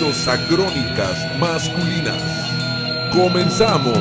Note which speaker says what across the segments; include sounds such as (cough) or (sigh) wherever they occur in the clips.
Speaker 1: los acrónicas masculinas. Comenzamos.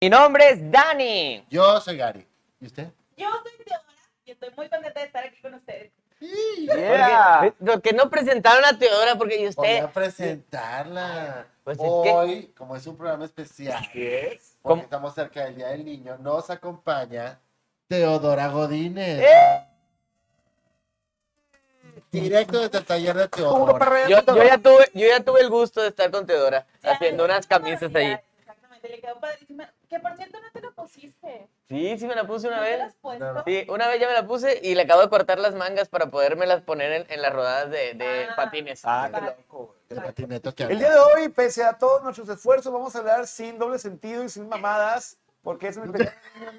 Speaker 2: Mi nombre es Dani.
Speaker 3: Yo soy Gary. ¿Y usted?
Speaker 4: Yo soy Teodora y estoy muy contenta de estar aquí con ustedes.
Speaker 2: Porque, porque no presentaron a Teodora porque y
Speaker 3: Voy
Speaker 2: usted
Speaker 3: a presentarla.
Speaker 2: Pues es
Speaker 3: Hoy, como es un programa especial, porque
Speaker 2: ¿Cómo?
Speaker 3: estamos cerca del Día del Niño, nos acompaña Teodora Godínez.
Speaker 2: ¡Eh!
Speaker 3: Directo desde el taller de Teodora.
Speaker 2: yo, yo ya tuve yo ya tuve el gusto de estar con Teodora
Speaker 4: Ya,
Speaker 2: haciendo unas camisas ahí.
Speaker 4: barbaridades, Exactamente, le quedó padrísima. Que por cierto no te lo pusiste.
Speaker 2: Sí, sí me la puse una
Speaker 4: ¿No te lo
Speaker 2: vez.
Speaker 4: has puesto?
Speaker 3: No.
Speaker 2: Sí, una vez ya me la puse y le acabo de cortar las mangas para podérmelas poner en, en las rodadas de, de
Speaker 4: Ah.
Speaker 2: patines.
Speaker 5: Ah, qué
Speaker 4: Vale.
Speaker 5: loco. güey.
Speaker 3: El patineto que
Speaker 5: El
Speaker 3: anda.
Speaker 5: día de hoy, pese a todos nuestros esfuerzos, vamos a hablar sin doble sentido y sin mamadas, porque es el pequeño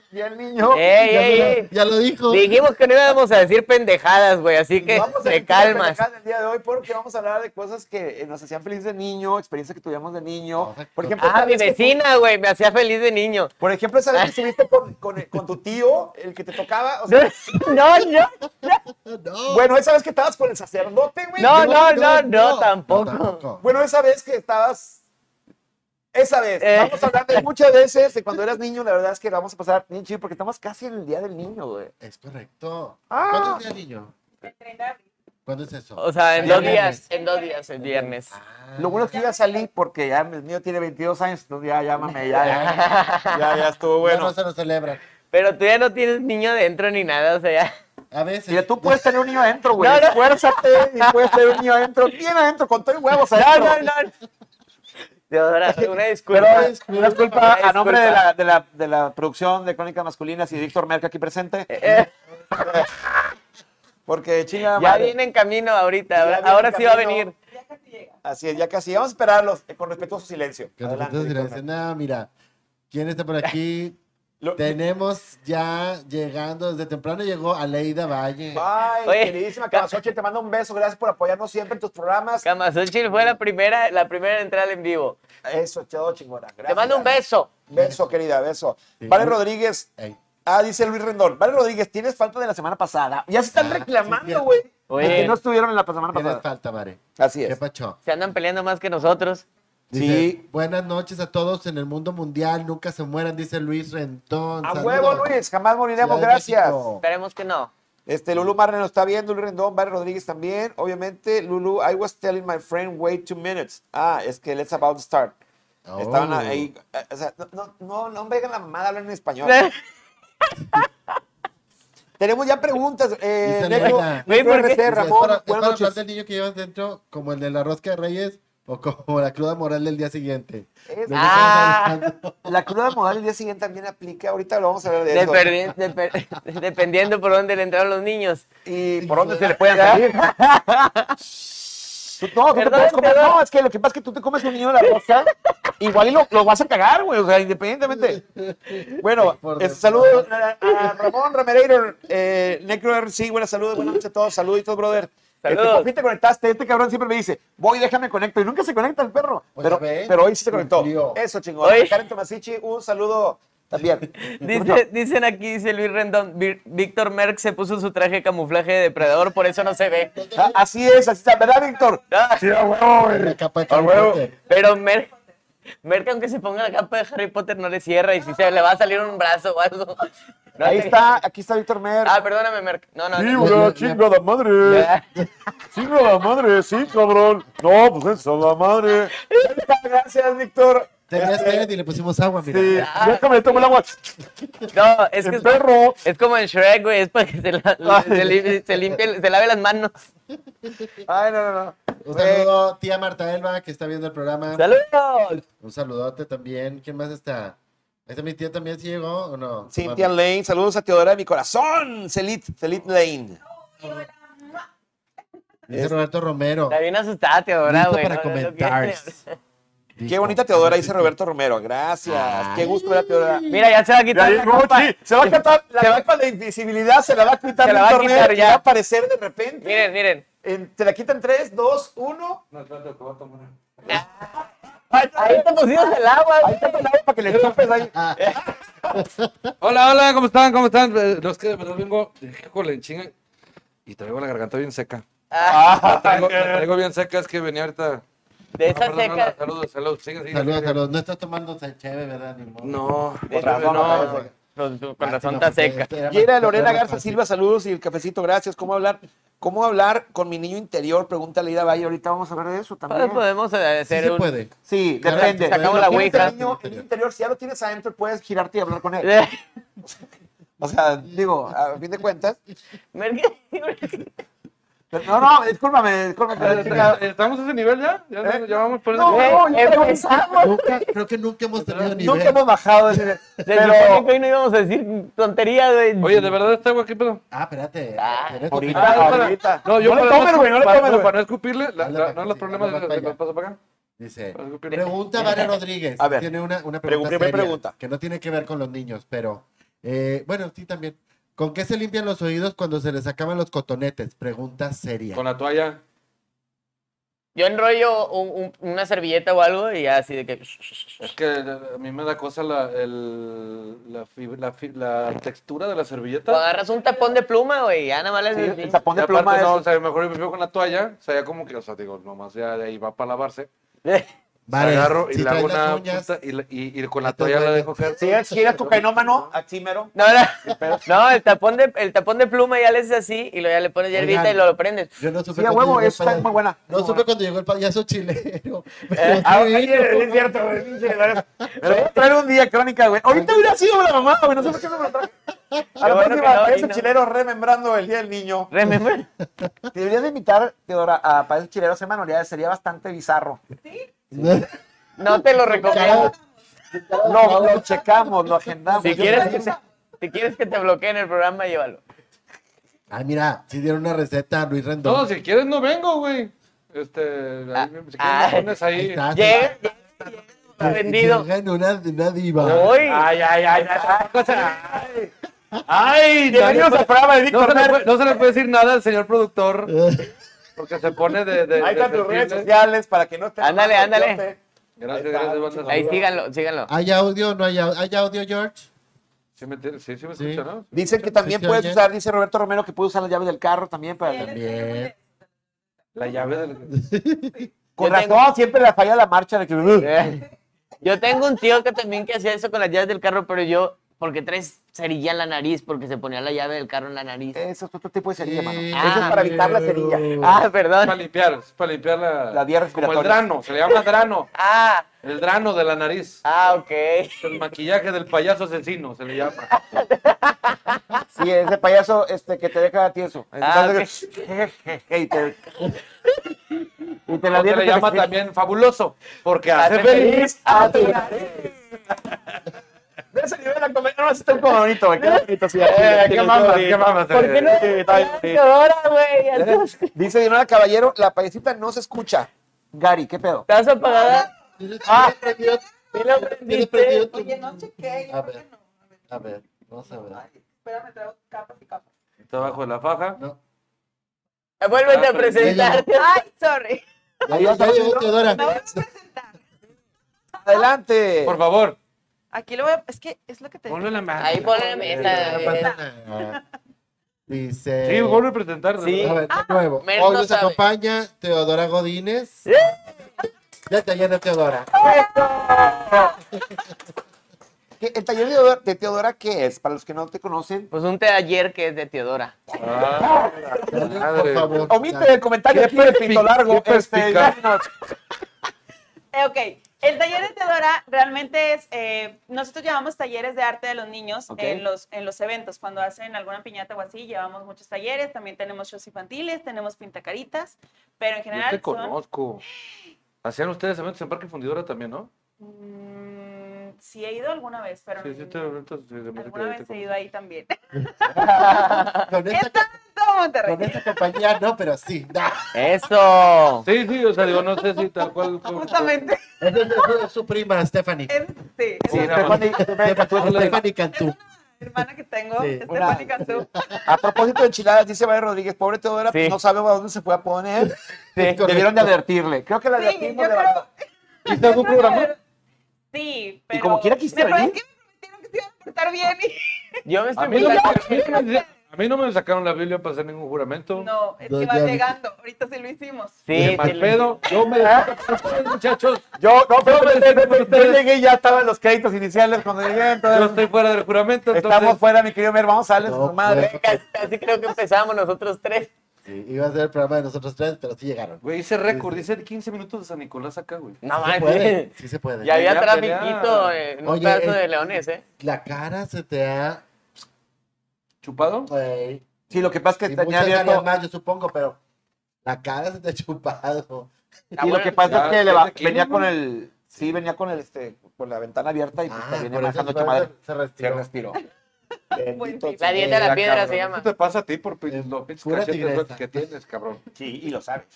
Speaker 5: día del niño.
Speaker 2: ¡Ey,
Speaker 3: ya,
Speaker 2: ey,
Speaker 3: lo-
Speaker 2: ey!
Speaker 3: ya lo dijo.
Speaker 2: Dijimos que no íbamos a decir pendejadas, güey, así que
Speaker 5: Vamos a
Speaker 2: te
Speaker 5: quitar
Speaker 2: calmas.
Speaker 5: pendejadas El día de hoy, porque vamos a hablar de cosas que eh, nos hacían felices de niño, experiencias que tuvimos de niño.
Speaker 3: Vamos a-
Speaker 5: Por ejemplo,
Speaker 2: Ah,
Speaker 5: esa
Speaker 2: mi
Speaker 5: vez que-
Speaker 2: vecina, güey, me hacía feliz de
Speaker 5: (laughs)
Speaker 2: niño.
Speaker 5: Por ejemplo, esa vez que
Speaker 2: (laughs)
Speaker 5: estuviste con, con- eh, con tu tío, el que te tocaba. o
Speaker 2: No,
Speaker 5: sea,
Speaker 2: no, no,
Speaker 3: No,
Speaker 5: bueno, esa vez que estabas con el sacerdote, güey.
Speaker 2: no,
Speaker 5: Yo-
Speaker 2: no, no, no,
Speaker 3: no,
Speaker 2: tampoco.
Speaker 3: tampoco.
Speaker 5: Bueno, esa vez que estabas. Esa vez.
Speaker 2: Eh.
Speaker 5: Vamos a hablar de muchas veces de cuando eras niño. La verdad es que la vamos a pasar bien chido porque estamos casi en el día del niño, güey.
Speaker 3: Es correcto.
Speaker 5: Ah.
Speaker 3: ¿Cuándo es el Día del Niño?
Speaker 4: El 30 de abril.
Speaker 3: ¿Cuándo es eso?
Speaker 2: O sea, en
Speaker 3: Ay,
Speaker 2: dos
Speaker 3: viernes.
Speaker 2: días, en dos días, el viernes.
Speaker 3: Ah.
Speaker 5: Lo bueno es que ya salí porque ya el mío tiene 22 años. Entonces ya llámame,
Speaker 2: (laughs)
Speaker 5: ya, (laughs) ya. Ya, ya estuvo
Speaker 3: Ya
Speaker 5: bueno.
Speaker 3: no se lo celebran.
Speaker 2: Pero tú ya no tienes niño dentro ni nada, o sea,
Speaker 5: (laughs)
Speaker 2: ya.
Speaker 3: A veces.
Speaker 5: Mira, tú puedes tener un niño adentro, güey.
Speaker 2: No, no.
Speaker 5: Esfuérzate y puedes tener un niño adentro. Bien adentro, con todo y huevos
Speaker 2: No,
Speaker 5: adentro.
Speaker 2: no, no. Teodora, una
Speaker 5: Pero
Speaker 2: disculpa.
Speaker 5: una disculpa
Speaker 2: Disculpa.
Speaker 5: a nombre de la, de, la, de la producción de Crónicas Masculinas y de Víctor Merck aquí presente. Porque
Speaker 2: Eh,
Speaker 5: chinga
Speaker 2: Ya
Speaker 5: madre.
Speaker 2: viene en camino ahorita,
Speaker 5: Ya
Speaker 2: ahora,
Speaker 5: viene en
Speaker 2: ahora sí va a
Speaker 5: camino.
Speaker 2: venir.
Speaker 4: Ya casi llega.
Speaker 5: Así es, ya casi. Vamos a esperarlos eh, con respetuoso silencio.
Speaker 3: Que de
Speaker 5: Adelante,
Speaker 3: repente se le
Speaker 5: Víctor
Speaker 3: dice,
Speaker 5: Merck.
Speaker 3: "No, mira, ¿quién está
Speaker 5: (laughs)
Speaker 3: por aquí?
Speaker 5: Lo-
Speaker 3: Tenemos ya llegando, desde temprano llegó Aleida Valle.
Speaker 5: Ay,
Speaker 2: Oye,
Speaker 5: queridísima
Speaker 2: ca-
Speaker 5: Camasochi, te mando un beso. Gracias por apoyarnos siempre en tus programas.
Speaker 2: Camazuchil fue la primera, la primera en entrar en vivo.
Speaker 5: Eso, chao, chingona. Gracias.
Speaker 2: Te mando un beso.
Speaker 5: Beso, querida, beso.
Speaker 3: Sí.
Speaker 5: Vale Rodríguez.
Speaker 3: Ey,
Speaker 5: Ah, dice Luis Rendón. Vale Rodríguez, tienes falta de la semana pasada. Ya se están
Speaker 3: Ah, sí,
Speaker 5: reclamando,
Speaker 3: cierto.
Speaker 5: güey.
Speaker 2: Oye.
Speaker 5: de que no estuvieron en la semana
Speaker 3: tienes
Speaker 5: pasada.
Speaker 3: falta, Vare.
Speaker 5: Así
Speaker 3: ¿Qué
Speaker 5: es.
Speaker 3: pacho?
Speaker 2: Se andan peleando más que nosotros.
Speaker 3: Dice,
Speaker 5: Sí.
Speaker 3: Buenas noches a todos en el mundo mundial, nunca se mueran, dice Luis Rentón.
Speaker 5: A
Speaker 3: Saludos.
Speaker 5: huevo, Luis. Jamás moriremos.
Speaker 3: Ciudad de
Speaker 5: Gracias.
Speaker 3: México.
Speaker 2: Esperemos que no.
Speaker 5: Este, Lulu Marne nos está viendo, Luis Rendón, Barry Rodríguez también. Obviamente, Lulu, I was telling my friend, wait two minutes. Ah, es que let's about to start.
Speaker 3: Oh.
Speaker 5: Estaban ahí, eh, o sea, no, no, no, no me digan la mamada, hablan
Speaker 2: (laughs)
Speaker 5: en español. Tenemos ya preguntas. Eh,
Speaker 3: Dice
Speaker 5: Negro,
Speaker 3: Lorena.
Speaker 2: Güey,
Speaker 5: Negro
Speaker 2: ¿por qué?
Speaker 5: RT,
Speaker 3: Dice,
Speaker 5: Ramón,
Speaker 3: ¿Es para, es para
Speaker 5: buenas
Speaker 3: hablar
Speaker 5: noches.
Speaker 3: del niño que llevas dentro, como el de la rosca de reyes o como la cruda moral del día siguiente?
Speaker 5: Es-
Speaker 3: Lo que
Speaker 2: Ah.
Speaker 3: estamos hablando.
Speaker 5: La cruda modal el día siguiente también aplica. Ahorita lo vamos a hablar de eso.
Speaker 2: Dependi- depe- (laughs) dependiendo por dónde le entraron los niños.
Speaker 5: Y por dónde se le pueden salir. (laughs) Tú- No, tú te
Speaker 2: Perdón,
Speaker 5: puedes comer-
Speaker 2: perdón.
Speaker 5: no, es que lo que pasa es que tú te comes un niño de la rosca, igual y lo, lo vas a cagar, güey, o sea, independientemente. Bueno,
Speaker 3: Por
Speaker 5: este,
Speaker 3: Dios.
Speaker 5: saludos a, a Ramón Remereiro, eh, Necro RC, buenas saludos, buenas noches a todos, saluditos, brother. Este,
Speaker 2: Saludos.
Speaker 5: por fin te conectaste, este cabrón siempre me dice, voy, déjame conecto, y nunca se conecta el perro,
Speaker 3: Pues,
Speaker 5: pero,
Speaker 3: ya ves,
Speaker 5: pero hoy sí se conectó.
Speaker 3: cumplió.
Speaker 5: Eso, chingón.
Speaker 2: Oye.
Speaker 5: Karen Tomasichi, un saludo también.
Speaker 2: Dice- dicen aquí, dice Luis Rendón, "Vir- Víctor Merck se puso su traje de camuflaje de depredador, por eso no se ve.
Speaker 5: Ah, Así es, así está, ¿verdad, Víctor?
Speaker 2: Ah,
Speaker 3: La capa de Harry Potter.
Speaker 2: Pero Merck, Merck, aunque se ponga la capa de Harry Potter, no le cierra y si se le va a salir un brazo o algo. No
Speaker 5: Ahí
Speaker 2: te-
Speaker 5: está, aquí está Víctor Mer.
Speaker 2: Ah, perdóname, Merck. No, no.
Speaker 5: Sí,
Speaker 2: no.
Speaker 5: güey, chingada madre. Chingada madre, sí, cabrón. No, pues eso, la madre. Gracias, Víctor.
Speaker 3: Tenía
Speaker 5: Este,
Speaker 3: sed y le pusimos agua, mira.
Speaker 5: Sí, déjame tomo el agua.
Speaker 2: No, es que
Speaker 5: El
Speaker 2: es,
Speaker 5: perro.
Speaker 2: es como en Shrek, güey, es para que se, la- la- se li- se limpie- se lave las manos.
Speaker 5: Ay, no, no, no.
Speaker 3: Un
Speaker 5: Güey,
Speaker 3: saludo, tía Marta Elba, que está viendo el programa.
Speaker 2: ¡Saludos!
Speaker 3: Un saludote también. ¿Quién más está? ¿Esta mi tía también sí llegó o no?
Speaker 5: Cynthia Lane, saludos a Teodora de mi corazón. Celit, Celit Lane.
Speaker 4: Y ahora, ¡mua!
Speaker 3: Dice Roberto Romero.
Speaker 2: Está bien asustada, Teodora,
Speaker 3: Listo
Speaker 2: güey.
Speaker 3: para
Speaker 2: no, no, no
Speaker 3: comentar.
Speaker 2: quiere.
Speaker 5: Qué bonita Teodora, dice Roberto Romero. Gracias. Qué gusto ver a Teodora.
Speaker 2: Mira, ya se va a quitar. la
Speaker 5: Mochi,
Speaker 2: capa.
Speaker 5: se va a quitar la capa de invisibilidad, se la va a quitar
Speaker 2: Se la
Speaker 5: del
Speaker 2: va a
Speaker 5: torneo
Speaker 2: quitar
Speaker 5: y
Speaker 2: ya.
Speaker 5: va a aparecer de repente.
Speaker 2: Miren, miren.
Speaker 5: En- te la quitan 3, 2, 1.
Speaker 2: Ahí te pusimos el agua.
Speaker 5: Ahí está el agua para que le topes ahí.
Speaker 6: Hola, hola, ¿cómo están? ¿Cómo están? Eh, No es que de verdad vengo, híjole, en chinga. Y traigo la garganta bien seca. La traigo, la traigo bien seca, es que venía ahorita.
Speaker 2: De
Speaker 6: Ah,
Speaker 2: esa
Speaker 6: perdón, hola,
Speaker 2: seca.
Speaker 6: Saludos, saludos. sigue, sigue,
Speaker 3: Saludos,
Speaker 6: sigue.
Speaker 3: saludos. No estás tomándose chévere, ¿verdad? Ni modo.
Speaker 6: No,
Speaker 2: de-
Speaker 5: Otra vez, otra vez,
Speaker 2: No,
Speaker 5: otra vez.
Speaker 2: con su-
Speaker 3: Lástima,
Speaker 2: con razón está
Speaker 3: porque
Speaker 2: seca.
Speaker 3: este era más-
Speaker 5: Quiera Lorena
Speaker 3: era más
Speaker 5: Garza
Speaker 3: fácil.
Speaker 5: Silva, saludos y el cafecito, gracias. ¿Cómo hablar? ¿Cómo hablar con mi niño interior? Pregunta Leida Valle. Ahorita vamos a hablar de eso también.
Speaker 2: Podemos eh,
Speaker 3: Sí
Speaker 2: hacer
Speaker 3: se
Speaker 2: un.
Speaker 3: puede.
Speaker 5: Sí,
Speaker 3: Claro,
Speaker 5: depende.
Speaker 3: sacamos
Speaker 5: Si lo
Speaker 2: la
Speaker 5: tienes
Speaker 2: ouija.
Speaker 5: el niño, el niño interior, si ya lo tienes adentro, puedes girarte y hablar con él.
Speaker 2: Eh,
Speaker 5: O sea, digo, a fin de cuentas.
Speaker 2: (laughs) Merck-
Speaker 5: No, no, discúlpame, discúlpame.
Speaker 6: Ah, ¿Estamos a ese nivel ya? ¿Ya,
Speaker 5: ¿Eh?
Speaker 6: nos- ya vamos por
Speaker 5: No,
Speaker 6: ese
Speaker 5: no,
Speaker 2: Eh, empezamos.
Speaker 3: Nunca, creo que nunca hemos tenido nivel.
Speaker 5: Nunca hemos bajado de ese nivel.
Speaker 2: Se
Speaker 5: Pero
Speaker 2: supone que hoy no íbamos a decir tonterías, güey.
Speaker 6: Oye, ¿de verdad está agua aquí, pedo?
Speaker 3: Ah, espérate.
Speaker 2: Ah,
Speaker 3: espérate,
Speaker 5: ahorita.
Speaker 6: Ah,
Speaker 3: espérate.
Speaker 6: para-
Speaker 5: ahorita.
Speaker 6: No,
Speaker 5: No
Speaker 6: yo
Speaker 5: le
Speaker 6: para,
Speaker 5: tomen, güey, no le
Speaker 6: para-
Speaker 5: tomen, güey.
Speaker 6: para no escupirle, la-
Speaker 3: Dale
Speaker 6: la-
Speaker 3: para
Speaker 6: no
Speaker 3: acá,
Speaker 6: los
Speaker 3: sí,
Speaker 6: problemas
Speaker 3: dale
Speaker 6: de,
Speaker 3: para
Speaker 6: de-
Speaker 3: acá.
Speaker 6: paso para acá.
Speaker 3: Dice,
Speaker 6: Para escupirle.
Speaker 3: pregunta Vane Rodríguez.
Speaker 5: Eh, A ver.
Speaker 3: Tiene una, una
Speaker 5: Pregun-
Speaker 3: pregunta
Speaker 5: primer
Speaker 3: seria,
Speaker 5: pregunta.
Speaker 3: que no tiene que ver con los niños, pero eh, bueno, sí también. ¿Con qué se limpian los oídos cuando se les acaban los cotonetes? Pregunta seria.
Speaker 6: Con la toalla.
Speaker 2: Yo enrollo un- un- una servilleta o algo y ya así de que.
Speaker 6: Es que eh, a mí me da cosa la, el- la, fib- la fi- la textura de la servilleta.
Speaker 2: O agarras un tapón de pluma, güey, ya nada más le
Speaker 5: Sí,
Speaker 2: haces-
Speaker 5: el tapón
Speaker 6: Y
Speaker 5: de
Speaker 6: aparte,
Speaker 5: pluma es.
Speaker 6: no, o sea, mejor me veo con la toalla, o sea, ya como que, o sea, digo, nomás ya de ahí va para lavarse.
Speaker 3: Vale,
Speaker 6: agarro y
Speaker 3: si
Speaker 6: le hago
Speaker 3: traes las
Speaker 6: una
Speaker 3: uñas,
Speaker 6: puta y, la- y- y con
Speaker 3: Ya
Speaker 6: la
Speaker 3: te
Speaker 6: toalla la
Speaker 3: duele.
Speaker 6: dejo caer.
Speaker 5: Si
Speaker 6: (laughs)
Speaker 5: eres, si eres cocainómano, así mero.
Speaker 2: (laughs) No, no, no, el tapón de el tapón de pluma ya le haces así y luego ya le pones
Speaker 3: Oigan.
Speaker 2: hierbita y lo, lo prendes.
Speaker 3: Yo no supe
Speaker 5: Sí, a
Speaker 3: cuando
Speaker 5: huevo,
Speaker 3: llegó el
Speaker 5: esa está
Speaker 3: payaso-
Speaker 5: muy buena.
Speaker 3: No
Speaker 5: Muy
Speaker 3: supe
Speaker 5: buena.
Speaker 3: cuando llegó el payaso chileno. (laughs)
Speaker 2: Eh,
Speaker 5: Ah,
Speaker 3: Pero sí
Speaker 5: ay,
Speaker 3: vino.
Speaker 5: es cierto, güey. sí, la verdad. Me lo voy a traer un día, crónica, güey. Ahorita hubiera sido la mamá, güey. No sé por qué no me lo traje.
Speaker 2: (laughs)
Speaker 5: A
Speaker 2: Qué
Speaker 5: la
Speaker 2: Ah, bueno que
Speaker 5: próxima,
Speaker 2: no,
Speaker 5: Payaso
Speaker 2: y no.
Speaker 5: Chilero remembrando el Día del Niño.
Speaker 2: Remember.
Speaker 5: Te deberías de invitar, Teodora, a Payaso Chilero esa manualidad. Sería bastante bizarro.
Speaker 2: No te lo recomiendo.
Speaker 5: No, lo checamos, lo agendamos.
Speaker 2: Si
Speaker 5: Yo
Speaker 2: quieres,
Speaker 5: creo
Speaker 2: que
Speaker 5: que
Speaker 2: te- si quieres que te bloqueen el programa, llévalo.
Speaker 3: Ay, mira, si dieron una receta a Luis Rendón.
Speaker 6: No, si quieres no vengo, güey. Este, ahí,
Speaker 2: Ah,
Speaker 6: si quieres
Speaker 2: ah,
Speaker 6: me pones ahí.
Speaker 3: Ahí está.
Speaker 2: Llega, llega está
Speaker 3: Que-
Speaker 2: vendido.
Speaker 3: Llegan una, una diva.
Speaker 2: Hoy
Speaker 5: Ay, ay, ay, ay. ay. Ay, bienvenidos
Speaker 6: no,
Speaker 5: al programa de
Speaker 6: No se,
Speaker 5: Víctor
Speaker 6: le
Speaker 5: Nel.
Speaker 6: puede, no se le puede decir nada al señor
Speaker 3: (laughs)
Speaker 6: productor porque se pone de. de-
Speaker 5: Ahí
Speaker 6: de
Speaker 5: están tus redes
Speaker 6: sensible.
Speaker 5: sociales para que no te.
Speaker 2: Ándale, ándale.
Speaker 6: Gracias,
Speaker 5: Ahí está,
Speaker 6: gracias, banda.
Speaker 2: ahí síganlo, síganlo.
Speaker 3: ¿Hay audio? ¿No hay audio? ¿Hay audio, George?
Speaker 6: Sí, me, entiendes? sí, sí me
Speaker 3: Sí.
Speaker 6: escucha, ¿no?
Speaker 5: Dicen que también
Speaker 3: Sí,
Speaker 5: puedes
Speaker 3: oye.
Speaker 5: usar, dice Roberto Romero, que puede usar la llave del carro también
Speaker 3: Ah,
Speaker 5: para.
Speaker 4: Él es
Speaker 3: Bien.
Speaker 4: muy de-
Speaker 6: La
Speaker 5: (laughs)
Speaker 6: llave del.
Speaker 5: Con
Speaker 2: Yo
Speaker 5: razón,
Speaker 2: tengo-
Speaker 5: siempre la falla la marcha de que.
Speaker 2: Eh, (laughs) Yo tengo un tío que también que hacía eso con las llaves del carro, pero yo porque traes cerilla en la nariz porque se ponía la llave del carro en la nariz.
Speaker 5: Eso es otro tipo de cerilla, mano.
Speaker 3: Sí,
Speaker 5: Eso es para evitar la
Speaker 3: pero-
Speaker 5: cerilla.
Speaker 2: Ah,
Speaker 6: Para
Speaker 2: perdón.
Speaker 6: limpiar, es para limpiar la.
Speaker 5: La vía
Speaker 6: Como el
Speaker 5: respiratoria.
Speaker 6: drano, se le llama drano.
Speaker 2: Ah,
Speaker 6: El drano de la nariz.
Speaker 2: ah, ok. (laughs)
Speaker 6: El maquillaje del payaso asesino se le llama.
Speaker 5: Sí, ese payaso este, que te deja tieso.
Speaker 2: Ah,
Speaker 5: (laughs) y te, y te la
Speaker 6: Se
Speaker 5: dieta que
Speaker 6: le llama
Speaker 5: te-
Speaker 6: también fabuloso porque
Speaker 2: Hace
Speaker 6: hace feliz.
Speaker 5: a tu nariz. De ese nivel la comedia. No, sí está un poco bonito, güey. Qué bonito, sí.
Speaker 6: Eh, qué mamas,
Speaker 5: bonito.
Speaker 6: qué mamas.
Speaker 2: ¿Por qué no?
Speaker 5: Sí, está bien, sí. Eh,
Speaker 2: Ahora, güey. ya estás-
Speaker 5: Dice Dinora Caballero, la payasita no se escucha. Gary, ¿qué pedo?
Speaker 2: ¿Estás apagada?
Speaker 3: Ah, prendió-
Speaker 2: Sí la
Speaker 3: tienes
Speaker 2: prendiste.
Speaker 3: prendido tu-
Speaker 4: Oye, no chequé, yo
Speaker 3: A
Speaker 4: creo
Speaker 3: ver.
Speaker 4: que no.
Speaker 3: A ver, vamos a ver.
Speaker 4: Ay, espérame, traigo capas y capas.
Speaker 6: Está bajo la faja.
Speaker 3: No.
Speaker 2: Vuélvete a
Speaker 6: Ah, perdí.
Speaker 2: presentarte. Ay, sorry.
Speaker 3: Ya, ya- ya llegó Teodora.
Speaker 4: Me voy a presentar.
Speaker 5: Adelante.
Speaker 6: Por favor.
Speaker 4: Aquí lo voy a... Es que es lo que te
Speaker 6: Ponle la mano.
Speaker 2: Ahí ponle mesa.
Speaker 3: No
Speaker 2: eh.
Speaker 3: pasa nada. Dice.
Speaker 6: Sí, vuelve a presentar.
Speaker 2: Sí.
Speaker 3: A ver, de nuevo.
Speaker 2: Mer
Speaker 3: Hoy
Speaker 2: no
Speaker 3: nos
Speaker 2: sabe.
Speaker 3: acompaña Teodora Godínez.
Speaker 2: ¿Eh?
Speaker 3: Ya te llena Teodora.
Speaker 5: ¿Qué- ¿El taller de Teodora, de Teodora qué es? Para los que no te conocen.
Speaker 2: Pues un taller que es de Teodora.
Speaker 6: Ah,
Speaker 3: Por
Speaker 6: madre.
Speaker 3: favor.
Speaker 5: Omite el comentario aquí de Pito Largo.
Speaker 6: qué
Speaker 5: Este,
Speaker 6: perspicaz.
Speaker 5: ya nos-
Speaker 4: Eh, ok, el taller de Teodora realmente es, eh, nosotros llevamos talleres de arte de los niños
Speaker 5: Ok.
Speaker 4: en, los, en los eventos, cuando hacen alguna piñata o así, llevamos muchos talleres, también tenemos shows infantiles, tenemos pintacaritas, pero en
Speaker 6: Yo
Speaker 4: general...
Speaker 6: te
Speaker 4: son-
Speaker 6: conozco. Hacían ustedes eventos en Parque Fundidora también, ¿no?
Speaker 4: Mm, sí, he ido alguna vez, pero
Speaker 6: Sí, sí, te
Speaker 4: mm,
Speaker 6: eventos de música.
Speaker 4: alguna (laughs)
Speaker 6: yo te
Speaker 4: vez he
Speaker 6: conozco.
Speaker 4: ido ahí también.
Speaker 3: Con esta
Speaker 4: ¡Es tanto! como Monterrey.
Speaker 3: Con esta compañía no, pero sí. Nah.
Speaker 2: Eso.
Speaker 6: Sí, sí, o sea, digo, no sé si tal cual.
Speaker 4: Justamente.
Speaker 3: Esa es su, su prima, Stephanie.
Speaker 4: Es, sí, es
Speaker 6: Sí,
Speaker 4: una
Speaker 6: nada más.
Speaker 3: Stephanie Cantú.
Speaker 4: hermana que tengo,
Speaker 3: Sí.
Speaker 4: este, Stephanie Cantú.
Speaker 5: A propósito de enchiladas, dice Mario Rodríguez, pobre Teodora,
Speaker 2: Sí.
Speaker 5: no sabemos a dónde se fue a poner.
Speaker 3: Es correcto.
Speaker 5: (laughs) Debieron de advertirle. Creo que la
Speaker 4: Sí,
Speaker 5: advertimos
Speaker 4: yo
Speaker 5: de
Speaker 4: creo.
Speaker 5: verdad.
Speaker 6: ¿Hiciste algún programa?
Speaker 4: Sí, pero.
Speaker 5: como quiera quisiste
Speaker 4: me pro-
Speaker 5: venir.
Speaker 4: Es que me prometieron que se iban a portar bien y.
Speaker 2: Yo me
Speaker 6: A
Speaker 2: estoy
Speaker 6: mí, no me,
Speaker 2: picando.
Speaker 6: a mí no me- a mí no me sacaron la Biblia para hacer ningún juramento.
Speaker 4: No, es
Speaker 3: No,
Speaker 4: que va
Speaker 3: ya vi.
Speaker 4: llegando. Ahorita sí lo hicimos.
Speaker 2: Sí,
Speaker 6: Mal
Speaker 2: sí,
Speaker 6: pedo. Yo (laughs) me dejo, muchachos.
Speaker 5: Yo, no, pero
Speaker 6: Yo me-
Speaker 5: yo- yo llegué y ya estaban los créditos iniciales cuando llegué.
Speaker 6: Yo
Speaker 5: entonces,
Speaker 6: estoy fuera del juramento. Entonces,
Speaker 5: estamos fuera, mi querido Mer, vamos a darle
Speaker 3: No,
Speaker 5: su madre.
Speaker 3: pues.
Speaker 2: Casi, casi creo que empezamos nosotros tres.
Speaker 3: Sí, iba a ser el programa de nosotros tres, pero sí llegaron.
Speaker 6: Güey, hice récord. Hice 15 minutos de San Nicolás acá, güey.
Speaker 2: No
Speaker 3: Sí se puede,
Speaker 2: manches.
Speaker 3: sí se puede.
Speaker 2: Ah, (laughs) Ya había
Speaker 6: Ya
Speaker 2: trafiquito
Speaker 6: pelea.
Speaker 2: en un
Speaker 3: Oye,
Speaker 2: pedazo
Speaker 3: es-
Speaker 2: de leones, ¿eh?
Speaker 3: La cara se te ha...
Speaker 6: ¿Chupado?
Speaker 3: güey,
Speaker 5: Sí, lo que pasa es que
Speaker 3: y
Speaker 5: tenía
Speaker 3: muchas áreas
Speaker 5: abierto.
Speaker 3: más, yo supongo, pero la cara se te ha (laughs) chupado.
Speaker 2: Está
Speaker 5: Y lo
Speaker 2: bueno.
Speaker 5: que pasa
Speaker 6: Ya,
Speaker 5: es que le
Speaker 6: ¿desde
Speaker 5: va-
Speaker 6: aquí,
Speaker 5: venía
Speaker 6: no?
Speaker 5: con el. Sí, venía con el este, con la ventana abierta y pues
Speaker 3: Ah,
Speaker 5: te viene
Speaker 3: por eso
Speaker 5: manejando
Speaker 3: se-
Speaker 5: tu madre.
Speaker 3: se
Speaker 5: Se
Speaker 3: respiró.
Speaker 5: respiró.
Speaker 4: Buen
Speaker 5: Bendito
Speaker 4: tip.
Speaker 2: La
Speaker 5: sea.
Speaker 2: dieta de la piedra se
Speaker 6: cabrón.
Speaker 2: llama.
Speaker 6: ¿Qué te pasa a ti por pin- los pinches
Speaker 3: Pura
Speaker 6: cachetes
Speaker 3: tigresa.
Speaker 6: rotos que tienes, cabrón?
Speaker 5: Sí, y lo sabes.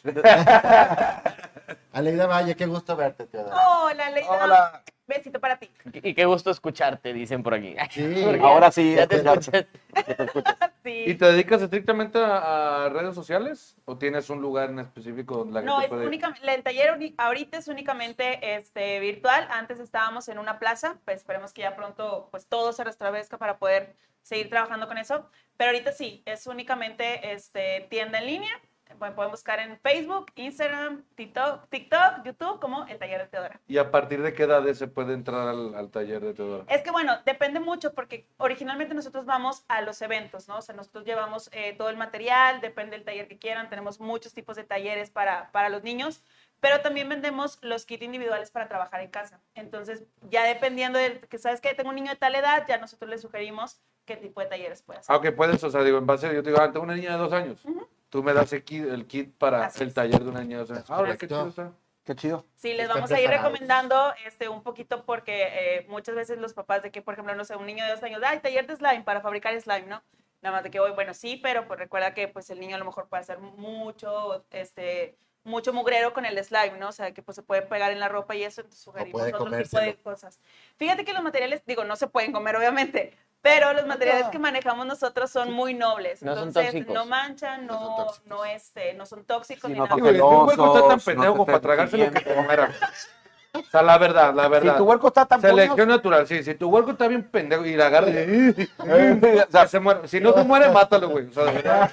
Speaker 3: Aleida Valle, qué gusto verte, Teodora.
Speaker 4: Hola, Leida.
Speaker 5: Hola.
Speaker 4: Besito para ti.
Speaker 2: Y qué gusto escucharte, dicen por aquí.
Speaker 3: Sí,
Speaker 2: Porque
Speaker 5: (laughs) Ahora sí,
Speaker 2: (laughs) Ya te
Speaker 5: escucharte.
Speaker 2: escuchas.
Speaker 4: Sí.
Speaker 6: ¿Y te dedicas estrictamente a, a redes sociales? ¿O tienes un lugar en específico donde la
Speaker 4: No,
Speaker 6: gente
Speaker 4: es
Speaker 6: puede...?
Speaker 4: únicamente, el taller uni- ahorita es únicamente este, virtual. Antes estábamos en una plaza, pues esperemos que ya pronto pues todo se restablezca para poder seguir trabajando con eso. Pero ahorita sí, es únicamente este, tienda en línea. Bueno, pueden buscar en Facebook, Instagram, TikTok, TikTok, YouTube como el taller de Teodora.
Speaker 6: ¿Y a partir de qué edad se puede entrar al, al taller de Teodora?
Speaker 4: Es que bueno, depende mucho porque originalmente nosotros vamos a los eventos, ¿no? O sea, nosotros llevamos eh, todo el material, depende del taller que quieran, tenemos muchos tipos de talleres para, para los niños, pero también vendemos los kits individuales para trabajar en casa. Entonces, ya dependiendo de que sabes que tengo un niño de tal edad, ya nosotros le sugerimos qué tipo de talleres puede hacer.
Speaker 6: Aunque Ah, puedes, o sea, digo, en base, yo te digo, ah, tengo una niña de dos años. Tú me das el kit, el kit para
Speaker 4: Así
Speaker 6: el
Speaker 4: es.
Speaker 6: taller de una niña de dos años. Ahora, qué chido
Speaker 3: Correcto.
Speaker 6: está.
Speaker 5: Qué chido.
Speaker 4: Sí, les
Speaker 3: Están
Speaker 4: vamos a ir
Speaker 3: preparados.
Speaker 4: recomendando este, un poquito porque eh, muchas veces los papás de que, por ejemplo, no sé, un niño de dos años, ay, taller de slime para fabricar slime, ¿no? Nada más de que hoy, bueno, sí, pero pues recuerda que pues el niño a lo mejor puede hacer mucho, este, mucho mugrero con el slime, ¿no? O sea, que pues se puede pegar en la ropa y eso, entonces sugerimos
Speaker 3: puede
Speaker 4: otro tipo
Speaker 3: comérselo.
Speaker 4: de cosas. Fíjate que los materiales, digo, no se pueden comer, obviamente, pero los materiales que manejamos nosotros son muy nobles.
Speaker 2: No son
Speaker 4: entonces,
Speaker 2: tóxicos.
Speaker 4: no manchan,
Speaker 3: No son
Speaker 4: no,
Speaker 3: tóxicos.
Speaker 4: no, este, no son tóxicos
Speaker 5: Sí,
Speaker 4: ni
Speaker 5: no
Speaker 4: nada.
Speaker 6: Digo, el
Speaker 5: Ojerosos,
Speaker 6: hueco está tan pendejo
Speaker 5: no te
Speaker 6: como para
Speaker 5: estén
Speaker 6: tragarse lo que te
Speaker 5: siguiendo.
Speaker 6: comiera. O sea, la verdad, la verdad.
Speaker 5: Si tu huerco está tan
Speaker 6: Selección
Speaker 5: puño-
Speaker 6: natural, sí. Si tu huerco está bien pendejo y la agarra, y- (laughs) o sea, se muere. Si no se muere, mátalo, güey. O sea, de verdad.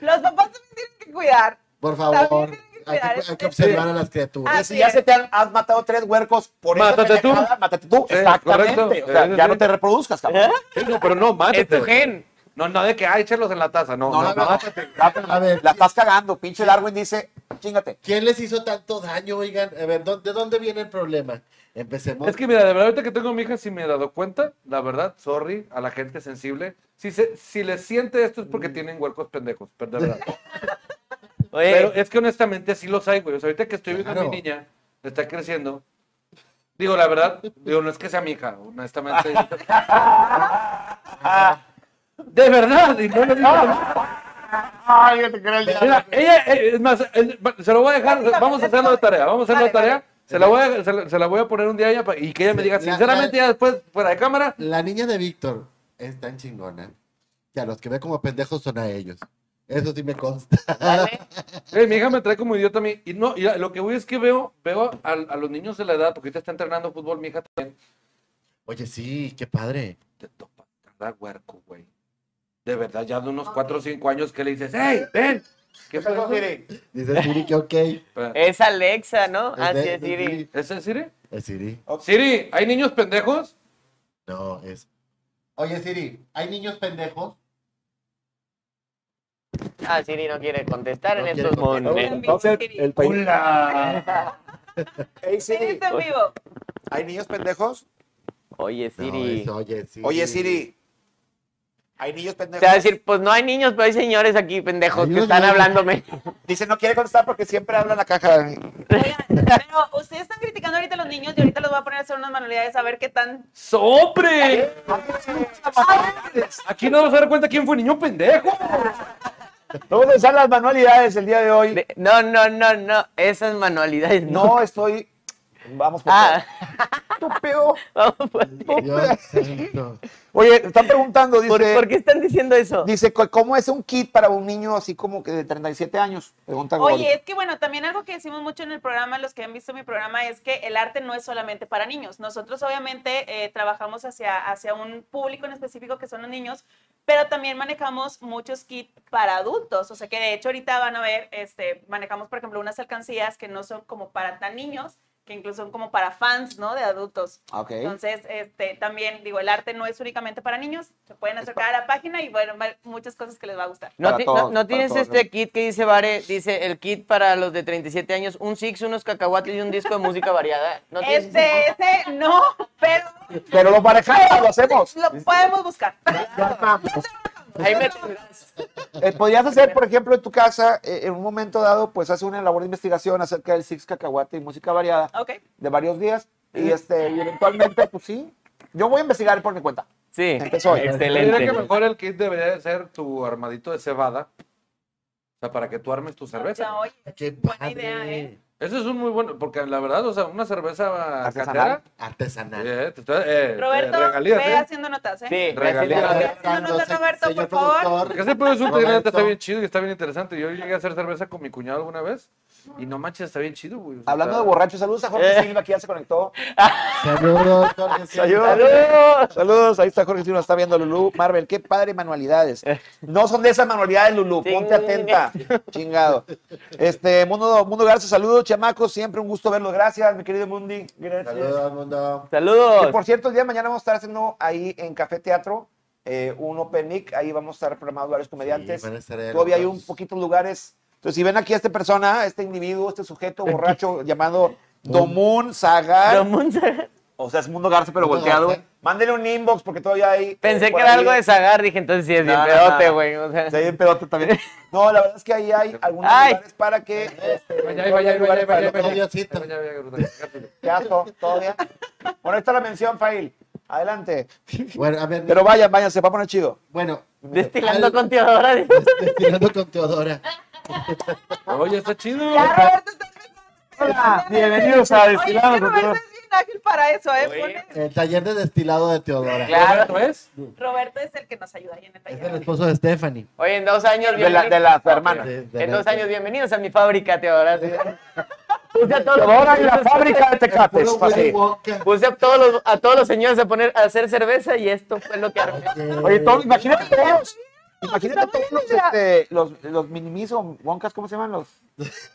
Speaker 4: Los papás también tienen que cuidar.
Speaker 3: por favor.
Speaker 4: También tienen que
Speaker 3: Hay
Speaker 4: cuidar
Speaker 3: que, hay que
Speaker 4: este- Ah,
Speaker 3: observar a las
Speaker 5: Y
Speaker 3: criaturas.
Speaker 5: si ya se te han, has matado tres huercos por esa
Speaker 6: Mátate tú.
Speaker 5: pendejada, mátate tú.
Speaker 6: Sí,
Speaker 5: Exactamente.
Speaker 6: correcto.
Speaker 5: O sea,
Speaker 6: Sí, sí,
Speaker 5: ya
Speaker 6: sí.
Speaker 5: no te reproduzcas, cabrón.
Speaker 6: Sí, no, pero no, mátate.
Speaker 2: (laughs) Es tu gen.
Speaker 6: No, no, de que, ay, échalos en la taza. No,
Speaker 5: No,
Speaker 6: no,
Speaker 5: no, no.
Speaker 6: mátate.
Speaker 3: (laughs) A ver,
Speaker 5: La estás cagando. Pinche Darwin dice, chingate.
Speaker 3: ¿quién les hizo tanto daño? Oigan, a ver, ¿dó- ¿de dónde viene el problema? Empecemos.
Speaker 6: Es que mira, de verdad, ahorita que tengo a mi hija, si me he dado cuenta, la verdad, sorry a la gente sensible. Si, se, si les siente esto es porque tienen huercos pendejos, pero de verdad.
Speaker 2: Oye,
Speaker 6: Pero es que honestamente sí los hay, güey. O sea, ahorita que estoy viendo a
Speaker 3: Claro.
Speaker 6: mi niña, está creciendo. Digo, la verdad, digo, no es que sea mi hija, honestamente. de verdad, y no lo digo.
Speaker 5: Ay, yo te creo el
Speaker 6: Mira, ella, eh, es más, eh, se lo voy a dejar, vamos a hacerlo de tarea, vamos a hacerlo de
Speaker 4: Dale,
Speaker 6: tarea. Se la, voy a, se, la, se la voy a poner un día a ella pa- y que ella me diga,
Speaker 3: La- la-
Speaker 6: sinceramente, ya después, fuera de cámara,
Speaker 3: La niña de Víctor es tan chingona que a los que ve como pendejos son a ellos. Eso sí me consta.
Speaker 2: dale.
Speaker 6: Eh, mi hija me trae como idiota a mí. Y no, y lo que voy es que veo, veo a, a los niños de la edad, porque ahorita está entrenando fútbol, mi hija también.
Speaker 3: Oye, sí, qué padre.
Speaker 6: Te topa cada huerco, güey. De verdad, ya de unos 4 o 5 años que le dices, ¡Ey, ven! ¿Qué fue eso?
Speaker 3: Dice Siri que ok.
Speaker 6: Espera,
Speaker 2: Es Alexa, ¿no?
Speaker 3: Es
Speaker 2: Así
Speaker 3: de- de
Speaker 2: Ah, es, Siri.
Speaker 6: ¿Ese es Siri?
Speaker 3: Es Siri.
Speaker 6: Siri, ¿hay niños pendejos?
Speaker 3: No, es. Oye, Siri, ¿hay niños pendejos?
Speaker 2: Ah, Siri no quiere contestar
Speaker 3: No
Speaker 2: en
Speaker 3: quiere
Speaker 2: estos
Speaker 3: contestar.
Speaker 2: momentos.
Speaker 5: El país. Ey,
Speaker 4: Sí,
Speaker 5: Siri,
Speaker 4: está en vivo.
Speaker 5: ¿hay niños pendejos?
Speaker 2: Oye,
Speaker 3: No,
Speaker 2: Siri.
Speaker 3: es oye, Siri.
Speaker 5: Oye, Siri, Hay niños
Speaker 2: Te va a
Speaker 5: pendejos.
Speaker 2: decir, pues no hay niños, pero hay señores aquí, pendejos,
Speaker 3: Hay
Speaker 2: que
Speaker 3: unos
Speaker 2: están
Speaker 3: niños.
Speaker 2: hablándome.
Speaker 5: Dice, no quiere contestar porque siempre habla en la caja.
Speaker 4: Oigan, pero ustedes están criticando ahorita a los niños y ahorita los voy a poner a hacer unas manualidades a ver qué tan.
Speaker 6: ¡Sobre! Aquí no nos vamos a dar cuenta quién fue niño pendejo.
Speaker 5: Vamos a usar las manualidades el día de hoy.
Speaker 2: (laughs) De- No, no, no, no. Esas manualidades no.
Speaker 5: No estoy. Vamos por
Speaker 2: (laughs) Ah,
Speaker 5: todo. Estúpido.
Speaker 2: vamos, pues, ¿por,
Speaker 3: Dios santo.
Speaker 5: Oye, están preguntando, dice.
Speaker 2: por qué están diciendo eso?
Speaker 5: Dice, "Co- ¿cómo es un kit para un niño así como que de 37 años? Pregunta Gori.
Speaker 4: Oye, es que bueno, también algo que decimos mucho en el programa, los que han visto mi programa, es que el arte no es solamente para niños. Nosotros obviamente eh, trabajamos hacia, hacia un público en específico que son los niños, pero también manejamos muchos kits para adultos. O sea que de hecho ahorita van a ver, este, manejamos por ejemplo unas alcancías que no son como para tan niños, que incluso son como para fans, ¿no? De adultos.
Speaker 5: Ah, Ok.
Speaker 4: Entonces, este, también digo, el arte no es únicamente para niños, se pueden acercar a la página y bueno, ver muchas cosas que les va a gustar.
Speaker 2: ¿No,
Speaker 5: Para
Speaker 2: ti-
Speaker 5: todos,
Speaker 2: no- no
Speaker 5: para
Speaker 2: tienes
Speaker 5: todos,
Speaker 2: este
Speaker 5: ¿no?
Speaker 2: kit que dice Vare? Dice el kit para los de 37 años, un six, unos cacahuates y un disco de música variada. ¿No tienes ese
Speaker 4: Este, ese no, pero
Speaker 5: Pero lo manejamos, lo hacemos.
Speaker 4: lo podemos buscar.
Speaker 2: kit? Ahí me tendrás.
Speaker 5: Eh, Podrías hacer, por ejemplo, en tu casa, eh, en un momento dado, pues hace una labor de investigación acerca del Six Cacahuate y música variada
Speaker 4: Ok.
Speaker 5: de varios días. Y este, y eventualmente, pues sí. Yo voy a investigar por mi cuenta.
Speaker 2: Sí.
Speaker 5: Empezó hoy.
Speaker 6: Yo diría
Speaker 2: Excelente.
Speaker 6: que mejor el kit debería de ser tu armadito de cebada. O sea, para que tú armes tu cerveza.
Speaker 4: No, oye,
Speaker 3: Qué
Speaker 4: Buena
Speaker 3: padre.
Speaker 4: idea, ¿eh?
Speaker 6: Eso es un muy bueno, porque la verdad, o sea, una cerveza
Speaker 5: Artesanal.
Speaker 6: casera.
Speaker 3: Artesanal.
Speaker 6: eh, te estoy- eh,
Speaker 4: Roberto,
Speaker 6: eh, regalías,
Speaker 4: ve
Speaker 6: eh.
Speaker 4: haciendo notas, ¿eh?
Speaker 2: Sí,
Speaker 6: Regalías.
Speaker 2: gracias.
Speaker 4: no, no, Roberto,
Speaker 3: señor
Speaker 4: por favor.
Speaker 3: productor.
Speaker 6: Porque ese pedo es un teclado,
Speaker 3: Roberto.
Speaker 6: está bien chido y está bien interesante. Yo llegué a hacer cerveza con mi cuñado alguna vez y no manches, está bien chido, güey. O sea,
Speaker 5: Hablando de
Speaker 6: está-
Speaker 5: borrachos, saludos a Jorge
Speaker 2: Eh.
Speaker 5: Silva, que ya se conectó.
Speaker 3: Saludos, Jorge. Silva.
Speaker 2: ¡Saludos!
Speaker 5: Saludos, ahí está Jorge Silva, está viendo Lulú. Marvel, qué padre manualidades. No son de esas manualidades, Lulú,
Speaker 2: Chinga.
Speaker 5: ponte atenta. Chingado. Este, Mundo, Mundo Garza, saludos, chamacos, siempre un gusto verlos. Gracias, mi querido Mundi. Gracias.
Speaker 3: Saludos al mundo.
Speaker 5: Que,
Speaker 2: Saludos.
Speaker 5: por cierto, el día de mañana vamos a estar haciendo ahí en Café Teatro eh, un Open Mic. Ahí vamos a estar programados varios comediantes.
Speaker 3: Sí, van a estar ahí
Speaker 5: Todavía hay
Speaker 3: algunos.
Speaker 5: un poquito de lugares. Entonces, si ven aquí a esta persona, este individuo, este sujeto borracho llamado Domun Sagar.
Speaker 2: Don Munza-
Speaker 5: O sea, es Mundo Garza, pero
Speaker 3: Mundo
Speaker 5: volteado.
Speaker 3: Garza.
Speaker 5: Mándele un inbox porque todavía hay.
Speaker 2: Pensé
Speaker 5: eh,
Speaker 2: que
Speaker 5: por
Speaker 2: era
Speaker 5: ahí.
Speaker 2: algo de Zagar, dije, entonces sí es bien
Speaker 5: No, no,
Speaker 2: pedote,
Speaker 5: no.
Speaker 2: güey. o sea.
Speaker 5: Sí, hay un pedote
Speaker 2: (laughs)
Speaker 5: también. No, la verdad es que ahí hay algunos
Speaker 2: Ay.
Speaker 5: lugares para que. este,
Speaker 6: Vaya, ahí, vaya, ahí, vaya, ahí, vaya, ahí,
Speaker 3: Saludos,
Speaker 6: vaya.
Speaker 3: Diosito.
Speaker 6: Vaya, vaya, vaya, vaya.
Speaker 5: Qué asco, todavía. Bueno, ahí está la mención, Fail. Adelante.
Speaker 3: Bueno, a ver,
Speaker 5: Pero vayan, vayan, se va a poner chido.
Speaker 3: bueno,
Speaker 2: Destilando
Speaker 3: Al-
Speaker 2: con Teodora. dice.
Speaker 3: destilando con Teodora.
Speaker 6: Oye, está chido.
Speaker 4: Ya, Roberto está empezando.
Speaker 5: Hola, bienvenidos
Speaker 4: Oye,
Speaker 5: a
Speaker 4: es que
Speaker 5: Destilado con
Speaker 4: Roberto
Speaker 5: Teodora.
Speaker 4: es bien ágil para eso, ¿eh?
Speaker 2: Oye.
Speaker 4: Pone-
Speaker 3: El taller de destilado de Teodora.
Speaker 6: ¿Roberto es?
Speaker 4: Roberto es el que nos ayuda ahí en el
Speaker 3: Es el
Speaker 4: taller.
Speaker 3: esposo de Stephanie.
Speaker 2: Oye, en dos años.
Speaker 5: De la, de la tu hermana.
Speaker 3: De- de
Speaker 2: En
Speaker 3: la-
Speaker 2: dos años, bienvenidos a mi fábrica, Teodora. (laughs) Puse a todos,
Speaker 5: Teodora y la fábrica de tecates.
Speaker 3: Puro
Speaker 5: así.
Speaker 3: Willy Wonka.
Speaker 2: (laughs) puse a todos los, a todos los señores a poner a hacer cerveza y esto fue lo que armé.
Speaker 5: Oye, todo, imagínate todos. Imagínate todos los, este, los, los minimis o woncas, ¿cómo se llaman? Los,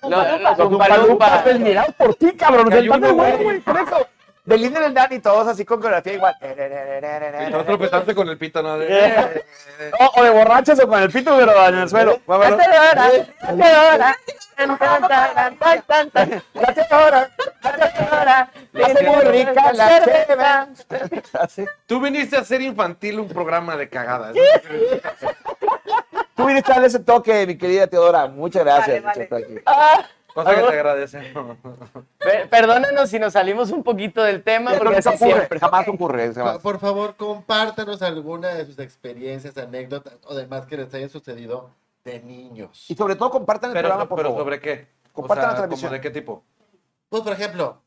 Speaker 2: Lo- Los
Speaker 5: los
Speaker 2: Oompa Loompas.
Speaker 5: Pues mirados por ti, cabrón.
Speaker 6: Cayó
Speaker 5: Sentando el
Speaker 6: uno,
Speaker 5: güey,
Speaker 6: güey.
Speaker 5: güey, por eso. De Linda el Dan y todos así con coreografía igual.
Speaker 6: Y tú tropezarte con el pito, ¿no?
Speaker 5: Eh. O, o de borrachos o con el pito, pero en el suelo. Vámonos.
Speaker 2: Teodora, Teodora, tan, tan, tan, tan, tan, tan,
Speaker 5: La Teodora.
Speaker 2: Teodora,
Speaker 5: Hace muy rica la
Speaker 2: cerveza.
Speaker 5: cheve. Así.
Speaker 6: Tú viniste a hacer infantil un programa de cagadas.
Speaker 5: Tú viniste a darle ese toque, mi querida Teodora. Muchas gracias.
Speaker 4: Vale,
Speaker 5: muchas gracias.
Speaker 2: Ah,
Speaker 6: Cosa que te agradece.
Speaker 2: per- Perdónanos si nos salimos un poquito del tema,
Speaker 5: Esto
Speaker 2: porque
Speaker 5: nunca
Speaker 2: así
Speaker 5: ocurre,
Speaker 2: siempre.
Speaker 5: jamás ocurre. jamás.
Speaker 3: Por- Por favor, compártanos alguna de sus experiencias, anécdotas o demás que les haya sucedido de niños.
Speaker 5: Y sobre todo compartan el
Speaker 6: Pero,
Speaker 5: programa, por
Speaker 6: pero
Speaker 5: favor.
Speaker 6: ¿sobre qué?
Speaker 5: Compartan la
Speaker 6: ¿como
Speaker 5: transmisión.
Speaker 6: de qué tipo?
Speaker 3: Pues, por ejemplo,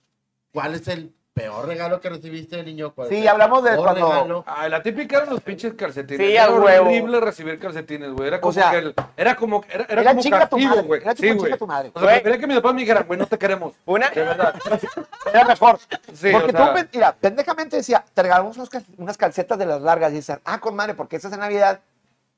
Speaker 3: ¿cuál es el peor regalo que recibiste de niño? ¿Cuál
Speaker 5: Sí,
Speaker 3: es el
Speaker 5: hablamos de
Speaker 3: mejor
Speaker 5: cuando-
Speaker 3: regalo?
Speaker 6: Ah, la típica eran los pinches calcetines.
Speaker 2: Sí,
Speaker 6: era
Speaker 2: a huevo.
Speaker 6: horrible recibir calcetines, güey. Era como
Speaker 5: sea,
Speaker 6: que el- era como era, era
Speaker 5: era
Speaker 6: como
Speaker 5: chinga tu
Speaker 6: castigo,
Speaker 5: madre,
Speaker 6: güey.
Speaker 5: era tipo
Speaker 6: Sí,
Speaker 5: chinga
Speaker 6: güey.
Speaker 5: tu madre.
Speaker 6: O sea, prefería que mis papás me dijeran, güey, no te queremos.
Speaker 2: Una,
Speaker 6: De verdad.
Speaker 5: Era mejor.
Speaker 6: Sí,
Speaker 5: porque
Speaker 6: o sea-
Speaker 5: tú, pen- mira, pendejamente decía, te regalamos unos cal- unas calcetas de las largas. Y dicen, ah, con madre, porque estas en Navidad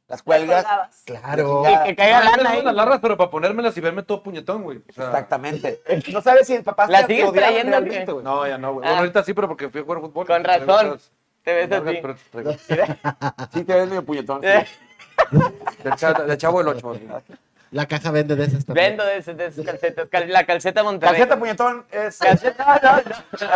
Speaker 5: las cuelgas.
Speaker 4: Colgabas.
Speaker 3: Claro.
Speaker 5: Ya.
Speaker 2: que caiga
Speaker 6: Ay,
Speaker 2: lana ¿eh?
Speaker 6: me
Speaker 2: ahí.
Speaker 6: duelen las largas, pero para ponérmelas y verme todo puñetón, güey. O sea,
Speaker 5: Exactamente.
Speaker 2: (laughs)
Speaker 5: No sabes si el papá
Speaker 2: ¿La
Speaker 5: te- te
Speaker 2: sigues
Speaker 5: odiaba
Speaker 2: trayendo o qué?
Speaker 5: realmente, güey.
Speaker 6: No, ya no, güey.
Speaker 2: Ah.
Speaker 6: Bueno, ahorita sí, pero porque fui a jugar fútbol.
Speaker 2: Con
Speaker 6: Traigo
Speaker 2: razón.
Speaker 6: esas
Speaker 2: Te ves
Speaker 6: largas,
Speaker 2: así.
Speaker 6: pero traigo-
Speaker 5: Sí, te ves medio puñetón. sí.
Speaker 2: Eh,
Speaker 6: Del cha- del chavo del ocho. güey.
Speaker 3: La caja vende de esas también.
Speaker 2: Vendo de esas, de esas calcetas. cal- la calceta Monterrey.
Speaker 5: Calceta puñetón es.
Speaker 2: Calceta, no,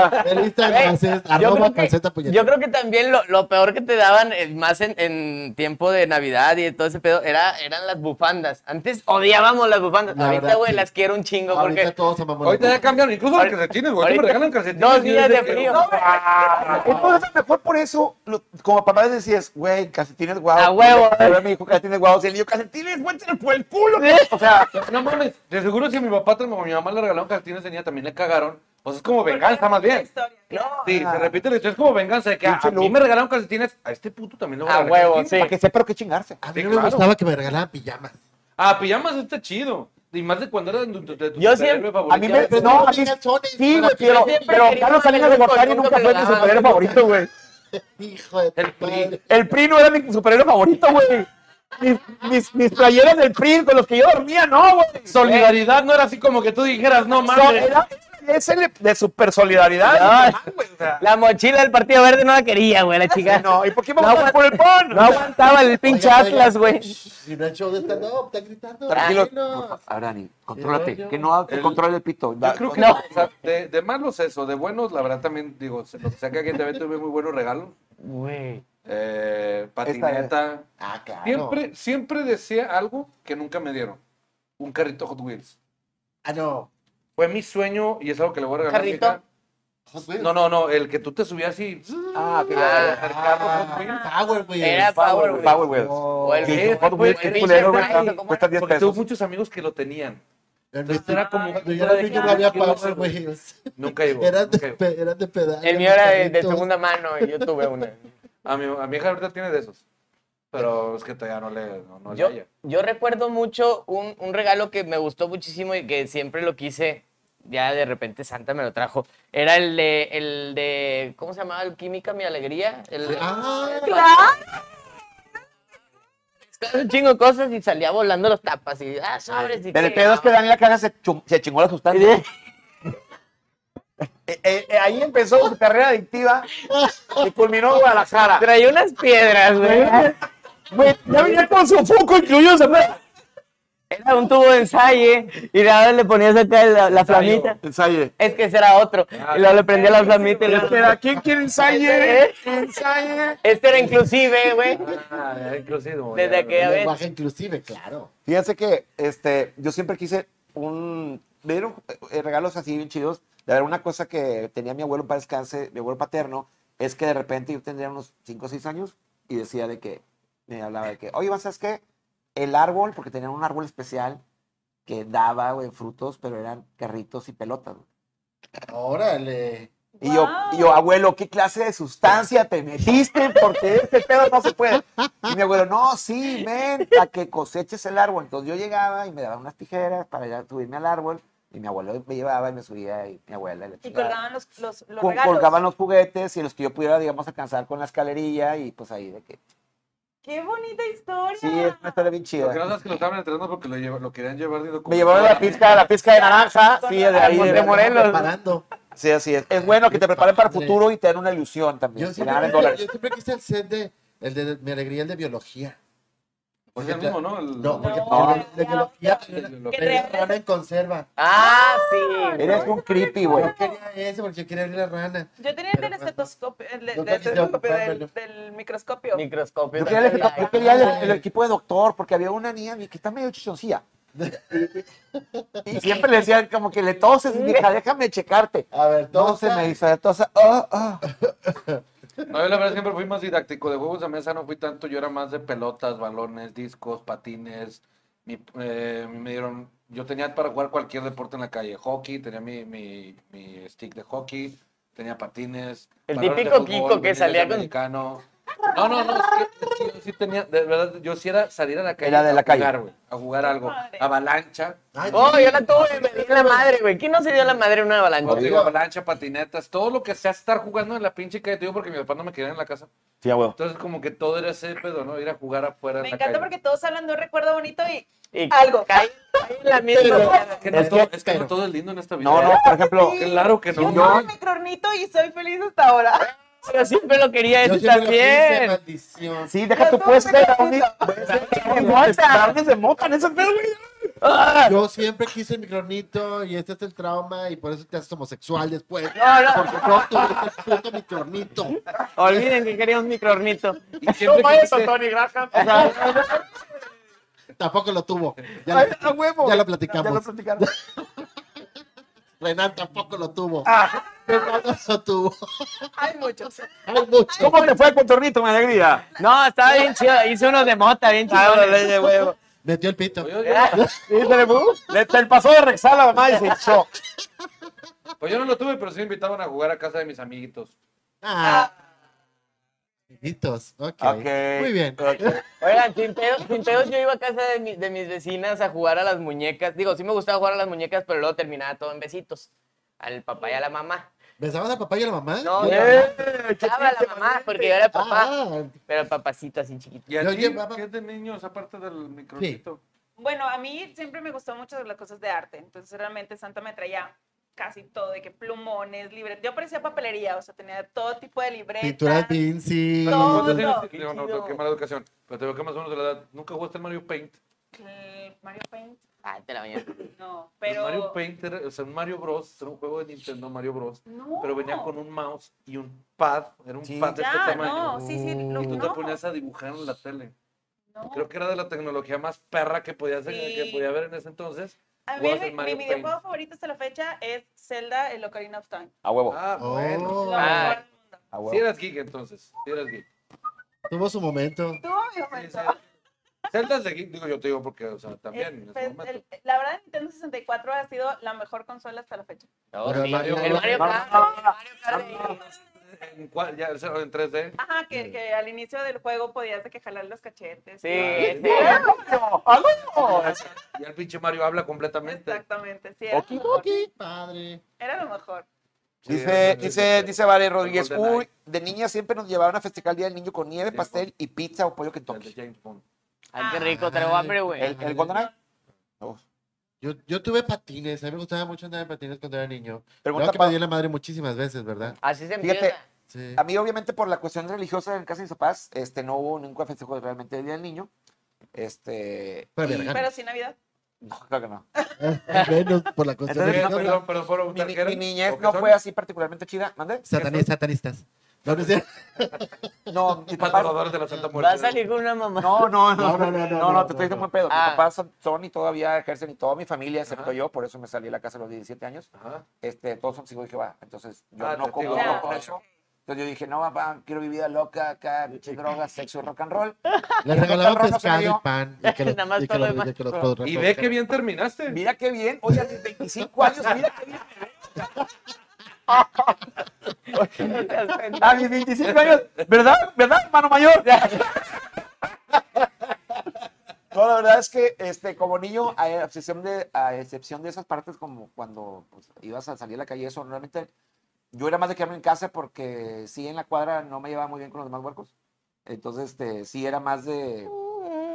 Speaker 2: no.
Speaker 3: El Instagram
Speaker 2: Güey,
Speaker 3: así es,
Speaker 2: Yo
Speaker 3: arroba
Speaker 2: creo, que,
Speaker 3: calceta puñetón.
Speaker 2: yo creo que también lo, lo peor que te daban, eh, más en, en tiempo de Navidad y de todo ese pedo, era, eran las bufandas. Antes odiábamos las bufandas.
Speaker 3: La
Speaker 2: Ahorita,
Speaker 3: verdad,
Speaker 2: güey,
Speaker 3: sí.
Speaker 2: las quiero un chingo (laughs)
Speaker 3: Ahorita
Speaker 2: porque.
Speaker 3: todos amamos.
Speaker 6: Ahorita ya
Speaker 3: la-
Speaker 6: cambiaron, incluso los
Speaker 2: Ahorita-
Speaker 6: calcetines, güey. Ahorita me
Speaker 2: ahorita-
Speaker 6: regalan calcetines.
Speaker 2: dos
Speaker 6: y
Speaker 2: días
Speaker 6: es
Speaker 2: de frío.
Speaker 6: que-
Speaker 5: Entonces, a lo mejor por eso, lo- como papá decías, güey, calcetines guau.
Speaker 2: A huevo,
Speaker 5: Y luego Me dijo calcetines guau. Y el niño, calcetines, guántelo por el culo. O sea,
Speaker 6: No mames, de seguro si a mi papá o a mi mamá le regalaron calcetines de niña también le cagaron. Pues es como venganza más bien. Sí, se repite la historia, es como venganza de que a,
Speaker 5: Pinche
Speaker 6: a mí
Speaker 5: loco.
Speaker 6: me regalaron calcetines, a este puto también le voy a
Speaker 2: A
Speaker 6: regalar
Speaker 2: huevo,
Speaker 6: calcetines.
Speaker 2: sí.
Speaker 5: para que sepa lo que chingarse.
Speaker 3: A mí
Speaker 6: Sí,
Speaker 3: no me
Speaker 6: claro.
Speaker 3: gustaba que me regalaban pijamas. (laughs)
Speaker 6: Ah, pijamas está chido. Y más de cuando era de tu, de tu
Speaker 2: Yo
Speaker 6: superhéroe
Speaker 2: siempre-
Speaker 6: favorito. Eh,
Speaker 5: a mí me-
Speaker 3: Pero
Speaker 5: no,
Speaker 3: no,
Speaker 5: a mí-
Speaker 3: calzones,
Speaker 5: Sí, güey,
Speaker 3: para-
Speaker 5: pero,
Speaker 2: siempre
Speaker 5: pero
Speaker 2: quería
Speaker 5: Carlos
Speaker 2: una
Speaker 5: Salinas de
Speaker 2: Lego
Speaker 5: Gortari
Speaker 2: con
Speaker 5: nunca
Speaker 2: nunca
Speaker 5: fue
Speaker 2: me
Speaker 5: mi
Speaker 2: la daban.
Speaker 5: superhéroe favorito, güey.
Speaker 3: Hijo de
Speaker 6: El
Speaker 3: tu madre.
Speaker 5: El PRI no era mi superhéroe favorito, güey. Mis, mis, mis playeras del PRI con los que yo dormía, no, güey. Eh,
Speaker 6: Solidaridad no era así como que tú dijeras, no
Speaker 5: So-
Speaker 6: mames.
Speaker 5: era- Es el de Ah, super solidaridad.
Speaker 2: Ay. La mochila del Partido Verde no la quería, güey, la
Speaker 5: (laughs)
Speaker 2: chica.
Speaker 5: No, ¿y por qué me
Speaker 2: No, güey.
Speaker 5: votas por el PON?
Speaker 2: No aguantaba el pinche
Speaker 3: Oigan, oigan,
Speaker 2: Atlas, güey.
Speaker 3: shh, Si no hay show de stand-up, está gritando.
Speaker 5: Tranquilo.
Speaker 3: Tranquilos.
Speaker 5: Ahora, Dani,
Speaker 3: contrólate,
Speaker 5: contrólate.
Speaker 3: yo-
Speaker 5: Que
Speaker 3: que
Speaker 5: no te
Speaker 6: el-
Speaker 5: controle el pito.
Speaker 6: Yo creo que
Speaker 2: No.
Speaker 6: o sea, de, de malos eso, de buenos, la verdad también, digo, se nos saca que también tuve muy buenos regalos.
Speaker 2: Güey.
Speaker 6: Eh, patineta.
Speaker 3: Ah, claro.
Speaker 6: Siempre, siempre decía algo que nunca me dieron. Un carrito Hot Wheels.
Speaker 3: Ah, no.
Speaker 6: Fue mi sueño y es algo que le voy a regalar. a mi
Speaker 2: ¿Carrito?
Speaker 6: hija.
Speaker 3: Hot Wheels.
Speaker 6: No, no, no, el que tú te subías y...
Speaker 5: Ah, que
Speaker 2: Ah,
Speaker 6: el carro Hot Wheels.
Speaker 3: Ah, Power Wheels.
Speaker 2: Era Power, güey.
Speaker 5: Power Wheels.
Speaker 3: Oh.
Speaker 2: O el-
Speaker 5: Sí,
Speaker 6: Sí,
Speaker 5: Hot
Speaker 6: fue-
Speaker 5: Wheels,
Speaker 6: fue-
Speaker 5: qué culero, güey,
Speaker 2: Pinche
Speaker 5: cuesta- Cuesta 10
Speaker 6: Porque tuve
Speaker 5: pesos.
Speaker 6: muchos amigos que lo tenían.
Speaker 3: El
Speaker 6: Entonces era como...
Speaker 3: Cuando yo era niño no había Power Wheels.
Speaker 6: Nunca llegó.
Speaker 3: Eran de,
Speaker 6: nunca llegó.
Speaker 3: pe- eran de pedal.
Speaker 2: El mío era de, de
Speaker 3: carritos.
Speaker 2: segunda mano y yo tuve
Speaker 3: (laughs)
Speaker 2: una.
Speaker 6: A mi, a mi hija ahorita tiene de esos. Pero es que todavía no le, no, no le
Speaker 2: Yo,
Speaker 6: halla.
Speaker 2: yo recuerdo mucho un, un regalo que me gustó muchísimo y que siempre lo quise. Ya de repente Santa me lo trajo. Era el de, el de ¿cómo se llamaba? El Química Mi Alegría. El,
Speaker 3: Ah.
Speaker 4: Claro.
Speaker 2: mezclaba un chingo de cosas y salía volando los tapas y, ah, sobres. y
Speaker 5: Pero el
Speaker 2: que-
Speaker 5: pedo es que Daniela Caja se, chum- se chingó la sustancia. (laughs) Eh, eh, eh, ahí empezó su carrera adictiva y culminó en Guadalajara.
Speaker 2: Traía unas piedras, güey.
Speaker 5: Güey, ya venía con su foco incluido. Se fue.
Speaker 2: Era un tubo de ensayo y luego le ponías acá la, la flamita.
Speaker 5: Ensaye.
Speaker 2: Es que ese era otro. Y luego le prendía la flamita y luego-
Speaker 5: Espera, ¿quién quiere ensaye? Ensaye.
Speaker 2: Este era inclusive, güey.
Speaker 6: Ah, ya inclusive. ya,
Speaker 2: Desde
Speaker 6: güey.
Speaker 2: aquella vez.
Speaker 3: Lenguaje inclusive, claro.
Speaker 5: Fíjense que este, yo siempre quise un. Me dieron eh, regalos así bien chidos. De verdad, una cosa que tenía mi abuelo para descanse, mi abuelo paterno, es que de repente yo tendría unos 5 o 6 años y decía de que. Me hablaba de que, oye, ¿vas ¿sabes qué? El árbol, porque tenían un árbol especial que daba, güey, frutos, pero eran carritos y pelotas, güey.
Speaker 3: Órale.
Speaker 5: Y yo, y yo, abuelo, ¿qué clase de sustancia te metiste? Porque este pedo no se puede. Y mi abuelo, no, sí, ven, para que coseches el árbol. Entonces yo llegaba y me daba unas tijeras para ya subirme al árbol. Y mi abuelo me llevaba y me subía y mi abuela. Y la
Speaker 4: Y
Speaker 5: chingada.
Speaker 4: colgaban los, los, los
Speaker 5: Col-
Speaker 4: regalos.
Speaker 5: colgaban los juguetes y los que yo pudiera, digamos, alcanzar con la escalerilla. Y pues ahí de que,
Speaker 4: ¡Qué bonita historia!
Speaker 5: sí, es una historia bien
Speaker 6: Lo que
Speaker 5: chida.
Speaker 6: no sabes que lo estaban entrenando porque lo, lleva- lo querían llevar de
Speaker 5: Me llevaron la pizca, la pizca de naranja, sí, de ahí.
Speaker 2: Monte
Speaker 5: de-
Speaker 2: Morelos.
Speaker 3: Preparando.
Speaker 5: Sí, así es. Es bueno que te preparen para el futuro y te dan una ilusión también.
Speaker 3: Yo
Speaker 5: que
Speaker 3: siempre,
Speaker 5: ganan dólares.
Speaker 3: yo siempre quise el set de, el de mi alegría, el de biología.
Speaker 6: Porque Pues el mismo, ¿no? El-
Speaker 3: No, porque
Speaker 5: No.
Speaker 3: el de, de biología era
Speaker 6: el- lo-
Speaker 4: Que
Speaker 3: era
Speaker 4: real.
Speaker 3: rana en conserva.
Speaker 2: Ah, sí.
Speaker 5: Eres un creepy, güey.
Speaker 3: Yo quería ese porque yo quería ver la rana.
Speaker 4: Yo tenía el del
Speaker 3: Pero,
Speaker 4: estetoscopio, el de-
Speaker 3: Yo creo
Speaker 4: del
Speaker 3: que sí,
Speaker 4: estetoscopio,
Speaker 3: ocupármelo.
Speaker 4: del, del microscopio.
Speaker 2: Microscopio.
Speaker 5: Yo quería, el,
Speaker 2: también.
Speaker 5: yo quería el- el equipo de doctor, porque había una niña que está medio chichoncilla. Y siempre le decían como que le toses, mija, déjame checarte.
Speaker 3: A ver, todo
Speaker 5: No se me hizo, de tosa, ah, ah.
Speaker 6: No, yo la verdad siempre fui más didáctico. De juegos de mesa no fui tanto. Yo era más de pelotas, balones, discos, patines. Mi- eh, a mí me dieron. Yo tenía para jugar cualquier deporte en la calle. Hockey, tenía mi, mi, mi stick de hockey, tenía patines.
Speaker 2: El
Speaker 6: balones de
Speaker 2: típico
Speaker 6: fútbol,
Speaker 2: Kiko que
Speaker 6: balones
Speaker 2: salía
Speaker 6: de
Speaker 2: con-
Speaker 6: americano. No, no, no. es que- es que yo sí tenía. De verdad, yo sí era salir a la calle.
Speaker 5: Era de
Speaker 6: a
Speaker 5: la calle.
Speaker 6: Jugar, güey, a jugar algo.
Speaker 4: Padre.
Speaker 6: Avalancha.
Speaker 3: Ay,
Speaker 2: Oh, yo la tuve, me di la madre, güey. ¿Quién no se dio la madre en una avalancha?
Speaker 6: Como te digo, avalancha, patinetas, todo lo que sea estar jugando en la pinche calle, te digo porque mi papá no me quería en la casa.
Speaker 5: Sí, a huevo.
Speaker 6: Entonces como que todo era ese pedo, ¿no? Ir a jugar afuera
Speaker 4: Me
Speaker 6: en la
Speaker 4: encanta
Speaker 6: calle.
Speaker 4: porque todos hablan de un recuerdo bonito y
Speaker 2: Y
Speaker 4: algo.
Speaker 2: Caí, caí en la misma.
Speaker 6: Es que, no
Speaker 5: Es
Speaker 6: todo,
Speaker 5: que-
Speaker 6: es que no
Speaker 3: pero-
Speaker 6: todo es lindo en esta vida. ¿eh?
Speaker 5: No, no, por ejemplo,
Speaker 6: Claro que
Speaker 4: Yo
Speaker 6: no.
Speaker 4: tuve el microornito y soy feliz hasta ahora.
Speaker 2: Pero siempre lo quería
Speaker 3: Yo
Speaker 2: eso
Speaker 3: siempre lo quise,
Speaker 2: también.
Speaker 3: maldición.
Speaker 5: sí, deja
Speaker 4: Yo
Speaker 5: tu
Speaker 4: tuve
Speaker 5: puesta
Speaker 4: un
Speaker 5: de mota.
Speaker 2: mota.
Speaker 5: de mota en ese pedo, güey.
Speaker 3: Yo siempre quise el micronito y este es el trauma y por eso te haces homosexual después.
Speaker 2: No, no.
Speaker 3: Porque no tuviste el puto micronito.
Speaker 2: Olviden que quería un microornito.
Speaker 6: Y siempre quise-
Speaker 2: Graham. O sea,
Speaker 3: Tampoco lo tuvo. Ya lo,
Speaker 5: ¡A
Speaker 3: ya
Speaker 5: huevo!
Speaker 3: lo
Speaker 5: Ya lo
Speaker 3: platicamos.
Speaker 5: platicaron.
Speaker 3: Renan tampoco lo tuvo.
Speaker 2: Ah.
Speaker 3: Renan no lo tuvo.
Speaker 4: Hay muchos.
Speaker 3: Hay mucho.
Speaker 5: ¿Cómo te fue el contornito, mi alegría?
Speaker 2: no, estaba bien chido. Hice unos de mota bien chido.
Speaker 5: de huevo!
Speaker 3: Metió el pito.
Speaker 6: Pues yo, yo-
Speaker 5: Le, te pasó de Rexala, mamá, y se echó.
Speaker 6: pues yo no lo tuve, pero sí me invitaban a jugar a casa de mis amiguitos.
Speaker 3: Ah. Amiguitos. Ok.
Speaker 5: Ok.
Speaker 3: Muy bien.
Speaker 2: Oigan, sin pedos, sin pedos, yo iba a casa de, mi- de mis vecinas a jugar a las muñecas. Digo, sí me gustaba jugar a las muñecas, pero luego terminaba todo en besitos. Al papá y a la mamá.
Speaker 3: ¿Besabas a papá y a la mamá?
Speaker 2: No, yo besaba a la mamá porque yo era el papá.
Speaker 3: Ah,
Speaker 2: Pero el papacito así chiquito.
Speaker 6: ¿Y a
Speaker 3: Yo
Speaker 6: ti,
Speaker 3: llevaba-
Speaker 6: qué es de niños, aparte del micronito?
Speaker 4: Bueno, a mí siempre me gustó mucho las cosas de arte, entonces realmente Santa me traía casi todo, de que plumones, libretas. Yo parecía papelería, o sea, tenía todo tipo de libretas.
Speaker 3: pintura de Vinci.
Speaker 4: No,
Speaker 6: ¿Cuántos
Speaker 4: no.
Speaker 6: años- Digo, no, qué mala educación. Pero te veo que más o menos de la edad. Nunca jugaste el Mario Paint. Pues
Speaker 4: Eh, Mario Paint,
Speaker 2: Ah, te la mañana.
Speaker 4: no,
Speaker 6: El
Speaker 4: pero...
Speaker 6: Pues Mario Paint era, o sea, un Mario Bros. Era un juego de Nintendo Mario Bros.
Speaker 4: No.
Speaker 6: Pero venía con un mouse y un pad. Era un
Speaker 5: Sí.
Speaker 6: pad de este
Speaker 4: Ya,
Speaker 6: tamaño.
Speaker 4: no, sí, sí, lo,
Speaker 6: Y tú
Speaker 4: no,
Speaker 6: te ponías a dibujar en la tele.
Speaker 4: no.
Speaker 6: Creo que era de la tecnología más perra que podía, ser-
Speaker 4: Sí.
Speaker 6: que podía haber en ese entonces.
Speaker 4: A mí
Speaker 6: jugabas
Speaker 4: mi,
Speaker 6: el Mario
Speaker 4: mi videojuego
Speaker 6: Paint.
Speaker 4: favorito hasta la fecha es Zelda, el Ocarina of Time.
Speaker 5: A huevo.
Speaker 6: Ah,
Speaker 3: Oh.
Speaker 6: bueno.
Speaker 4: Lo
Speaker 2: Ah.
Speaker 4: mejor del mundo.
Speaker 5: A
Speaker 6: Si
Speaker 5: huevo.
Speaker 6: eras geek entonces. Si eras geek.
Speaker 3: Tuvo su momento.
Speaker 4: Tuvo mi
Speaker 6: Sí,
Speaker 4: momento.
Speaker 6: sí. Zelda es de geek, digo yo te digo porque, o sea, también en
Speaker 4: Es-
Speaker 6: ese
Speaker 4: pues,
Speaker 6: momento.
Speaker 4: el- la verdad, Nintendo 64 ha sido la mejor consola hasta la fecha.
Speaker 2: No,
Speaker 3: Pero
Speaker 2: sí,
Speaker 3: Mario-
Speaker 2: el Mario
Speaker 5: no,
Speaker 2: Kart.
Speaker 5: no, no,
Speaker 2: el Mario Kart.
Speaker 6: En cua- ya, o sea, en 3D.
Speaker 4: Ajá,
Speaker 6: Mm.
Speaker 4: que, que al inicio del juego podías de que jalar los cachetes.
Speaker 2: Sí,
Speaker 4: Y-
Speaker 2: sí.
Speaker 5: ¡Ah,
Speaker 6: Ya el pinche Mario habla completamente.
Speaker 4: Exactamente, sí. Era,
Speaker 5: Oki,
Speaker 4: lo mejor.
Speaker 3: Qué padre.
Speaker 4: Era lo mejor.
Speaker 5: Dice, dice, dice Vale Rodríguez,
Speaker 6: El GoldenEye.
Speaker 5: uy, de niña siempre nos llevaban a festejar el Día del Niño con nieve, pastel y pizza o pollo que
Speaker 6: El de
Speaker 5: toque.
Speaker 6: James Bond.
Speaker 2: Ay, qué rico, traigo hambre, güey.
Speaker 5: ¿El, el GoldenEye? No.
Speaker 3: Yo, yo tuve patines. A mí me gustaba mucho andar en patines cuando era niño.
Speaker 5: Pregunta
Speaker 3: Claro que me
Speaker 5: pa-
Speaker 3: di la madre muchísimas veces, ¿verdad?
Speaker 2: Así se
Speaker 5: Fíjate,
Speaker 2: empieza.
Speaker 3: Sí.
Speaker 5: A mí, obviamente, por la cuestión religiosa en casa de mis papás, este, no hubo nunca festejo realmente del Día del Niño. Este,
Speaker 3: Pero,
Speaker 4: Y-
Speaker 3: verga,
Speaker 4: pero sin Navidad.
Speaker 5: no, creo que no.
Speaker 3: (laughs) al Eh, menos por la cuestión
Speaker 5: Entonces,
Speaker 3: de
Speaker 6: Pero,
Speaker 5: no,
Speaker 3: que- (laughs)
Speaker 6: pero, pero, pero,
Speaker 5: Mi,
Speaker 6: ¿qué era?
Speaker 5: mi niñez
Speaker 6: ¿O qué
Speaker 5: no
Speaker 6: son?
Speaker 5: fue así particularmente chida.
Speaker 6: (laughs)
Speaker 5: ¿Mande?
Speaker 3: Satani- satanistas. No, no, es cierto.
Speaker 5: No, mis papás...
Speaker 6: Adoradores de la Santa Muerte.
Speaker 2: Va a salir con una mamá. (laughs)
Speaker 5: No, no, no,
Speaker 3: No, no, no, no, no,
Speaker 5: no, te
Speaker 3: no,
Speaker 5: estoy diciendo
Speaker 3: no.
Speaker 5: muy pedo.
Speaker 2: Ah.
Speaker 5: Mis papás son, son y todavía ejercen y toda mi familia, excepto
Speaker 6: Ajá.
Speaker 5: yo, por eso me salí de la casa a los 17 años.
Speaker 6: Ajá.
Speaker 5: Este, todos son hijos de Jehová, entonces yo
Speaker 6: Ah,
Speaker 5: no
Speaker 6: testigo,
Speaker 5: como
Speaker 4: no,
Speaker 5: con
Speaker 6: no.
Speaker 5: eso. Entonces yo dije, no, papá, quiero vivir vida loca, acá, pinche drogas, sexo, rock and
Speaker 6: (laughs)
Speaker 5: roll.
Speaker 3: Les regalaban
Speaker 5: Rock and roll no se
Speaker 3: pescado
Speaker 5: dio.
Speaker 3: y pan. Y que los,
Speaker 2: Nada más
Speaker 3: y que
Speaker 2: todo
Speaker 3: los-
Speaker 2: lo demás.
Speaker 3: y que los podrás
Speaker 6: Y ve
Speaker 3: tocar.
Speaker 6: que bien terminaste.
Speaker 5: Pues Mira qué bien, oye, a mis 25 años, mira qué bien. A Ah, mis 25 años, ¿verdad? ¿Verdad, hermano mayor? No, la verdad es que este, como niño, a excepción de, a excepción de esas partes, como cuando pues, ibas a salir a la calle, eso realmente yo era más de quedarme en casa porque sí, en la cuadra no me llevaba muy bien con los demás huercos. Entonces, este, sí era más de.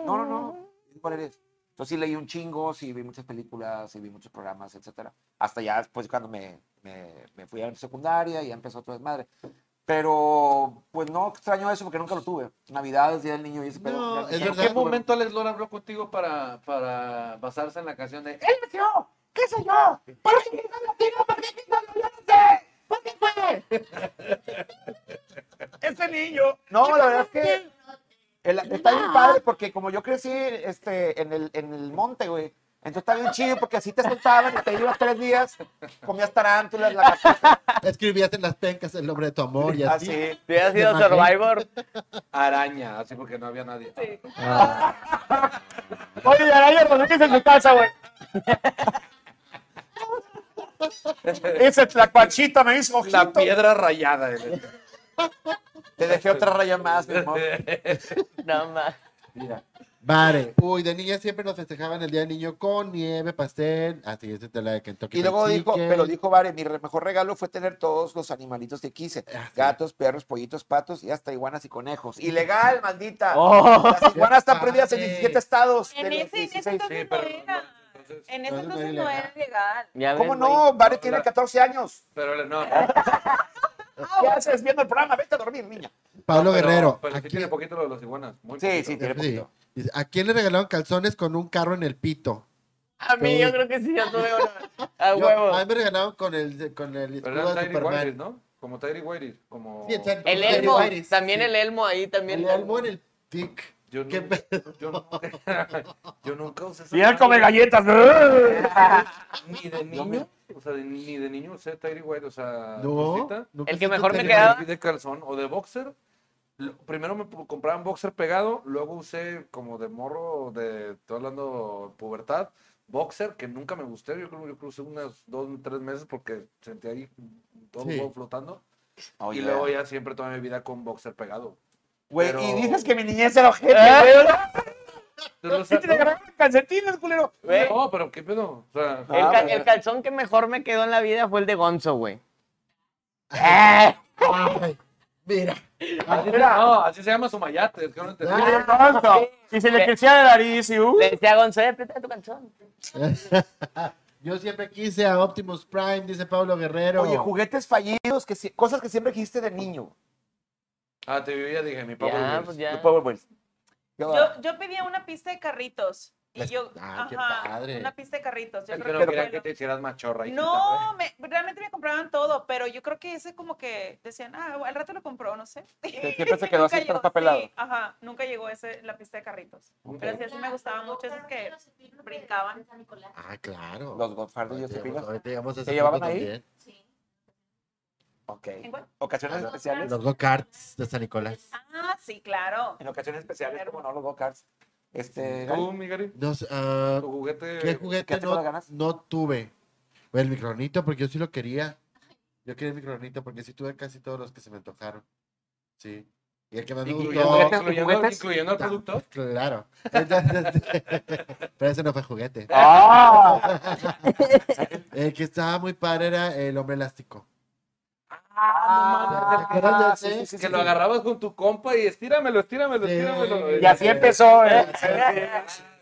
Speaker 5: No, no, no. ¿Cuál eres? Entonces sí leí un chingo, sí vi muchas películas, sí vi muchos programas, etcétera. Hasta ya después cuando me, me, me fui a la secundaria y ya empezó todo desmadre. Pero pues no extraño eso porque nunca lo tuve. Navidades, Día del Niño y ese pedo.
Speaker 3: No,
Speaker 5: ya-
Speaker 3: es
Speaker 5: ya-
Speaker 6: ¿En
Speaker 3: verdad.
Speaker 6: qué momento Alex Lora habló contigo para, para basarse en la canción de
Speaker 5: ¡Él me dio! ¿Qué sé yo? ¿Por qué quitó la tira? ¿Por qué quitó la Yo no sé. ¿Por qué fue? ¡Ese niño! No, la verdad es que el- está bien padre porque como yo crecí este, en, el, en el monte, güey, entonces está bien chido porque así te soltaban y te ibas tres días, comías tarántulas, la
Speaker 3: Escribías en las pencas el nombre de tu amor y así.
Speaker 5: así.
Speaker 2: Si hubiera sido
Speaker 3: Imagínate.
Speaker 2: Survivor,
Speaker 6: araña? Así porque no había nadie.
Speaker 3: Ah, este,
Speaker 4: Sí.
Speaker 5: Oye, Araya, cuando tienes en tu casa, güey. Esa tlacuachita me hizo
Speaker 6: La piedra rayada. él.
Speaker 5: Te dejé otra raya más, mi amor.
Speaker 2: no más.
Speaker 5: Mira.
Speaker 3: Vale. Uy, de niña siempre nos festejaban el Día del Niño con nieve, pastel. Así es, de la de Kentucky.
Speaker 5: Y luego
Speaker 3: Fried
Speaker 5: dijo,
Speaker 3: Chicken.
Speaker 5: pero dijo Vare, mi re- mejor regalo fue tener todos los animalitos que quise. Gatos, perros, pollitos, patos y hasta iguanas y conejos. Ilegal, maldita.
Speaker 7: Oh.
Speaker 5: Las iguanas están
Speaker 3: Qué
Speaker 5: prohibidas en
Speaker 3: padre.
Speaker 5: 17 estados. de
Speaker 4: En
Speaker 5: los
Speaker 4: ese, en ese
Speaker 5: 16.
Speaker 4: entonces
Speaker 6: Sí,
Speaker 4: no
Speaker 6: pero-
Speaker 4: era.
Speaker 6: entonces-
Speaker 4: En ese
Speaker 3: No, no era
Speaker 4: entonces no era
Speaker 3: ilegal.
Speaker 4: legal.
Speaker 2: Ya
Speaker 5: ¿Cómo
Speaker 2: ves, güey.
Speaker 5: no? Vare tiene
Speaker 6: la-
Speaker 5: 14 años.
Speaker 6: Pero no,
Speaker 5: ¿Qué haces viendo el programa? Vete a dormir, niña.
Speaker 3: Pablo
Speaker 6: pero-
Speaker 3: Guerrero.
Speaker 6: Pero sí
Speaker 3: aquí-
Speaker 6: tiene poquito lo de los iguanas. Muy
Speaker 5: Sí,
Speaker 6: poquito.
Speaker 5: sí, tiene
Speaker 3: Sí.
Speaker 5: poquito.
Speaker 3: Dice, ¿A quién le regalaron calzones con un carro en el pito?
Speaker 2: A mí yo creo que sí, yo tuve uno. A
Speaker 3: Yo-
Speaker 2: Ah, huevo.
Speaker 3: a mí me regalaron con el, con el
Speaker 6: Pero
Speaker 3: escudo
Speaker 6: eran
Speaker 3: de
Speaker 6: Tyree Wilder,
Speaker 3: Superman.
Speaker 6: ¿no? Como Tyree Wilder. Como...
Speaker 3: Sí, exacto.
Speaker 2: El
Speaker 3: Tyree
Speaker 2: Elmo,
Speaker 3: Wilder,
Speaker 2: también
Speaker 3: sí.
Speaker 2: el Elmo ahí también.
Speaker 3: El elmo en el tic.
Speaker 6: Yo,
Speaker 3: ¿Qué
Speaker 6: nu-
Speaker 3: pedo?
Speaker 6: yo nunca, (laughs) yo nunca usé esa
Speaker 7: Bien,
Speaker 6: madre,
Speaker 7: come galletas.
Speaker 6: Ni de niño. O sea, de- ni de niño usé Tyree Wilder. O sea,
Speaker 3: No.
Speaker 6: cosita.
Speaker 3: nunca
Speaker 2: El que
Speaker 3: hice
Speaker 2: mejor me
Speaker 6: Me
Speaker 3: Tyree
Speaker 2: quedaba-
Speaker 6: de calzón o de boxer. Lo- Primero me pu- compraban boxer pegado, luego usé como de morro, de, estoy hablando pubertad, boxer que nunca me gusté. Yo creo yo creo que usé unas dos, tres meses porque sentí ahí todo el
Speaker 3: Sí.
Speaker 6: huevo flotando.
Speaker 5: Oh,
Speaker 6: y
Speaker 5: yeah.
Speaker 6: luego ya siempre toda mi vida con boxer pegado.
Speaker 5: Güey,
Speaker 6: pero-
Speaker 5: y dices que
Speaker 7: Que mi niñez era ojete, güey.
Speaker 6: Entonces, o
Speaker 7: Y
Speaker 6: sea,
Speaker 7: te agarraban calcetines, culero.
Speaker 2: güey.
Speaker 6: no, pero qué pedo. O sea,
Speaker 2: El,
Speaker 5: Ah,
Speaker 2: ca-
Speaker 6: eh.
Speaker 5: bueno.
Speaker 2: el calzón que mejor me quedó en la vida fue el de Gonzo, güey.
Speaker 3: Wilder. Ay, mira.
Speaker 6: así, se, no, así se llama Sumayate. Es que no entendí.
Speaker 3: Ah.
Speaker 7: Y se le crecía de nariz y uh.
Speaker 2: Le decía a Gonzo, "Eh, aprieta tu calzón.
Speaker 3: Yo siempre quise a Optimus Prime, dice Pablo Guerrero.
Speaker 5: Oye, juguetes fallidos, que si- cosas que siempre dijiste de niño.
Speaker 6: Ah, te vivía, dije, mi papá.
Speaker 2: Ya, pues ya.
Speaker 5: De Power Boys. ¿Qué va?
Speaker 4: Yo, yo pedía una pista de carritos. Y
Speaker 3: Les-
Speaker 4: yo,
Speaker 3: Ah, qué
Speaker 4: ajá,
Speaker 3: padre.
Speaker 4: una pista de carritos. Yo
Speaker 6: El que
Speaker 4: creo
Speaker 6: no
Speaker 4: que
Speaker 6: quería
Speaker 4: fue
Speaker 6: que
Speaker 4: lo-
Speaker 6: te hicieras machorra. hijita, güey.
Speaker 4: No, me- realmente me compraban todo, pero yo creo que ese como que decían, ah, al rato lo compró, no sé. (laughs)
Speaker 5: Que siempre se quedó
Speaker 4: Nunca llegó,
Speaker 5: así traspapelado.
Speaker 4: sí, ajá, nunca llegó ese, la pista de carritos. Pero sí, así me gustaba mucho, esos que brincaban.
Speaker 3: Ah, claro.
Speaker 5: Los Godfather y
Speaker 3: Ahorita
Speaker 5: Josefina.
Speaker 3: llegamos- ahorita llegamos a
Speaker 5: ¿Te
Speaker 3: ese
Speaker 5: llevaban
Speaker 3: punto
Speaker 5: ahí?
Speaker 3: también.
Speaker 5: Ok.
Speaker 4: ¿En cuál?
Speaker 5: Ocasiones especiales.
Speaker 3: Los go-karts de San Nicolás.
Speaker 4: Ah, sí, claro.
Speaker 5: En ocasiones especiales, como no, los go-karts. Este,
Speaker 6: ¿Tú,
Speaker 5: Gary,
Speaker 6: mi Gary?
Speaker 3: No sé, ah,
Speaker 6: ¿Tu juguete?
Speaker 3: ¿Qué juguete
Speaker 5: te acuerdas,
Speaker 3: no,
Speaker 5: ganas?
Speaker 3: no tuve? El micronito, porque yo sí lo quería. Yo quería el micronito porque sí tuve casi todos los que se me antojaron. Sí. Y el que más me
Speaker 6: Incluyendo,
Speaker 3: gustó.
Speaker 6: incluyendo-
Speaker 5: ¿Juguetes?
Speaker 6: incluyendo al productor.
Speaker 3: Claro. (laughs) Entonces, este, (laughs) pero ese no fue juguete.
Speaker 7: ¡Ah!
Speaker 3: (laughs) El que estaba muy padre era el hombre elástico.
Speaker 5: Ah,
Speaker 3: ¿Te acuerdas de
Speaker 5: sí,
Speaker 3: ese?
Speaker 5: sí, sí,
Speaker 6: que lo
Speaker 5: sí.
Speaker 6: agarrabas con tu compa y estíramelo, estíramelo,
Speaker 3: Sí.
Speaker 6: estíramelo.
Speaker 7: Y así empezó. eh.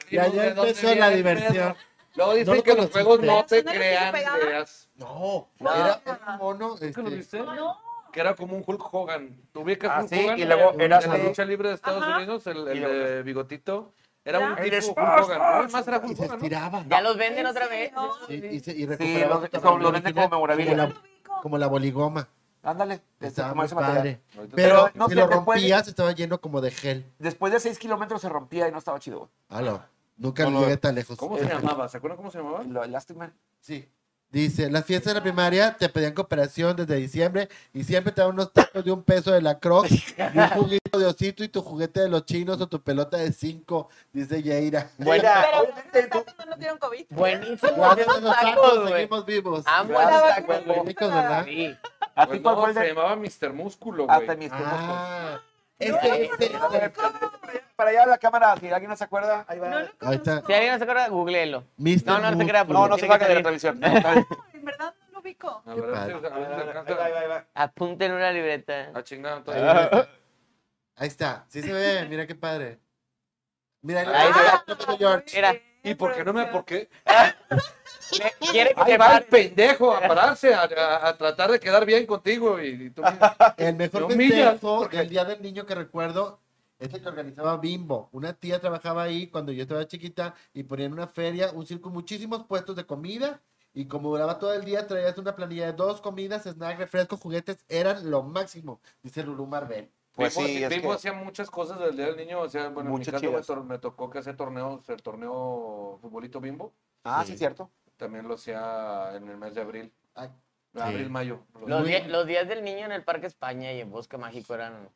Speaker 3: Y allá empezó la diversión.
Speaker 6: Luego
Speaker 3: No
Speaker 6: dicen
Speaker 3: lo
Speaker 6: que los
Speaker 3: conociste.
Speaker 6: juegos no
Speaker 4: ¿Pero
Speaker 6: te
Speaker 4: eso no era que se
Speaker 6: crean
Speaker 4: pegaba?
Speaker 6: ideas.
Speaker 3: No,
Speaker 4: No.
Speaker 3: era un mono.
Speaker 6: ¿Nunca lo
Speaker 3: este,
Speaker 6: viste?
Speaker 4: No,
Speaker 6: Que era como un Hulk Hogan. ¿Tú ubicas
Speaker 7: Ah,
Speaker 6: Hulk
Speaker 7: sí,
Speaker 6: Hogan?
Speaker 7: y luego
Speaker 6: El
Speaker 7: era
Speaker 6: de la
Speaker 7: así.
Speaker 6: lucha libre de Estados
Speaker 4: Ajá.
Speaker 6: Unidos, el, el
Speaker 7: Y luego-
Speaker 6: de bigotito. Era un
Speaker 4: Ya.
Speaker 7: Eres
Speaker 6: tipo Hulk
Speaker 7: más,
Speaker 6: Hogan.
Speaker 7: más.
Speaker 6: Además era
Speaker 3: y
Speaker 6: Hulk
Speaker 3: se
Speaker 6: Hogan, ¿no?
Speaker 3: estiraba.
Speaker 2: Ya los venden otra
Speaker 4: ¿En
Speaker 2: vez.
Speaker 4: serio?
Speaker 3: Y,
Speaker 2: Sí.
Speaker 3: y se, y
Speaker 5: Sí,
Speaker 3: recuperaba
Speaker 5: lo,
Speaker 3: su
Speaker 5: como,
Speaker 3: tamaño
Speaker 5: lo venden
Speaker 3: original,
Speaker 5: como
Speaker 3: como
Speaker 5: memorabilia.
Speaker 3: la, como la boligoma.
Speaker 5: Ándale, este,
Speaker 3: Estaba
Speaker 5: como
Speaker 3: muy
Speaker 5: ese material.
Speaker 3: padre.
Speaker 6: Ahorita te-
Speaker 3: Pero,
Speaker 5: Pero, no
Speaker 3: si
Speaker 5: sé,
Speaker 3: lo
Speaker 5: después-
Speaker 3: rompías, estaba lleno como de gel.
Speaker 5: Después de 6 kilómetros se rompía y no estaba chido. güey.
Speaker 3: Aló. Nunca
Speaker 5: No, no.
Speaker 3: llegué tan lejos.
Speaker 6: ¿Cómo se llamaba? ¿Se acuerdan cómo se llamaba?
Speaker 5: Lo Elastic Man.
Speaker 3: Sí. Dice, las fiestas de la primaria te pedían cooperación desde diciembre y siempre te daban unos tacos de un peso de la
Speaker 2: (laughs)
Speaker 3: croc y un juguito de osito y tu juguete de los chinos o tu pelota de cinco,
Speaker 2: (laughs)
Speaker 3: dice Yaira.
Speaker 4: pero los tacos no nos dieron COVID.
Speaker 2: Buenísimo.
Speaker 3: Gracias a
Speaker 2: esos
Speaker 3: los
Speaker 2: tacos,
Speaker 3: tacos
Speaker 2: güey.
Speaker 3: seguimos vivos.
Speaker 2: Amo
Speaker 4: La
Speaker 2: esos
Speaker 4: vacuna
Speaker 2: tacos,
Speaker 4: no
Speaker 2: güey.
Speaker 3: Ricos,
Speaker 4: hizo
Speaker 3: ¿verdad?
Speaker 4: nada.
Speaker 2: Sí.
Speaker 5: ¿A ti
Speaker 6: Pues
Speaker 5: cuál
Speaker 6: no,
Speaker 5: fue el
Speaker 6: se
Speaker 5: de...?
Speaker 6: llamaba Mr. Músculo, güey.
Speaker 5: Hasta mis ah,
Speaker 3: Ah, este, este, este.
Speaker 5: Para allá a la cámara, si alguien no se acuerda, ahí va.
Speaker 4: No lo
Speaker 3: Ahí está.
Speaker 4: conozco.
Speaker 2: Si alguien no se acuerda, googlelo.
Speaker 3: Mr.
Speaker 2: No, no, no te
Speaker 3: Mood.
Speaker 2: creas,
Speaker 5: No,
Speaker 2: Tiene
Speaker 5: no se
Speaker 2: que
Speaker 5: salga de la
Speaker 2: salir.
Speaker 5: televisión.
Speaker 4: En verdad no lo ubico.
Speaker 6: A ver, a ver si- a ver si se alcanza.
Speaker 2: Apunta en una libreta.
Speaker 6: Ah, chingada,
Speaker 3: Ahí
Speaker 6: todavía.
Speaker 4: (laughs)
Speaker 3: está. Ahí está. Sí se ve, mira qué padre. Mira,
Speaker 2: Ahí
Speaker 4: Ah,
Speaker 2: está.
Speaker 3: Tonto George.
Speaker 2: Mira,
Speaker 6: ¿Y por qué no me.? ¿Por qué?
Speaker 2: Le- Quiere que
Speaker 6: Ahí
Speaker 2: te
Speaker 6: va
Speaker 2: pare.
Speaker 6: el pendejo a pararse, a, a- a tratar de quedar bien contigo. Y, y tú mira.
Speaker 3: El mejor
Speaker 6: Me humillas,
Speaker 3: festejo del Día del Niño que recuerdo es el que organizaba Bimbo. Una tía trabajaba ahí cuando yo estaba chiquita y ponían una feria, un circo, muchísimos puestos de comida. Y como duraba todo el día, traías una planilla de dos comidas, snacks, refrescos, juguetes, eran lo máximo, dice Lulú Marvel.
Speaker 5: Pues
Speaker 6: Vivo-
Speaker 5: sí, es
Speaker 6: Vivo
Speaker 5: que-
Speaker 6: hacía muchas cosas del Día del Niño. O sea, bueno,
Speaker 5: Muchas
Speaker 6: en mi caso me,
Speaker 5: chidas.
Speaker 6: tor- me tocó que hacía torneos, el torneo futbolito bimbo.
Speaker 5: Ah, sí, cierto.
Speaker 6: También lo hacía en el mes de abril.
Speaker 3: Ay.
Speaker 6: No, Abril, mayo.
Speaker 2: Los,
Speaker 3: Muy
Speaker 2: die-
Speaker 3: bien.
Speaker 2: los días del niño en el Parque España y en Bosque Mágico eran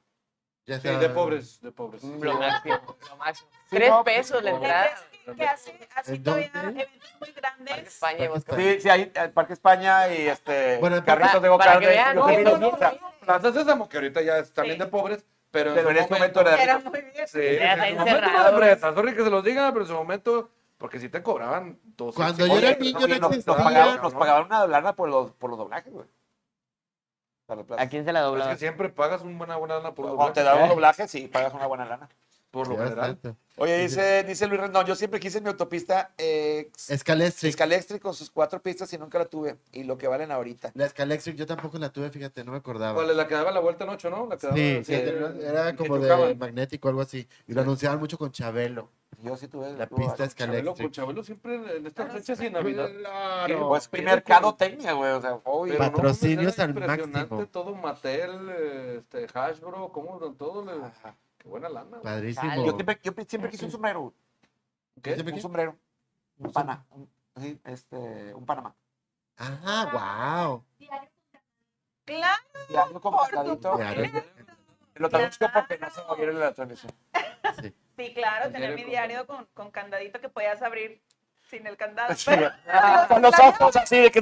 Speaker 3: Ya
Speaker 6: Sí,
Speaker 3: sea-
Speaker 6: de pobres, de pobres.
Speaker 2: lo máximo. lo máximo.
Speaker 5: Sí,
Speaker 2: Tres
Speaker 5: no,
Speaker 2: pesos la
Speaker 6: no.
Speaker 2: entrada.
Speaker 4: que, que hace así
Speaker 3: ¿En
Speaker 4: todavía
Speaker 3: dónde?
Speaker 4: eventos muy
Speaker 2: Parque
Speaker 4: grandes.
Speaker 2: España y Bosque
Speaker 3: Sí,
Speaker 2: Mágico.
Speaker 5: Sí, sí, ahí, el Parque España y este.
Speaker 3: Bueno, el
Speaker 5: carritos
Speaker 2: Parque-
Speaker 5: de go-kart
Speaker 2: para que
Speaker 5: de-
Speaker 2: vean,
Speaker 5: los
Speaker 6: No,
Speaker 5: carritos
Speaker 6: no, no,
Speaker 5: Nissan.
Speaker 6: no. Plaza Sésamo, que ahorita ya es también
Speaker 4: Sí.
Speaker 6: de pobres, pero,
Speaker 5: Pero en ese momento era de
Speaker 4: Era muy bien.
Speaker 6: Sí, en
Speaker 2: está
Speaker 6: su momento
Speaker 2: encerrado,
Speaker 6: era
Speaker 2: güey.
Speaker 6: fresa, sorry que se los diga, pero en su momento, porque si te cobraban dos.
Speaker 3: Cuando yo era
Speaker 5: Oye,
Speaker 3: niño
Speaker 5: oye,
Speaker 3: no
Speaker 5: nos- nos,
Speaker 3: existía.
Speaker 5: pagaban, nos pagaban una doblada por los, por los doblajes, güey. Para los plazos.
Speaker 2: ¿A quién se la
Speaker 6: Es
Speaker 2: doblaba?
Speaker 6: (laughs) que siempre pagas una buena, buena lana por
Speaker 5: Cuando
Speaker 6: doblaje.
Speaker 5: te daban doblaje, sí, pagas una buena lana.
Speaker 6: por lo
Speaker 3: Sí,
Speaker 6: general.
Speaker 3: bastante.
Speaker 5: Oye, dice, dice Luis Rendón, yo siempre quise mi autopista eh,
Speaker 3: Escaléstric.
Speaker 5: Fiscalextric con sus cuatro pistas y nunca la tuve. Y lo que valen ahorita.
Speaker 3: La Escaléstric yo tampoco la tuve, fíjate, no me acordaba.
Speaker 6: ¿Cuál es la que daba la vuelta en ocho, no? La que daba-
Speaker 3: Sí,
Speaker 6: que-
Speaker 3: sí, era
Speaker 6: que
Speaker 3: como de
Speaker 6: chocaban.
Speaker 3: magnético, algo así. Y lo anunciaban mucho con Chabelo.
Speaker 5: Yo sí tuve.
Speaker 3: La
Speaker 5: tuve
Speaker 3: pista
Speaker 5: varias.
Speaker 3: es
Speaker 6: Chabelo,
Speaker 3: Calextric.
Speaker 6: con Chabelo siempre en estas fechas y en Navidad.
Speaker 3: Claro.
Speaker 5: Ah, Pues qué
Speaker 6: Pero
Speaker 5: mercadotecnia, güey. O sea, obvio.
Speaker 6: Pero no, pues, era
Speaker 3: Patrocinios al
Speaker 6: impresionante
Speaker 3: máximo.
Speaker 6: Todo Mattel, eh, este, Hasbro, como todo. le- Qué buena lana. güey.
Speaker 3: Padrísimo.
Speaker 5: Yo siempre, yo siempre quise un sombrero, güey.
Speaker 6: ¿Qué?
Speaker 3: Siempre
Speaker 5: Un
Speaker 3: quise-
Speaker 5: sombrero. Un pana. un- sí, este, un Panamá.
Speaker 3: Ah, wow.
Speaker 4: Claro,
Speaker 5: Y algo complicadito.
Speaker 3: Claro.
Speaker 5: Lo traduzco porque no se va a oír en la transmisión.
Speaker 4: sí, claro,
Speaker 6: El
Speaker 4: tener
Speaker 6: diario
Speaker 4: mi
Speaker 6: con-
Speaker 4: diario con, con candadito que podías abrir sin el candado.
Speaker 5: Sí.
Speaker 3: (laughs)
Speaker 4: Pero,
Speaker 7: ah, Con los ojos así, de que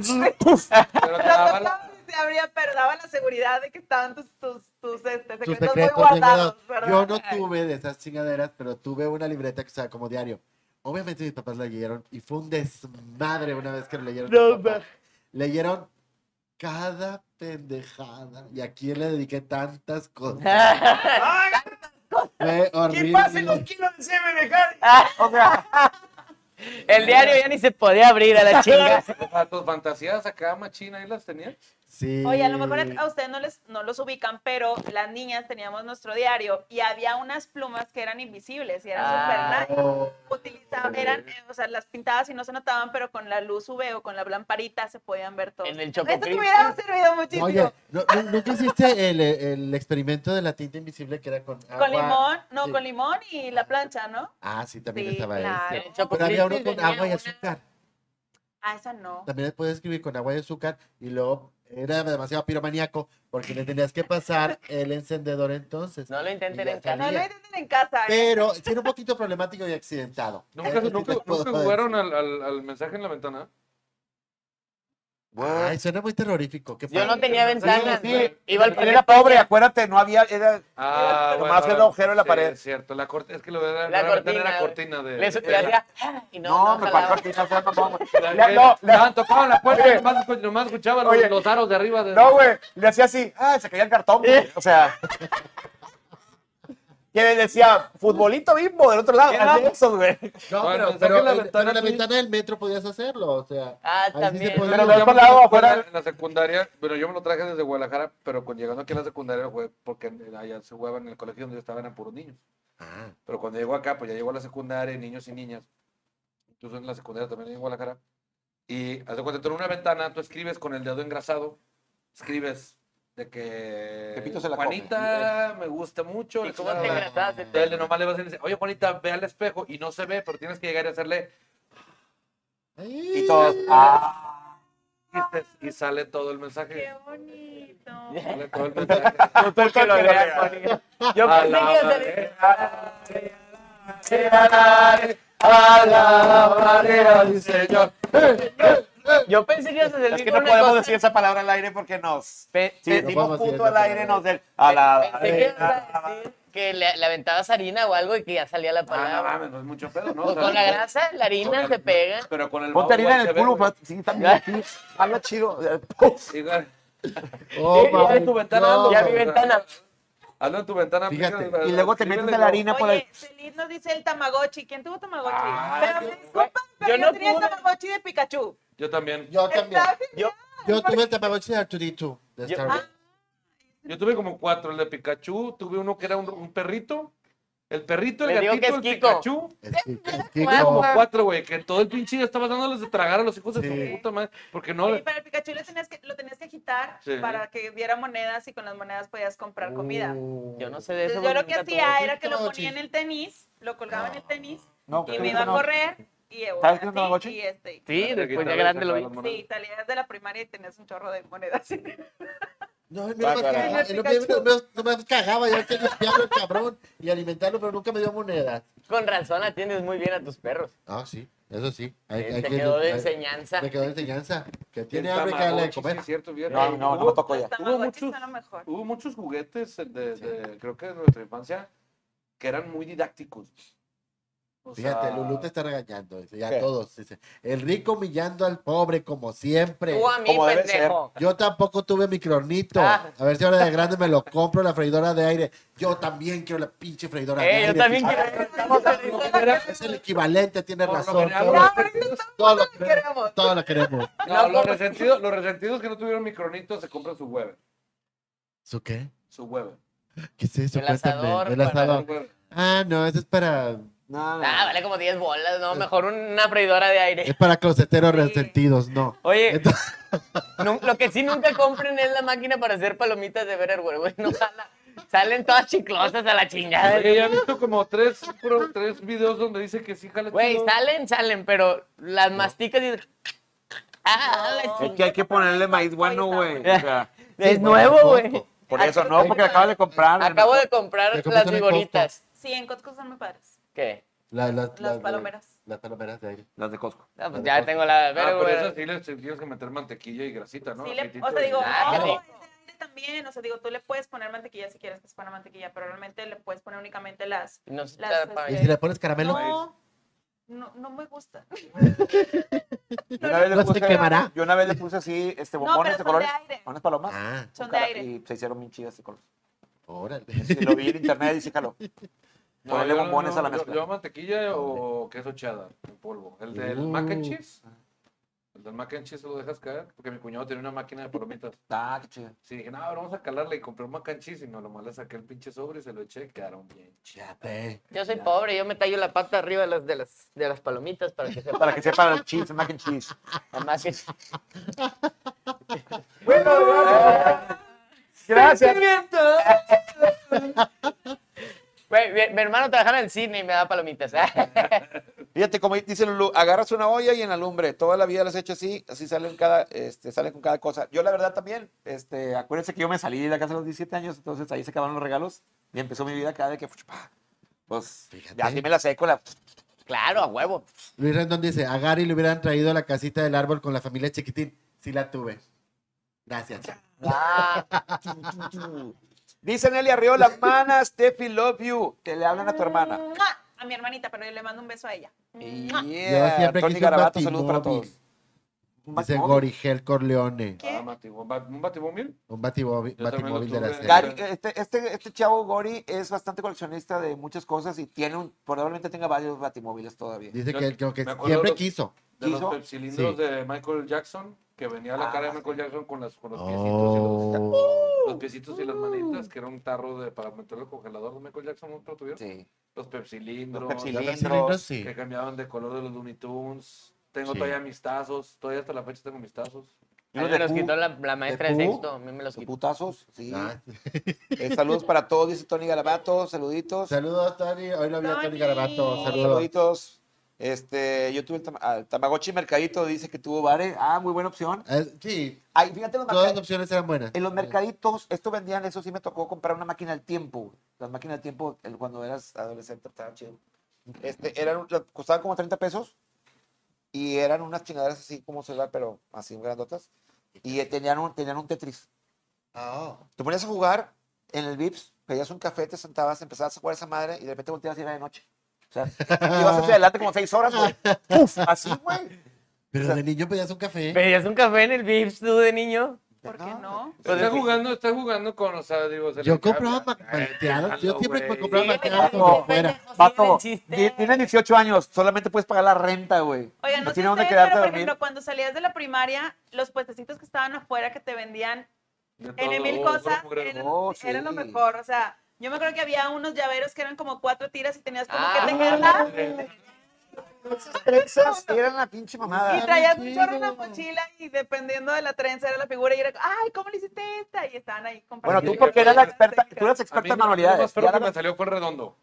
Speaker 6: Pero
Speaker 7: ¡puf!
Speaker 6: te
Speaker 3: Ah,
Speaker 4: Lo
Speaker 6: daba (laughs) la-
Speaker 4: tocabas y se abría, pero daba la seguridad de que estaban tus, tus, tus, este, secretos,
Speaker 3: Tus
Speaker 4: muy
Speaker 3: secretos bien
Speaker 4: guardados,
Speaker 3: guardados.
Speaker 4: ¿verdad?
Speaker 3: Yo no tuve de esas chingaderas, pero tuve una libreta que estaba como diario. Obviamente mis papás la leyeron y fue un desmadre una vez que lo leyeron. mis papás. Leyeron cada pendejada. Y a quién le dediqué tantas cosas.
Speaker 4: (laughs)
Speaker 3: Fue horrible.
Speaker 7: ¿Qué pasa en los kilos de CBDK? O sea,
Speaker 2: (laughs) El diario ya ni se podía abrir a la chinga.
Speaker 6: A tus fantasías acá, machina, ahí las tenías.
Speaker 3: Sí.
Speaker 4: Oye, a lo mejor a ustedes no, les, no los ubican, pero las niñas teníamos nuestro diario y había unas plumas que eran invisibles y eran
Speaker 2: Ah.
Speaker 4: súper nice.
Speaker 3: Oh,
Speaker 4: Utilizaban, eran, eh, o sea, las pintabas y no se notaban, pero con la luz UV o con la lamparita se podían ver todo.
Speaker 2: En el
Speaker 4: (laughs) Esto
Speaker 2: Choco
Speaker 4: te
Speaker 2: Crispy.
Speaker 4: hubiera servido muchísimo.
Speaker 3: Oye, ¿no- nu- ¿nunca hiciste el, el experimento de la tinta invisible que era con agua?
Speaker 4: con limón, no,
Speaker 3: sí.
Speaker 4: con limón y la plancha, ¿no?
Speaker 3: Ah, sí, también
Speaker 4: Sí,
Speaker 3: estaba
Speaker 4: claro.
Speaker 3: ese.
Speaker 2: El Choco
Speaker 3: Pero había uno
Speaker 2: Crispy
Speaker 3: con
Speaker 2: venía
Speaker 3: agua y
Speaker 2: una-
Speaker 3: azúcar.
Speaker 4: Ah, esa no.
Speaker 3: También le puedes escribir con agua y azúcar y luego era demasiado piromaníaco porque le tenías que pasar el encendedor entonces.
Speaker 2: No lo intenten
Speaker 3: Y
Speaker 2: en
Speaker 3: ya
Speaker 2: casa.
Speaker 4: No,
Speaker 3: sabía.
Speaker 4: no intenten en casa. ¿eh?
Speaker 3: Pero sí era un poquito problemático y accidentado.
Speaker 6: Nunca,
Speaker 3: Eso sí
Speaker 6: nunca,
Speaker 3: te puedo
Speaker 6: nunca
Speaker 3: decir.
Speaker 6: jugaron al, al- al mensaje en la ventana.
Speaker 3: Ay, suena muy terrorífico. qué
Speaker 2: Yo
Speaker 3: padre.
Speaker 2: no tenía ventanas.
Speaker 6: sí, sí.
Speaker 2: Iba al
Speaker 5: Pero era pobre, acuérdate, no había. Era,
Speaker 6: Ah,
Speaker 5: nomás era un agujero en la
Speaker 6: sí,
Speaker 5: pared.
Speaker 6: Es cierto, la corte, es que lo era
Speaker 2: La
Speaker 6: la, ventana era
Speaker 2: cortina,
Speaker 6: cortina de.
Speaker 2: Le,
Speaker 6: de-
Speaker 2: le hacía, "Ah", y
Speaker 5: no,
Speaker 2: no,
Speaker 5: me
Speaker 2: jalaba.
Speaker 5: pasó aquí, no seas mamón, güey.
Speaker 6: de-
Speaker 7: Le- no, le-
Speaker 6: Estaban tocando la puerta
Speaker 7: Oye.
Speaker 6: y nomás, escu- nomás escuchaban los,
Speaker 7: Oye.
Speaker 6: los aros de arriba. De,
Speaker 7: no, güey. Le hacía así.
Speaker 5: Ah, se caía el cartón, güey. O sea,
Speaker 7: Que le decía, futbolito bimbo del otro lado.
Speaker 5: ¿qué era
Speaker 7: Así.
Speaker 5: eso, güey?
Speaker 3: No,
Speaker 6: Bueno,
Speaker 3: pero,
Speaker 6: saca
Speaker 3: pero
Speaker 6: la
Speaker 3: en-
Speaker 6: ventana
Speaker 3: en la
Speaker 6: tú y-
Speaker 3: ventana del metro podías hacerlo, o sea.
Speaker 2: Ah,
Speaker 3: ahí sí se
Speaker 2: también.
Speaker 3: podía.
Speaker 7: Pero
Speaker 6: Yo
Speaker 7: del otro
Speaker 6: me
Speaker 7: lado,
Speaker 6: acuerdo
Speaker 7: afuera.
Speaker 6: En la secundaria, bueno, yo me lo traje desde Guadalajara, pero con llegando aquí a la secundaria, güey, porque en- allá se jugaba en el colegio donde yo estaba, eran puros niños.
Speaker 3: Ah,
Speaker 6: Pero cuando llego acá, pues ya llego a la secundaria, niños y niñas. Incluso en la secundaria también en Guadalajara. Y haz de cuenta, tú en una ventana, tú escribes con el dedo engrasado, escribes de que
Speaker 5: Pepito se la come.
Speaker 6: Juanita me gusta mucho.
Speaker 2: ¿Y
Speaker 6: le
Speaker 2: cómo
Speaker 6: gusta
Speaker 2: te
Speaker 6: la-
Speaker 2: engrasabas el
Speaker 6: Entonces, le- nomás le vas a decir, oye Juanita, ve al espejo y no se ve, pero tienes que llegar y hacerle
Speaker 5: Y todos. Ah,
Speaker 6: chistes y sale todo el
Speaker 4: Qué
Speaker 6: mensaje.
Speaker 2: (laughs)
Speaker 4: bonito.
Speaker 6: Sale todo
Speaker 5: (laughs)
Speaker 6: el mensaje.
Speaker 2: Porque lo vean, ponía. Yo
Speaker 6: A
Speaker 2: pensé
Speaker 6: la
Speaker 2: que iba a
Speaker 6: vez.
Speaker 2: ser-
Speaker 6: Alabaré al Señor.
Speaker 2: Yo pensé que ibas a salir
Speaker 5: es que
Speaker 2: con
Speaker 5: no
Speaker 2: una
Speaker 5: podemos
Speaker 2: cosa-
Speaker 5: decir esa palabra al aire porque nos.
Speaker 2: Pe-
Speaker 5: Si
Speaker 2: pe-
Speaker 3: no
Speaker 5: decimos
Speaker 3: podemos decir
Speaker 5: puto
Speaker 3: esa
Speaker 5: al aire,
Speaker 3: palabra.
Speaker 5: nos del. A la.
Speaker 2: Pensé que ibas a decir que le, le aventabas harina o algo y que ya salía la
Speaker 6: Ah, no
Speaker 2: palabra.
Speaker 6: mames, no es mucho pedo, ¿no?
Speaker 2: Pues
Speaker 6: O sea,
Speaker 2: con la grasa, la harina se pega.
Speaker 6: Pero con el
Speaker 5: Ponte
Speaker 6: mouse
Speaker 5: harina en
Speaker 6: se
Speaker 5: el
Speaker 6: ve,
Speaker 5: culo,
Speaker 6: güey.
Speaker 5: pero sí, también.
Speaker 4: (laughs)
Speaker 5: sí, Habla chido.
Speaker 6: Igual,
Speaker 3: oh,
Speaker 2: Ya
Speaker 3: my
Speaker 2: en tu
Speaker 6: ventana,
Speaker 3: God.
Speaker 2: Ya mi ventana.
Speaker 6: Hazlo en tu ventana.
Speaker 3: Fíjate,
Speaker 6: aplica-
Speaker 5: Y luego te metes
Speaker 6: escríbele
Speaker 5: a la
Speaker 6: y
Speaker 5: harina por ahí.
Speaker 4: Oye, Celit nos dice el Tamagotchi. ¿Quién tuvo Tamagotchi?
Speaker 6: Ah,
Speaker 4: pero
Speaker 6: yo-
Speaker 4: me disculpan, pero
Speaker 2: yo
Speaker 4: yo,
Speaker 2: no
Speaker 4: tenía el
Speaker 2: pude.
Speaker 4: Tamagotchi de Pikachu.
Speaker 6: Yo también.
Speaker 3: Yo también.
Speaker 4: Está
Speaker 2: Yo,
Speaker 3: Yo tuve el Tamagotchi de Arturito, de
Speaker 2: Yo- Ah,
Speaker 3: Star Wars.
Speaker 6: Yo tuve como cuatro. El de Pikachu, tuve uno que era un, un perrito. El perrito, el
Speaker 2: Les digo
Speaker 6: gatito,
Speaker 2: que es
Speaker 6: el
Speaker 2: Kiko.
Speaker 6: Pikachu.
Speaker 3: Es que- es que
Speaker 2: Guau,
Speaker 3: como-
Speaker 2: guau.
Speaker 6: Cuatro, güey, que todo el pinche día estabas dándoles de tragar a los hijos de
Speaker 3: Sí.
Speaker 6: su puta madre. Porque no...
Speaker 4: Y para el Pikachu lo tenías que, lo tenías que agitar
Speaker 6: Sí.
Speaker 4: para que diera monedas y con las monedas podías comprar comida.
Speaker 3: Oh.
Speaker 2: yo no sé de eso.
Speaker 4: Entonces, Pues yo
Speaker 2: porque
Speaker 4: lo que
Speaker 2: nunca tuve.
Speaker 4: hacía era que lo
Speaker 3: Tamagotchi.
Speaker 4: ponía en el tenis, lo colgaba en el tenis
Speaker 5: No,
Speaker 4: y me iba a correr y o
Speaker 5: ¿Sabes qué es un
Speaker 4: así,
Speaker 5: Tamagotchi?
Speaker 4: y este.
Speaker 2: Sí, después ya grande lo vi.
Speaker 4: Sí, salías de la primaria y tenías un chorro de monedas.
Speaker 3: No, el mío más
Speaker 5: Guácala.
Speaker 3: cagaba, el mío- el mío no me cagaba, yo que limpiarlo, cabrón, y alimentarlo, pero nunca me dio monedas.
Speaker 2: Con razón atiendes muy bien a tus perros.
Speaker 3: Ah, sí, eso sí.
Speaker 2: Eh, te quedó de enseñanza.
Speaker 3: Me quedó de enseñanza. Que tiene
Speaker 6: El
Speaker 3: hambre que dale de
Speaker 6: Tamagotchi,
Speaker 3: comer.
Speaker 6: sí, es cierto, bien.
Speaker 5: No, no, no me tocó ya.
Speaker 4: Los Tamagotchis
Speaker 6: muchos-
Speaker 4: son lo mejor.
Speaker 6: Hubo muchos juguetes, de, de- creo que de nuestra infancia, que eran muy didácticos. O
Speaker 3: Fíjate,
Speaker 6: sea,
Speaker 3: Lulú te está regañando, dice, ya
Speaker 7: ¿Qué?
Speaker 3: todos. Dice, el rico humillando al pobre como siempre.
Speaker 2: Tú a mí,
Speaker 5: Como debe
Speaker 2: pendejo.
Speaker 3: Yo tampoco tuve micronito.
Speaker 2: Ah.
Speaker 3: A ver si ahora de grande me lo compro la freidora de aire. Yo también quiero la pinche freidora de
Speaker 2: Eh,
Speaker 3: aire.
Speaker 2: yo también
Speaker 3: fíjate.
Speaker 2: quiero.
Speaker 3: Es el equivalente, tiene
Speaker 6: Por lo
Speaker 3: razón.
Speaker 6: general,
Speaker 3: todo
Speaker 6: los
Speaker 3: lo
Speaker 6: resentidos-
Speaker 3: todo lo queremos. Todo lo queremos.
Speaker 6: no, los resentidos, los resentidos que no tuvieron micronito se compran su hueve.
Speaker 3: ¿Su qué?
Speaker 6: Su hueve.
Speaker 3: ¿Qué es eso?
Speaker 2: El
Speaker 3: Cuéntame.
Speaker 2: asador
Speaker 3: El
Speaker 2: para-
Speaker 3: asador.
Speaker 6: Hueve.
Speaker 3: Ah, no, eso es para.
Speaker 5: No, no.
Speaker 2: Ah, vale como 10 bolas, no, mejor una freidora de
Speaker 3: Es (laughs)
Speaker 2: aire.
Speaker 3: para closeteros
Speaker 4: Sí.
Speaker 3: resentidos, no.
Speaker 2: Oye, (laughs)
Speaker 3: Entonces-
Speaker 2: nu- lo que sí nunca compren es la máquina para hacer palomitas de Betterware, güey. No jala. Salen todas chiclosas a la chingada.
Speaker 6: Oye, ya he visto como tres, puro- tres videos donde dice que sí jala
Speaker 2: Güey,
Speaker 6: chido.
Speaker 2: salen, salen, pero las masticas y. Ah, la
Speaker 5: Es
Speaker 2: chingada.
Speaker 5: que hay que ponerle maíz bueno, güey. O sea,
Speaker 2: Es
Speaker 3: bueno,
Speaker 2: nuevo,
Speaker 3: por
Speaker 2: güey.
Speaker 3: supuesto.
Speaker 5: por eso, no, porque acabo de comprar.
Speaker 2: Acabo de
Speaker 3: Me
Speaker 2: comprar
Speaker 3: compré
Speaker 2: las
Speaker 3: una
Speaker 2: figuritas.
Speaker 4: Sí, en Costco son muy padres.
Speaker 2: ¿Qué?
Speaker 3: La- la- la-
Speaker 4: Las
Speaker 3: la-
Speaker 4: palomeras.
Speaker 3: Las palomeras de aire.
Speaker 5: Las de Costco.
Speaker 2: No, pues
Speaker 3: Las de
Speaker 2: ya
Speaker 3: Costco.
Speaker 2: tengo la.
Speaker 6: Ah,
Speaker 2: Pero,
Speaker 6: pero
Speaker 2: güey,
Speaker 6: esas sí les tienes que meter mantequilla y grasita, ¿no?
Speaker 4: Sí le-
Speaker 6: Aceitito
Speaker 4: o sea,
Speaker 6: y-
Speaker 4: digo,
Speaker 2: Ah, qué
Speaker 4: "Oh,
Speaker 2: rico".
Speaker 4: es de aire también. O sea, digo, tú le puedes poner mantequilla si quieres que se ponga mantequilla, pero realmente le puedes poner únicamente las.
Speaker 2: no sé,
Speaker 4: Las-
Speaker 2: para-
Speaker 3: ¿Y si le pones caramelo?
Speaker 4: No, no, no me gusta.
Speaker 5: Yo una vez le
Speaker 3: No se
Speaker 5: puse,
Speaker 3: quemará.
Speaker 5: Yo una vez le puse así, este, bombones
Speaker 4: pero
Speaker 5: de
Speaker 4: son
Speaker 5: colores.
Speaker 4: de aire.
Speaker 5: Unas palomas.
Speaker 3: Ah,
Speaker 4: Son de
Speaker 5: cara-
Speaker 4: aire.
Speaker 5: Y se hicieron bien chidas de colores.
Speaker 3: órale. (laughs)
Speaker 5: Sí, lo vi en internet y sí jaló.
Speaker 6: No,
Speaker 5: Ponerle
Speaker 6: yo no,
Speaker 5: bombones
Speaker 6: no,
Speaker 5: a la
Speaker 6: yo-
Speaker 5: mezcla.
Speaker 6: Yo, mantequilla o queso cheddar en polvo. El del
Speaker 3: Uh.
Speaker 6: mac and cheese. El del mac and cheese lo dejas caer porque mi cuñado tenía una máquina de palomitas.
Speaker 5: Ah, qué chido.
Speaker 6: Sí, dije, no, ahora vamos a calarle y compré un mac and cheese y no, nomás le saqué el pinche sobre y se lo eché y quedaron bien.
Speaker 3: Fíjate.
Speaker 2: Yo soy pobre, yo me tallo la pata arriba de las, de las, de las palomitas para que sepa
Speaker 5: Para que sepa el cheese, mac and cheese.
Speaker 2: más que.
Speaker 7: Bueno, gracias. Gracias.
Speaker 2: Güey, mi, mi hermano trabajaba en el cine y me daba (laughs) palomitas.
Speaker 5: Fíjate, como dice Lulu, agarras una olla y en la lumbre. Toda la vida las he hecho así, así salen, cada, este, salen con cada cosa. Yo, la verdad, también, este, acuérdense que yo me salí de la casa a los 17 años, entonces ahí se acabaron los regalos y empezó mi vida cada vez que. pa, Pues,
Speaker 3: Fíjate.
Speaker 5: ya así me la seco. La,
Speaker 2: claro, a
Speaker 5: (laughs)
Speaker 2: huevo.
Speaker 3: Luis Rendón dice, a Gary le hubieran traído la casita del árbol con la familia chiquitín. Sí la tuve. Gracias.
Speaker 2: Ah,
Speaker 5: Dice Nelly Arriola, mana, Steffi, love you. Que le hablan a tu hermana.
Speaker 4: ¡Mua! A mi hermanita, pero yo le mando un beso a ella. ¡Mua!
Speaker 5: Yeah.
Speaker 3: Yo siempre
Speaker 5: Tony
Speaker 3: quise un
Speaker 5: Garabato, saludos para
Speaker 3: batimóvil.
Speaker 5: todos.
Speaker 3: Dice Gorigel Corleone.
Speaker 4: ¿Qué?
Speaker 6: Ah, batibón. ba- ¿Un batibomil?
Speaker 3: Un batibóvil,
Speaker 6: Yo también lo
Speaker 3: batimóvil de la
Speaker 6: tuve.
Speaker 3: serie.
Speaker 5: Gary, este, este, este chavo Gori es bastante coleccionista de muchas cosas y tiene un, probablemente tenga varios batimóviles todavía.
Speaker 3: Dice
Speaker 6: Yo
Speaker 3: que, como que
Speaker 6: me acuerdo
Speaker 3: siempre
Speaker 6: los-
Speaker 3: quiso.
Speaker 6: De
Speaker 5: ¿Hizo?
Speaker 6: los cilindros
Speaker 3: Sí.
Speaker 6: de Michael Jackson, que venía la
Speaker 5: Ah,
Speaker 6: cara de
Speaker 5: sí.
Speaker 6: Michael Jackson con, las, con los piecitos y los-
Speaker 3: Oh.
Speaker 6: los piecitos y las manitas, que era un tarro de, para meterlo al congelador de Michael Jackson, ¿no lo tuvieron?
Speaker 5: Sí.
Speaker 6: Los pepsilindros,
Speaker 5: Los
Speaker 3: Los
Speaker 5: pepsilindros.
Speaker 3: cilindros, sí.
Speaker 6: que cambiaban de color de los Looney Tunes. Tengo
Speaker 3: Sí.
Speaker 6: todavía mis tazos, todavía hasta la fecha tengo mis tazos.
Speaker 2: a
Speaker 5: Y
Speaker 2: mí me
Speaker 5: los de
Speaker 2: los
Speaker 5: pu-
Speaker 2: quitó la, la maestra de
Speaker 5: pu-
Speaker 2: sexto, a mí me los
Speaker 5: de
Speaker 2: quitó.
Speaker 5: putazos, sí.
Speaker 3: Ah.
Speaker 5: Eh, saludos para todos, dice Tony Garabato, saluditos.
Speaker 3: Saludos, Tony. Hoy lo vi a Tony
Speaker 4: Tony.
Speaker 3: Garabato. Saludos.
Speaker 5: Saluditos. Este, yo tuve el tam- ah, Tamagotchi Mercadito, dice que tuvo bares. Ah, muy buena opción.
Speaker 3: Eh, sí,
Speaker 5: Ay, fíjate
Speaker 3: todas
Speaker 5: los
Speaker 3: las
Speaker 5: mercaditos.
Speaker 3: opciones eran buenas.
Speaker 5: En los mercaditos, esto vendían, eso sí me tocó comprar una máquina del tiempo. Las máquinas del tiempo, el- cuando eras adolescente, estaban chido. Este, eran, la- costaban como 30 pesos y eran unas chingaderas así como celular, pero así grandotas. Y eh, tenían un, tenían un Tetris.
Speaker 6: Oh.
Speaker 3: Ah,
Speaker 5: Te ponías a jugar en el Vips, pedías un café, te sentabas, empezabas a jugar a esa madre y de repente volteabas y era de noche. O sea,
Speaker 6: (laughs)
Speaker 5: ibas hacia adelante como seis horas, güey. Puf, así, güey.
Speaker 3: Pero de niño pedías un café.
Speaker 2: ¿Pedías un café en el Vips tú de niño?
Speaker 4: ¿Por qué no?
Speaker 2: Pues
Speaker 6: está
Speaker 2: es que-
Speaker 6: jugando, está jugando con, o sea, digo, se
Speaker 3: Yo
Speaker 6: le cambia.
Speaker 3: compraba ma-
Speaker 6: Ay,
Speaker 3: malteadas. Yo
Speaker 6: déjalo,
Speaker 3: siempre
Speaker 6: güey.
Speaker 3: compraba
Speaker 6: Sí,
Speaker 3: malteadas
Speaker 5: vato,
Speaker 3: como fuera.
Speaker 5: Vato,
Speaker 2: chiste.
Speaker 5: ti- tienes 18 años, solamente puedes pagar la renta, güey.
Speaker 4: Oigan, no sé
Speaker 5: tienes dónde
Speaker 4: ustedes, pero,
Speaker 5: quedarte a
Speaker 4: por
Speaker 5: dormir.
Speaker 4: ejemplo, cuando salías de la primaria, los puestecitos que estaban afuera que te vendían
Speaker 6: de todo,
Speaker 4: en mil
Speaker 6: oh,
Speaker 4: cosas
Speaker 6: puro
Speaker 4: eran,
Speaker 6: grano.
Speaker 5: oh, sí.
Speaker 4: eran lo mejor. O sea, yo me acuerdo que había unos llaveros que eran como cuatro tiras y tenías como
Speaker 2: Ah.
Speaker 4: que te jalar
Speaker 5: Esas trenzas eran la pinche mamada.
Speaker 4: y traías
Speaker 3: qué
Speaker 4: un chorro en la
Speaker 3: chido.
Speaker 4: mochila y dependiendo de la trenza era la figura y era, ay, ¿cómo le hiciste esta? Y estaban ahí
Speaker 5: Bueno,
Speaker 4: compartiendo.
Speaker 5: tú porque eras la experta, tú eras
Speaker 6: A mí
Speaker 5: experta
Speaker 6: me-
Speaker 5: en
Speaker 6: lo más
Speaker 5: manualidades.
Speaker 6: feo
Speaker 5: ya
Speaker 6: que
Speaker 5: la-
Speaker 6: me salió fue el redondo.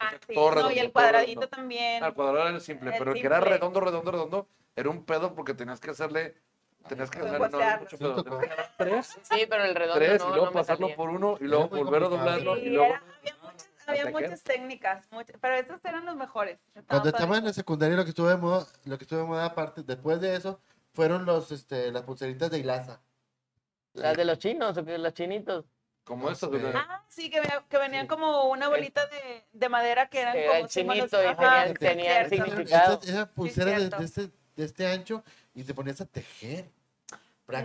Speaker 4: Ah, sí.
Speaker 6: todo
Speaker 4: No, y
Speaker 6: redondo,
Speaker 4: el
Speaker 6: todo
Speaker 4: cuadradito
Speaker 6: redondo.
Speaker 4: también.
Speaker 6: Al cuadrado era el simple,
Speaker 4: El
Speaker 6: pero el que era
Speaker 4: simple.
Speaker 6: redondo, redondo, redondo, era un pedo porque tenías que hacerle, tenías que
Speaker 4: Como
Speaker 6: hacerle no, era
Speaker 4: voltearlo.
Speaker 6: mucho pedo, tenías que hacer tres,
Speaker 2: Sí, pero el redondo
Speaker 6: tres
Speaker 2: no,
Speaker 6: y luego
Speaker 2: no me
Speaker 6: pasarlo
Speaker 2: salía.
Speaker 6: por uno y luego
Speaker 3: muy
Speaker 6: volver a
Speaker 3: complicado.
Speaker 6: doblarlo
Speaker 4: Sí,
Speaker 6: y luego...
Speaker 2: Ah,
Speaker 4: era- había muchas, había
Speaker 6: ¿Hasta qué?
Speaker 4: muchas técnicas, muchas- pero estos eran los mejores. Estaban
Speaker 3: Cuando
Speaker 4: padres.
Speaker 3: estaba en la secundaria, lo que estuve de moda, lo que estuve de moda aparte, después de eso, fueron los, este, las pulseritas de hilaza.
Speaker 2: Las de los chinos, o que los chinitos.
Speaker 6: Como estos,
Speaker 3: sé.
Speaker 6: ¿verdad?
Speaker 4: Ah, sí, que, ve- que venían como una bolita de, de madera que eran
Speaker 2: Era
Speaker 4: como
Speaker 2: chinito
Speaker 4: símbolos.
Speaker 2: y
Speaker 4: Ajá,
Speaker 2: tenían- tenían
Speaker 4: cierto.
Speaker 2: significado.
Speaker 3: Esa, esa pulsera de,
Speaker 4: cierto.
Speaker 3: de este, de este ancho y te ponías a tejer.
Speaker 4: me tocó.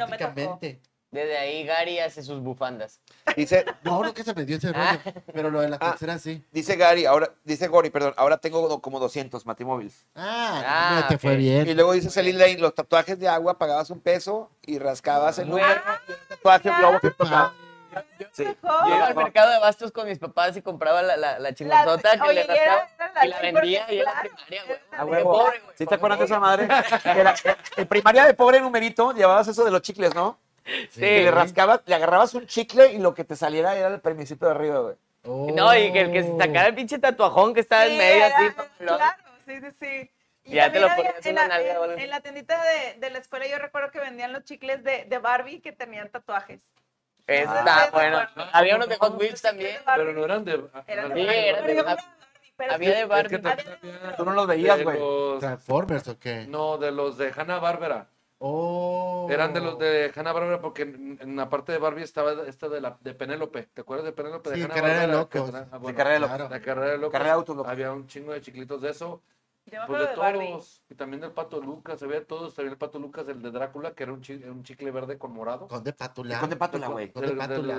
Speaker 3: Prácticamente.
Speaker 2: Desde ahí Gary hace sus bufandas.
Speaker 5: Dice,
Speaker 3: No, no que se me dio ese
Speaker 2: Ah.
Speaker 3: rollo. Pero lo de la
Speaker 5: Ah.
Speaker 3: pulsera sí.
Speaker 5: dice Gary, ahora, dice Gori, perdón, ahora tengo do- como 200 matimóviles.
Speaker 3: Ah,
Speaker 2: Ah,
Speaker 3: no, te fue
Speaker 2: ok.
Speaker 5: Y
Speaker 3: bien.
Speaker 5: luego dice Celine Lane, los tatuajes de agua pagabas un peso y rascabas el
Speaker 2: Güey,
Speaker 5: número. Tatuaje
Speaker 4: ya.
Speaker 5: globo que tocaba.
Speaker 4: Sí.
Speaker 2: Yo iba
Speaker 4: Mejor.
Speaker 2: al mercado de bastos con mis papás y compraba la, la, la chingonzota que
Speaker 4: oye,
Speaker 2: le
Speaker 4: y era-
Speaker 2: rascaba
Speaker 4: era la
Speaker 2: y la
Speaker 4: chi-
Speaker 2: vendía
Speaker 4: porque,
Speaker 2: y era
Speaker 4: claro,
Speaker 2: primaria, güey.
Speaker 5: A
Speaker 2: Qué
Speaker 5: Ah, huevo.
Speaker 2: ah, pobre, güey.
Speaker 5: ¿Sí te acuerdas de esa madre? Que la- en primaria de pobre numerito llevabas eso de los chicles, ¿no?
Speaker 2: Sí.
Speaker 5: Que le rascabas, le agarrabas un chicle y lo que te saliera era el permisito de arriba, güey.
Speaker 3: Oh.
Speaker 2: No, y que el que se sacara el pinche tatuajón que estaba
Speaker 4: Sí,
Speaker 2: en medio
Speaker 4: era-
Speaker 2: así. ¿no?
Speaker 4: Claro, sí, sí, sí. Y
Speaker 2: Ya te lo
Speaker 4: también había-
Speaker 2: ponías en
Speaker 4: en
Speaker 2: la
Speaker 4: la,
Speaker 2: nalga o algo.
Speaker 4: en- en la tiendita de, de la escuela yo recuerdo que vendían los chicles de, de Barbie que tenían tatuajes.
Speaker 2: Está
Speaker 4: Ah,
Speaker 2: bueno.
Speaker 4: bueno.
Speaker 2: Había unos de Hot
Speaker 4: Los
Speaker 2: Wheels
Speaker 4: chicles
Speaker 2: también.
Speaker 4: de Barbie
Speaker 6: Pero no eran de.
Speaker 4: eran de
Speaker 2: Sí,
Speaker 4: Barbie.
Speaker 2: eran de
Speaker 4: Pero yo
Speaker 2: Barbie.
Speaker 4: compraba pero
Speaker 2: Había de
Speaker 4: sí.
Speaker 6: Es que
Speaker 2: Barbie.
Speaker 6: también
Speaker 4: Había-
Speaker 6: había
Speaker 5: Tú no los veías,
Speaker 6: de
Speaker 5: güey.
Speaker 6: los-
Speaker 3: ¿Transformers o qué?
Speaker 6: No, de los de Hanna Bárbara.
Speaker 3: Oh.
Speaker 6: Eran de los de Hanna Bárbara porque en, en la parte de Barbie estaba esta de la de Penélope. ¿Te acuerdas de Penélope de
Speaker 3: Sí,
Speaker 6: Hanna
Speaker 3: Carrera de
Speaker 6: Bárbara?
Speaker 3: Locos.
Speaker 6: Que tra- ah, bueno,
Speaker 5: carrera de
Speaker 3: locos.
Speaker 6: la carrera de locos.
Speaker 5: Carrera de autos locos.
Speaker 6: Había un chingo de chiquilitos de eso.
Speaker 4: Yo me
Speaker 6: Pues de
Speaker 4: acuerdo de Barbie.
Speaker 6: todos. Y también del Pato Lucas. Había todos. Había el Pato Lucas, el de Drácula, que era un, chi- era un chicle verde con morado.
Speaker 3: Con de
Speaker 5: El
Speaker 3: patula.
Speaker 5: conde Pátula, güey.
Speaker 3: Con de Pátula.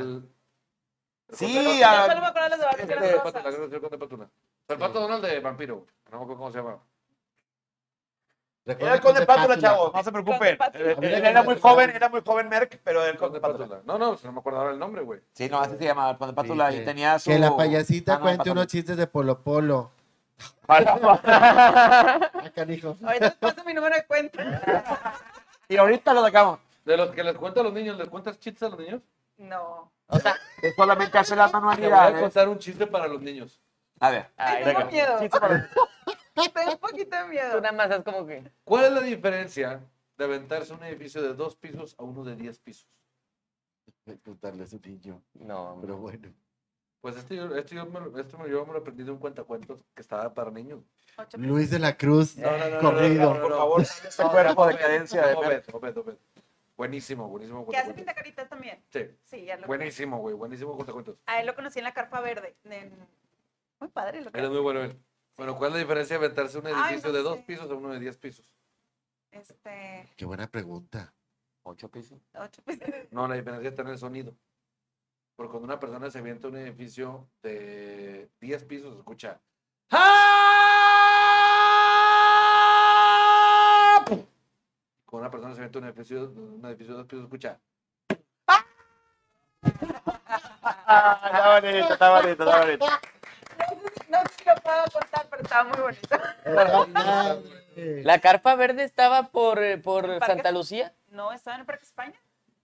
Speaker 5: Sí,
Speaker 4: Yo solo me
Speaker 5: ah,
Speaker 4: acuerdo de los de Barbie que
Speaker 6: Este,
Speaker 4: eran
Speaker 6: el
Speaker 4: rosas.
Speaker 6: Pato, la grabación con el Pato Lucas. El Pato Donald de Vampiro. No me acuerdo cómo se llama.
Speaker 5: era el conde Pátula, chavos, no se
Speaker 4: Conde
Speaker 5: preocupen.
Speaker 4: Pátula.
Speaker 5: Eh, Él era muy joven, era muy joven Merck, pero el conde
Speaker 6: Conde
Speaker 5: Pátula.
Speaker 6: Pátula. No, no, si no me acordaba el nombre, güey.
Speaker 5: Sí, no, así se llamaba el conde Pátula
Speaker 3: Sí,
Speaker 5: y
Speaker 3: que-
Speaker 5: tenía su...
Speaker 3: Que la payasita
Speaker 5: Ah, no,
Speaker 3: cuente
Speaker 5: Pátula.
Speaker 3: unos chistes de Polo (laughs) Polo.
Speaker 5: (laughs)
Speaker 3: Ah, canijo.
Speaker 4: Ahorita les paso mi número de cuenta.
Speaker 5: Y ahorita lo sacamos.
Speaker 6: De los que les cuento a los niños, ¿les cuentas chistes a los niños?
Speaker 4: No.
Speaker 5: O sea, es solamente hacer las
Speaker 4: Ah,
Speaker 6: Te voy
Speaker 4: eh.
Speaker 6: a
Speaker 5: manualidades.
Speaker 6: contar un chiste para los niños.
Speaker 5: A ver.
Speaker 2: Ay,
Speaker 4: Ay,
Speaker 2: venga.
Speaker 4: tengo miedo. (laughs)
Speaker 5: Sí, sí, para-
Speaker 4: Tengo un poquito de miedo.
Speaker 2: Tú nada más es como que.
Speaker 6: ¿Cuál es la diferencia de aventarse un edificio de dos pisos a uno de diez pisos?
Speaker 3: Contarle a su niño,
Speaker 2: No, hombre.
Speaker 3: pero bueno.
Speaker 6: Pues este, yo- este, yo, me, lo- este me- yo me lo aprendí de un cuentacuentos que estaba para niños.
Speaker 4: Ocho
Speaker 3: Luis de la Cruz.
Speaker 6: No, no, no, no,
Speaker 3: Corrido.
Speaker 6: no, no, no,
Speaker 5: Por
Speaker 6: no. (laughs)
Speaker 5: favor, este cuerpo de cadencia de
Speaker 6: No,
Speaker 5: Merck.
Speaker 6: Obed, Obed, Obed. Buenísimo, buenísimo.
Speaker 4: Que hace
Speaker 6: cuentacuentos.
Speaker 4: pintacaritas también.
Speaker 6: Sí,
Speaker 4: Sí, ya lo
Speaker 6: buenísimo, güey, buenísimo cuentacuentos.
Speaker 4: A él lo conocí en la carpa verde. en- Muy padre lo que
Speaker 6: Era muy bueno él. Bueno, ¿cuál es la diferencia de aventarse un
Speaker 4: Ay,
Speaker 6: edificio
Speaker 4: no
Speaker 6: de dos
Speaker 4: sé.
Speaker 6: pisos a uno de diez pisos?
Speaker 4: Este.
Speaker 3: Qué buena pregunta.
Speaker 5: ¿Ocho pisos?
Speaker 4: Ocho pues, pisos.
Speaker 6: No, la diferencia está en el sonido. Porque cuando una persona se avienta un edificio de 10 pisos, escucha. ¡Ah! ¡Pum! Cuando una persona se avienta un edificio, un edificio de dos pisos, escucha.
Speaker 5: Ah, está bonito, está bonito, está bonito.
Speaker 4: (laughs) No sé si lo puedo contar, pero estaba muy bonito.
Speaker 2: La carpa verde estaba por, eh, por
Speaker 4: Parque-
Speaker 2: Santa Lucía.
Speaker 4: No, estaba en el Parque España.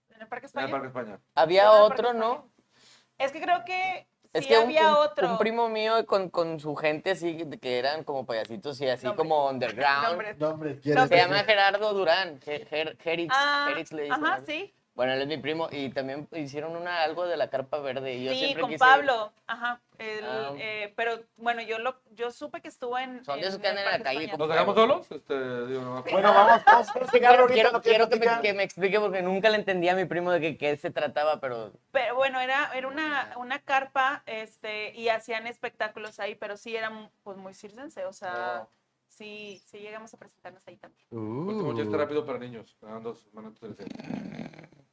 Speaker 4: En el Parque
Speaker 6: En
Speaker 4: España.
Speaker 6: el Parque España.
Speaker 2: Había
Speaker 4: Estaba en el
Speaker 2: otro,
Speaker 4: Parque
Speaker 2: ¿no?
Speaker 4: España. Es que creo que.
Speaker 2: Es
Speaker 4: sí
Speaker 2: que un-
Speaker 4: había
Speaker 2: un,
Speaker 4: otro.
Speaker 2: un primo mío con, con su gente así, que eran como payasitos y así
Speaker 4: Nombre.
Speaker 2: como underground.
Speaker 4: Nombre.
Speaker 3: (laughs) Nombre,
Speaker 4: No,
Speaker 3: ¿quieres
Speaker 2: Se llama
Speaker 3: decir?
Speaker 2: Gerardo Durán, Ge- Ger- Gerix.
Speaker 4: Ah,
Speaker 2: Gerix le dicen.
Speaker 4: ajá, sí.
Speaker 2: Bueno, él es mi primo y también hicieron una algo de la carpa verde. Y yo
Speaker 4: sí,
Speaker 2: siempre
Speaker 4: con
Speaker 2: quise-
Speaker 4: Pablo. Ajá. el,
Speaker 2: Ah.
Speaker 4: eh, pero bueno, yo lo, yo supe que estuvo en.
Speaker 2: Son de
Speaker 4: en
Speaker 2: esos
Speaker 4: el
Speaker 2: que andan en la
Speaker 4: Parque
Speaker 2: calle
Speaker 4: España.
Speaker 2: con-
Speaker 6: ¿Nos dejamos solos? Este, digo, nomás.
Speaker 5: Bueno, vamos, vamos a explicarlo
Speaker 2: Quiero,
Speaker 5: ahorita.
Speaker 2: quiero-
Speaker 5: lo que
Speaker 2: quiero que, me,
Speaker 5: platican.
Speaker 2: que me explique porque nunca le entendía a mi primo de que- qué se trataba, pero
Speaker 4: Pero bueno, era, era una, una carpa este, y hacían espectáculos ahí, pero sí eran pues, muy circense, o sea,
Speaker 2: Oh.
Speaker 6: Wow.
Speaker 4: sí, sí llegamos a presentarnos ahí también.
Speaker 3: (laughs)
Speaker 6: Último chiste
Speaker 3: Uh,
Speaker 6: rápido para niños. Eran dos, van a tres.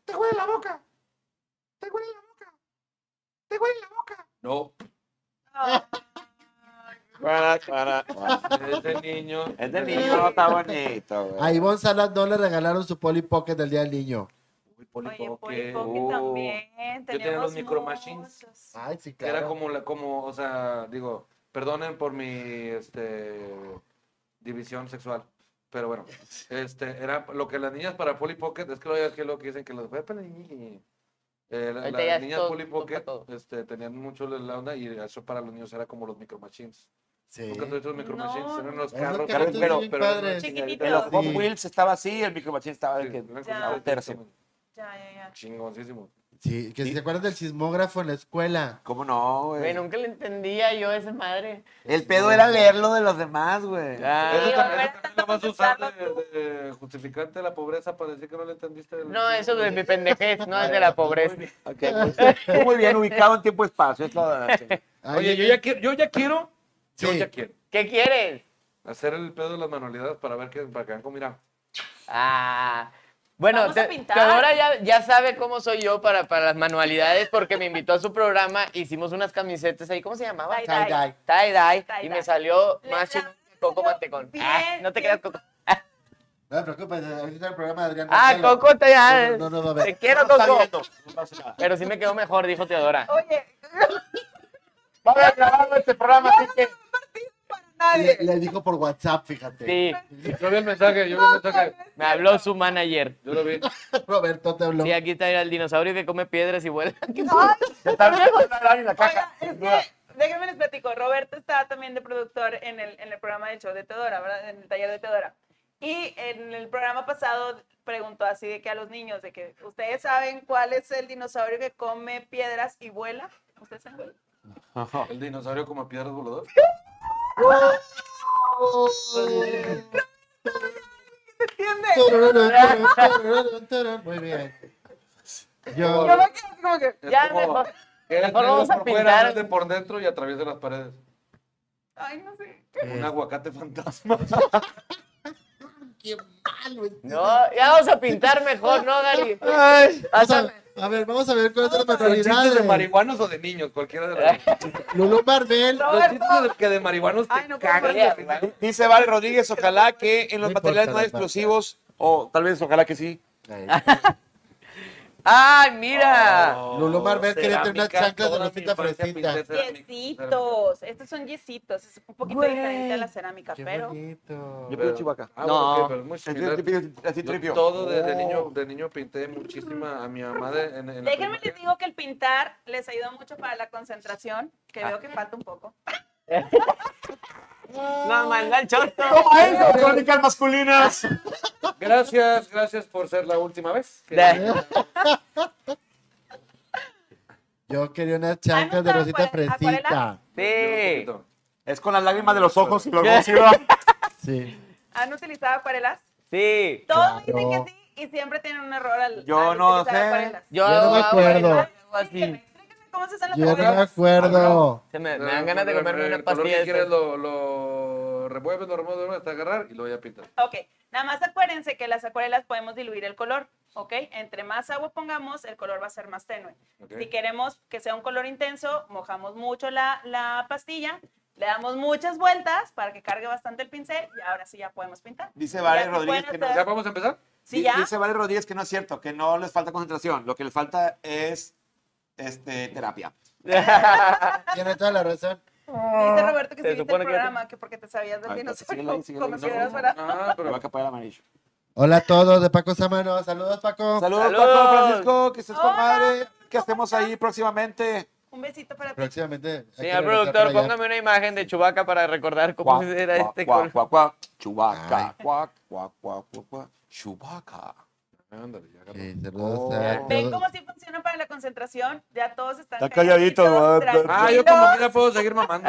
Speaker 5: Te huele la boca. Te huele la boca. Te huele la boca.
Speaker 6: No,
Speaker 5: Guara, guara, guara.
Speaker 6: es de niños.
Speaker 5: Es de niño, está bonito,
Speaker 3: A
Speaker 5: güey.
Speaker 3: Ivonne Salas no le regalaron su Polly Pocket del Día del Niño.
Speaker 6: Uy, Polly
Speaker 4: Oye,
Speaker 6: Pocket.
Speaker 4: Polly Pocket
Speaker 5: oh.
Speaker 4: también.
Speaker 6: tenía
Speaker 4: teníamos
Speaker 6: los Micro Machines.
Speaker 4: muchos. Ah,
Speaker 3: Ay, sí,
Speaker 6: Que
Speaker 3: claro.
Speaker 6: Era como la, como, o sea, digo, perdonen por mi este división sexual.
Speaker 2: (laughs)
Speaker 6: Pero bueno, este, era lo que las niñas para Polly Pocket, es que lo que lo que dicen que los eh, la-
Speaker 2: Ahorita ya
Speaker 6: las
Speaker 2: es
Speaker 6: niñas
Speaker 2: todo-
Speaker 6: Polly
Speaker 2: todo
Speaker 6: Pocket
Speaker 2: para todo.
Speaker 6: este, tenían mucho la- la onda y eso para los niños era como los micro machines.
Speaker 3: Sí.
Speaker 6: Nunca tuviste los micro
Speaker 4: No,
Speaker 6: machines,
Speaker 4: no,
Speaker 6: eran
Speaker 4: no.
Speaker 6: los
Speaker 3: Eran los
Speaker 6: carros,
Speaker 3: carritos
Speaker 6: pero- pero,
Speaker 3: bien
Speaker 6: pero eran
Speaker 3: padres.
Speaker 6: una
Speaker 4: Chiquititos.
Speaker 5: De
Speaker 6: chingadera.
Speaker 5: los Hot
Speaker 3: Sí.
Speaker 5: Wheels estaba así, el micromachín estaba
Speaker 6: Sí,
Speaker 5: de que
Speaker 6: eran
Speaker 4: Ya.
Speaker 5: a un tercio.
Speaker 4: Ya, ya, ya.
Speaker 6: Chingoncísimo.
Speaker 3: Sí, que si
Speaker 5: Sí.
Speaker 3: se acuerdan del sismógrafo en la escuela.
Speaker 5: ¿Cómo no, güey?
Speaker 2: Güey, nunca le entendía yo a esa madre.
Speaker 5: El pedo era leerlo de los demás, güey.
Speaker 2: Ah.
Speaker 6: Eso
Speaker 4: Sí,
Speaker 6: también,
Speaker 4: volver
Speaker 6: eso
Speaker 4: a
Speaker 6: también lo vas a usar de,
Speaker 4: contestarlo
Speaker 6: de justificante de la pobreza para decir que no le entendiste. el-
Speaker 2: No, eso es de mi pendejez, no es de la pobreza.
Speaker 5: Ok, pues, estuvo muy bien ubicado en tiempo y espacio. es la- sí.
Speaker 3: Ay,
Speaker 6: Oye, yo ya quiero, yo ya quiero, yo
Speaker 3: Sí.
Speaker 6: ya quiero
Speaker 2: ¿Qué quieres?
Speaker 6: hacer el pedo de las manualidades para ver que para que vean cómo mira.
Speaker 2: Ah. Bueno,
Speaker 4: Vamos a
Speaker 2: Te-
Speaker 4: pintar.
Speaker 2: Teodora ya, ya sabe cómo soy yo para, para las manualidades porque me invitó a su programa, hicimos unas camisetas ahí, ¿cómo se llamaba?
Speaker 4: Tie-dye.
Speaker 3: Tie-dye.
Speaker 2: Tie-dye, y
Speaker 4: Tie-dye.
Speaker 2: me salió
Speaker 4: Le
Speaker 2: más
Speaker 4: da-
Speaker 2: chingón que Coco Mantecón.
Speaker 4: Bien,
Speaker 2: Ah, no te
Speaker 4: bien.
Speaker 2: creas, Coco.
Speaker 3: No te preocupes, ahorita está el programa de Adrián.
Speaker 2: Ah,
Speaker 3: Marcelo.
Speaker 2: Coco, te, ah,
Speaker 3: No, no, no, no, a ver.
Speaker 2: te quiero,
Speaker 5: No está
Speaker 2: Coco.
Speaker 5: viendo, no pasa nada.
Speaker 2: Pero sí me quedó mejor, dijo Teodora.
Speaker 4: Oye,
Speaker 5: Vamos a grabarlo este programa, así que...
Speaker 4: para nadie.
Speaker 3: Le, le dijo por WhatsApp, fíjate.
Speaker 2: Sí,
Speaker 6: Yo vi el mensaje, yo vi el mensaje.
Speaker 2: me habló su manager.
Speaker 6: Yo lo vi.
Speaker 3: Roberto te habló.
Speaker 2: Sí, aquí está el dinosaurio que come piedras y vuela.
Speaker 4: Ay,
Speaker 5: Está bien, no está nadie en la
Speaker 4: Oiga,
Speaker 5: caja.
Speaker 4: es que, déjenme les platico, Roberto estaba también de productor en el, en el programa del show de Teodora, ¿verdad? En el taller de Teodora. Y en el programa pasado preguntó así de que a los niños, de que, ¿ustedes saben cuál es el dinosaurio que come piedras y vuela? ¿Ustedes saben?
Speaker 6: El dinosaurio como piedras volador.
Speaker 4: ¿Entiendes?
Speaker 3: Muy bien. Yo,
Speaker 4: Yo me quedé así como que,
Speaker 6: Es
Speaker 2: Ya,
Speaker 6: como-
Speaker 2: mejor.
Speaker 6: Él es
Speaker 2: mejor vamos
Speaker 6: negro
Speaker 2: a
Speaker 6: por fuera,
Speaker 2: pintar.
Speaker 6: verde por dentro y atraviesa las paredes.
Speaker 4: ay, no sé.
Speaker 6: Un aguacate
Speaker 3: (laughs)
Speaker 6: fantasma.
Speaker 3: qué malo. este.
Speaker 2: No, ya vamos a pintar mejor, ¿no, Gali?
Speaker 3: Ay, vamos a,
Speaker 2: Pásame.
Speaker 3: a ver, vamos a ver cuáles son las
Speaker 6: Son chistes de
Speaker 3: manualidades.
Speaker 6: marihuanos o de niños, cualquiera de las dos.
Speaker 3: Lulú Marvel.
Speaker 4: No,
Speaker 6: Los
Speaker 4: Roberto.
Speaker 6: chistes de- que de marihuanos te
Speaker 4: Ay, no puedo
Speaker 6: cagan.
Speaker 4: creer.
Speaker 6: de risa.
Speaker 5: Dice Vale Rodríguez, ojalá que en
Speaker 3: No
Speaker 5: los
Speaker 3: importa
Speaker 5: materiales no
Speaker 3: la
Speaker 5: explosivos, o tal vez, ojalá que sí.
Speaker 2: ¡Ay, mira!
Speaker 3: Lulú Marvel quería tener unas
Speaker 6: Cerámica,
Speaker 3: chanclas de
Speaker 6: toda mi
Speaker 3: Rosita
Speaker 6: infancia
Speaker 3: Fresita.
Speaker 6: pinté cerámica.
Speaker 4: Yesitos, estos son yesitos, es un poquito
Speaker 2: Güey.
Speaker 4: diferente a la cerámica,
Speaker 3: Qué
Speaker 4: pero...
Speaker 3: bonito.
Speaker 5: Yo pido chihuahua.
Speaker 6: Ah,
Speaker 2: No.
Speaker 6: bueno, ok, pero es muy similar.
Speaker 5: Así
Speaker 6: Yo
Speaker 5: tripio.
Speaker 6: todo desde niño, de niño pinté muchísima a mi mamá de, en, en la
Speaker 4: Déjenme les
Speaker 6: primaria.
Speaker 4: digo que el pintar les ayuda mucho para la concentración, que veo que falta un poco.
Speaker 2: No, manda el chorto.
Speaker 5: ¡Toma eso, crónicas masculinas!
Speaker 6: (laughs) Gracias, gracias por ser la última vez. que-
Speaker 2: Da.
Speaker 3: Yo quería unas chanclas de
Speaker 4: Ah, no,
Speaker 3: Rosita
Speaker 4: acuare-
Speaker 3: Fresita.
Speaker 4: acuarela.
Speaker 2: Sí.
Speaker 6: Yo un poquito.
Speaker 5: Es con las lágrimas de los ojos y los
Speaker 2: Ya.
Speaker 5: dos iba.
Speaker 3: Sí.
Speaker 4: ¿Han utilizado acuarelas?
Speaker 2: Sí.
Speaker 4: Todos me dicen
Speaker 3: Claro.
Speaker 4: que sí y siempre tienen un error al,
Speaker 5: Yo
Speaker 4: al
Speaker 5: no
Speaker 4: utilizar
Speaker 5: sé.
Speaker 4: acuarelas.
Speaker 2: Yo,
Speaker 3: Yo no me
Speaker 2: hago
Speaker 3: acuerdo.
Speaker 2: algo
Speaker 4: Explíquenme,
Speaker 2: así.
Speaker 4: explíquenme cómo se hacen las
Speaker 3: Yo no me
Speaker 4: acuarelas.
Speaker 3: acuerdo.
Speaker 2: Se me, me
Speaker 6: Pero,
Speaker 2: dan ganas de
Speaker 6: pero,
Speaker 2: comerme
Speaker 6: pero
Speaker 2: una
Speaker 6: el color
Speaker 2: pastilla.
Speaker 6: que
Speaker 2: de
Speaker 6: quieres
Speaker 2: esas.
Speaker 6: lo, lo revuelves, lo remueves hasta agarrar y luego ya pintas.
Speaker 4: Ok, nada más acuérdense que las acuarelas podemos diluir el color, ¿ok? Entre más agua pongamos, el color va a ser más tenue.
Speaker 6: ¿ok?
Speaker 4: Si queremos que sea un color intenso, mojamos mucho la, la pastilla, le damos muchas vueltas para que cargue bastante el pincel y ahora sí ya podemos pintar.
Speaker 5: Dice Vale
Speaker 4: Ya se
Speaker 5: Rodríguez
Speaker 4: pueden
Speaker 5: que no.
Speaker 4: hacer.
Speaker 6: ¿Ya vamos a empezar?
Speaker 4: Sí,
Speaker 5: Di-
Speaker 4: ya.
Speaker 5: Dice Vale Rodríguez que no es cierto, que no les falta concentración. Lo que les falta es este, terapia.
Speaker 3: Tiene toda la razón.
Speaker 4: Dice Roberto que
Speaker 2: Se
Speaker 4: sí viste el
Speaker 2: supone que-
Speaker 4: programa, que porque te sabías del
Speaker 5: Ah, síguela
Speaker 4: dinosaurio.
Speaker 5: ahí, síguela ahí,
Speaker 4: como
Speaker 5: no,
Speaker 4: quieras,
Speaker 5: no,
Speaker 4: ¿verdad?
Speaker 6: Ah,
Speaker 5: Pero va a
Speaker 6: pero
Speaker 5: capar el amarillo.
Speaker 3: Hola a todos de Paco Samano. Saludos, Paco.
Speaker 5: Saludos,
Speaker 2: Saludos.
Speaker 5: Paco Francisco, que estés con
Speaker 4: Hola.
Speaker 5: madre. ¿Qué hacemos ahí próximamente?
Speaker 4: Un besito para ti.
Speaker 3: Próximamente. hay que
Speaker 2: Señor
Speaker 3: regresar
Speaker 2: productor,
Speaker 3: para allá.
Speaker 2: póngame una imagen de Chubaca para recordar cómo
Speaker 5: Cuac,
Speaker 2: era
Speaker 5: cuac,
Speaker 2: este
Speaker 5: cuac,
Speaker 2: color.
Speaker 5: cuac, cuac. Chubaca, cuac, cuac, cuac, cuac, cuac. Chubaca.
Speaker 6: Ándale, ya agarró.
Speaker 3: Sí, saludos
Speaker 5: Oh.
Speaker 3: a
Speaker 4: ¿Ven
Speaker 3: todos.
Speaker 4: cómo sí funciona para la concentración? Ya todos están
Speaker 5: Está calladito,
Speaker 4: calladitos,
Speaker 5: ¿verdad?
Speaker 6: Ah, yo como
Speaker 4: tranquilos.
Speaker 6: quiera puedo seguir mamando.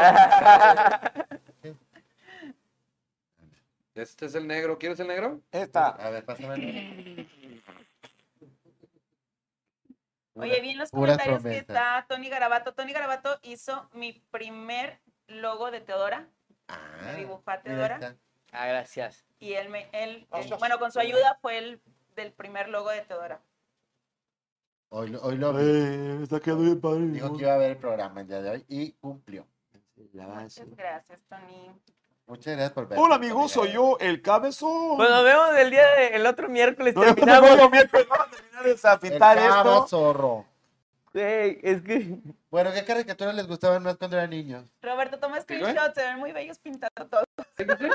Speaker 6: este es el negro. ¿Quieres el negro?
Speaker 5: Esta.
Speaker 3: A ver, pásame.
Speaker 4: Oye, vi en los
Speaker 3: Puras
Speaker 4: comentarios que
Speaker 3: promesas.
Speaker 4: está Tony Garabato. Tony Garabato hizo mi primer logo de Teodora.
Speaker 3: Ah,
Speaker 4: Me dibujó a
Speaker 3: mira, ahí
Speaker 4: Teodora.
Speaker 3: está.
Speaker 2: Ah, gracias.
Speaker 4: Y él, me, él, él- bueno, con su ayuda fue el del primer logo de Teodora.
Speaker 3: Hoy, lo- hoy lo vi.
Speaker 5: Eh, está quedando bien padre.
Speaker 3: Dijo que iba a ver el programa el día de hoy y cumplió.
Speaker 5: La va a hacer.
Speaker 4: Muchas gracias, Tony.
Speaker 3: Muchas gracias por ver.
Speaker 5: Hola amigos, soy yo, el cabezón.
Speaker 2: Pues nos vemos el día del otro miércoles.
Speaker 5: Nos vemos
Speaker 2: Terminamos.
Speaker 5: el miércoles, vamos a terminar de
Speaker 3: El
Speaker 5: zapintar
Speaker 3: cabo
Speaker 5: esto.
Speaker 3: zorro.
Speaker 2: Güey, es que.
Speaker 3: Bueno, ¿qué caricaturas les gustaban más cuando eran niños?
Speaker 4: Roberto, toma
Speaker 6: ¿Qué, güey?
Speaker 4: screenshots. Se ven muy bellos pintados todos.